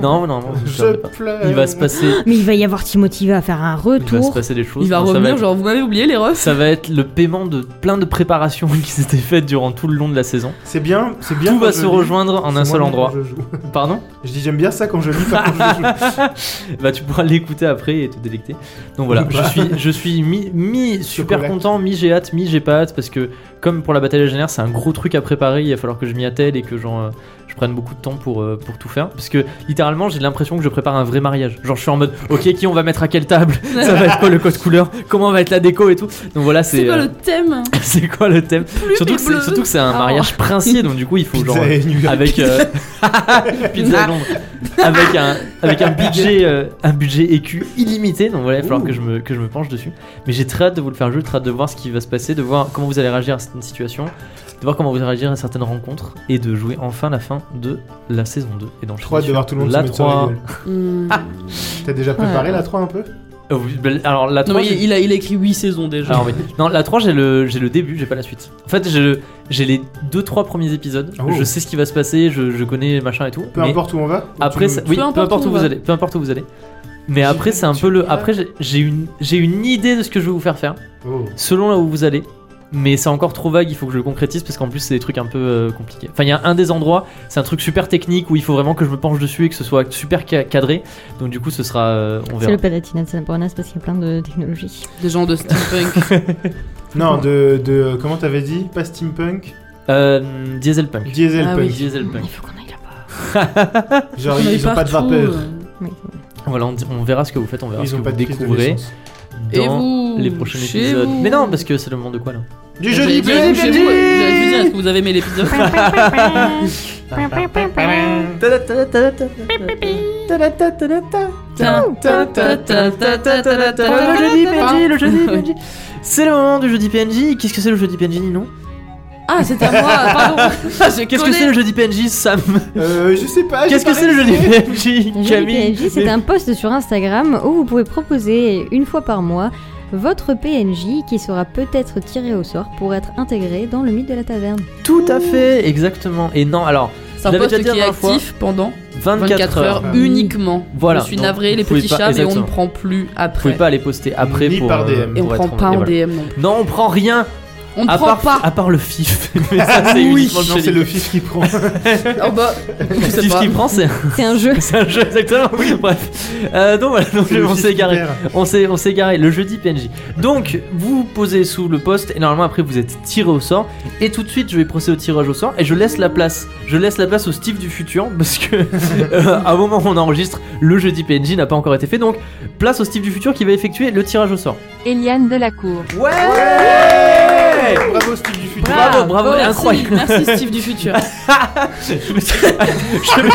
Non, non, non, je Je parle pas. pleure. il va se passer, Mais il va y avoir Timothy va faire un il va se retour. passer des choses. Il va Donc, ça revenir, être- genre, vous m'avez oublié les refs Ça va être le paiement de plein de préparations qui s'étaient faites durant tout le long de la saison. C'est bien, c'est bien. Tout quand va je se lis. rejoindre en C'est un moins seul bien endroit. quand Je, joue. Pardon Je dis j'aime bien ça quand je lis, pas quand je joue. Bah tu pourras l'écouter après et te délecter. Donc voilà, je suis, je suis mi, mi super Chocolat. content, mi j'ai hâte, mi j'ai pas hâte parce que comme pour la bataille légionnaire c'est un gros truc à préparer, il va falloir que je m'y attelle et que j'en, euh, je prenne beaucoup de temps pour, euh, pour tout faire. Parce que littéralement j'ai l'impression que je prépare un vrai mariage. Genre je suis en mode ok qui on va mettre à quelle table, ça va être quoi le code couleur, comment va être la déco et tout. Donc voilà c'est... C'est quoi euh, le thème c'est quoi le thème Surtout et que, c'est, bleu. Ah. surtout que c'est un mariage princier, donc du coup il faut genre... Pizza et New York. avec euh, Ah. pizza à Londres avec un avec un budget euh, un budget écu illimité donc voilà il va falloir Ouh. que je me que je me penche dessus mais j'ai très hâte de vous le faire jouer très hâte de voir ce qui va se passer de voir comment vous allez réagir à certaines situations de voir comment vous allez réagir à certaines rencontres et de jouer enfin la fin de la saison 2 et dans Trop hâte de voir tout le monde la Mmh. se mettre sur la 3 gueule. T'as déjà préparé la 3 un peu Euh, oui, ben, Alors la Non, 3, mais il, il a, il a écrit 8 saisons déjà. Alors oui. Non, la 3, j'ai le, j'ai le début, j'ai pas la suite. En fait, j'ai le- j'ai les 2-3 premiers épisodes. Oh. Je sais ce qui va se passer, je, je connais machin et tout. Peu mais importe où on va. après, tu- ça- oui, Peu peu importe importe, où où on vous va. allez. Peu importe où vous allez. Mais après, c'est un tu peu le. verras. Après, j'ai- j'ai une, j'ai une idée de ce que je vais vous faire faire, Oh. selon là où vous allez. Mais c'est encore trop vague, il faut que je le concrétise parce qu'en plus, c'est des trucs un peu euh, compliqués. Enfin, il y a un des endroits, c'est un truc super technique où il faut vraiment que je me penche dessus et que ce soit super ca- cadré. Donc, du coup, ce sera. euh, on C'est verra. le Palatinat de Saint-Bornas parce qu'il y a plein de technologies. Des gens de steampunk. Non, de, de. Comment t'avais dit Pas steampunk Euh, Dieselpunk. Dieselpunk. Ah oui. Dieselpunk. Il faut qu'on aille là-bas. Genre, On ils, est ils ont pas de partout, vapeur. euh. Oui. Voilà, on, on verra ce que vous faites, on verra Ils ce que ont pas vous de prise de découvrez naissance. Et dans vous les prochains chez épisodes. vous Mais non, parce que c'est le moment de quoi là Du J'allais jeudi dire, bleu, chez jeudi vous, euh, j'allais juste dire, est-ce que vous avez aimé l'épisode Le jeudi PNJ, le jeudi PNJ C'est le moment du jeudi PNJ. Qu'est-ce que c'est le jeudi PNJ, Ninon Ah, c'était à moi, pardon. Je Qu'est-ce que connais. c'est le jeudi PNJ, Sam Euh, je sais pas. j'ai Qu'est-ce que pas c'est le jeudi révisé. Le PNJ, Joli Camille PNJ, c'est Mais- un post sur Instagram où vous pouvez proposer une fois par mois votre PNJ qui sera peut-être tiré au sort pour être intégré dans le mythe de la taverne. Tout à fait, exactement. Et non, alors, C'est un Je l'avais poste déjà dit la qui est dernière fois. actif pendant 24, 24 heures. heures uniquement. Voilà. Je suis Donc, navré, vous les pouvez petits pas- chats, mais on ne exactement. prend plus Vous pouvez après. pas aller poster après Ni pour. par euh, DM. Et on pour prend être- pas et en voilà. DM non plus. Non, on prend rien. On ne à prend part, pas. à part le fif. Mais ça, c'est Oui, uniquement non, chez c'est les- le fif qui prend. Oh bah, je Ce sais pas. qui prend, c'est C'est un jeu. C'est un jeu, exactement. Oui, bref. Euh, donc voilà, donc, C'est le on fif s'est qui garé. perd. On s'est, on s'est garé le jeudi PNJ. Donc, vous posez sous le poste et normalement après vous êtes tiré au sort. Et tout de suite, je vais procéder au tirage au sort et je laisse la place. Je laisse la place au Steve du futur parce que euh, à un moment où on enregistre, le jeudi PNJ n'a pas encore été fait. Donc, place au Steve du futur qui va effectuer le tirage au sort. Eliane Delacour, Ouais. Bravo, Steve du futur. Bravo, bravo, merci, incroyable. Merci Steve du futur. Je me-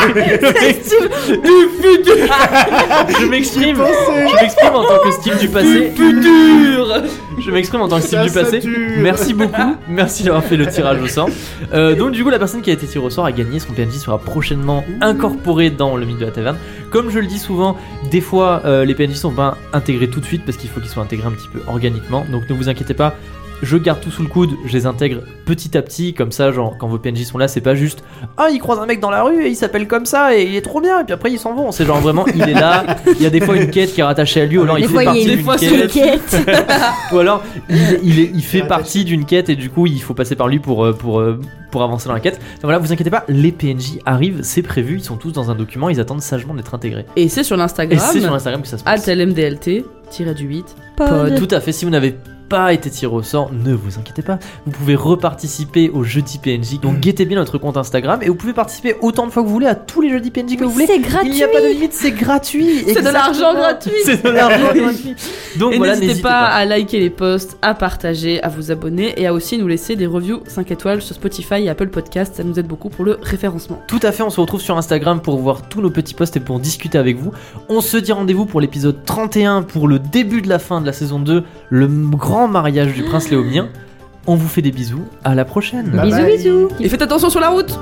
je m'exprime du futur. Je m'exprime. Pensez. Je m'exprime en tant que Steve du passé. Futur Je m'exprime en tant que Steve Ça, du ça passé. dure. Merci beaucoup. Merci d'avoir fait le tirage au sort. Euh, donc du coup, la personne qui a été tirée au sort a gagné. Son PNJ sera prochainement incorporé dans le mythe de la taverne. Comme je le dis souvent, des fois euh, les PNJ sont pas intégrés tout de suite parce qu'il faut qu'ils soient intégrés un petit peu organiquement. Donc ne vous inquiétez pas. Je garde tout sous le coude, je les intègre petit à petit, comme ça, genre quand vos PNJ sont là, c'est pas juste Ah, il croise un mec dans la rue et il s'appelle comme ça et il est trop bien, et puis après ils s'en vont. C'est genre vraiment, il est là, il y a des fois une quête qui est rattachée à lui, ou alors il Des fait fois, il y a partie une- d'une fois, quête. c'est Une quête. Ou alors, il, il est- il fait rattaché. partie d'une quête et du coup, il faut passer par lui pour, euh, pour, euh, pour avancer dans la quête. Donc voilà, vous inquiétez pas, les PNJ arrivent, c'est prévu, ils sont tous dans un document, ils attendent sagement d'être intégrés. Et c'est sur Et c'est sur l'Instagram, Instagram que ça se passe. atlmdlt du 8. Pas- Pod. tout à fait, si vous n'avez pas été tiré au sort, ne vous inquiétez pas, vous pouvez reparticiper au jeudi Mm. PNJ. Donc guettez bien notre compte Instagram et vous pouvez participer autant de fois que vous voulez à tous les jeudis PNJ que vous voulez. C'est Il gratuit. n'y a pas de limite, c'est gratuit. C'est de l'argent exactement. gratuit. C'est de l'argent gratuit. Donc Et voilà, n'hésitez pas, à liker les posts, à partager, à vous abonner et à aussi nous laisser des reviews 5 étoiles sur Spotify et Apple Podcast. Ça nous aide beaucoup pour le référencement. Tout à fait, on se retrouve sur Instagram pour voir tous nos petits posts et pour discuter avec vous. On se dit rendez-vous pour l'épisode 31 pour le début de la fin de la saison 2, le m- grand mariage du prince léomien. On vous fait des bisous, à la prochaine. Bye Bisous, bye. bisous. Et faites attention sur la route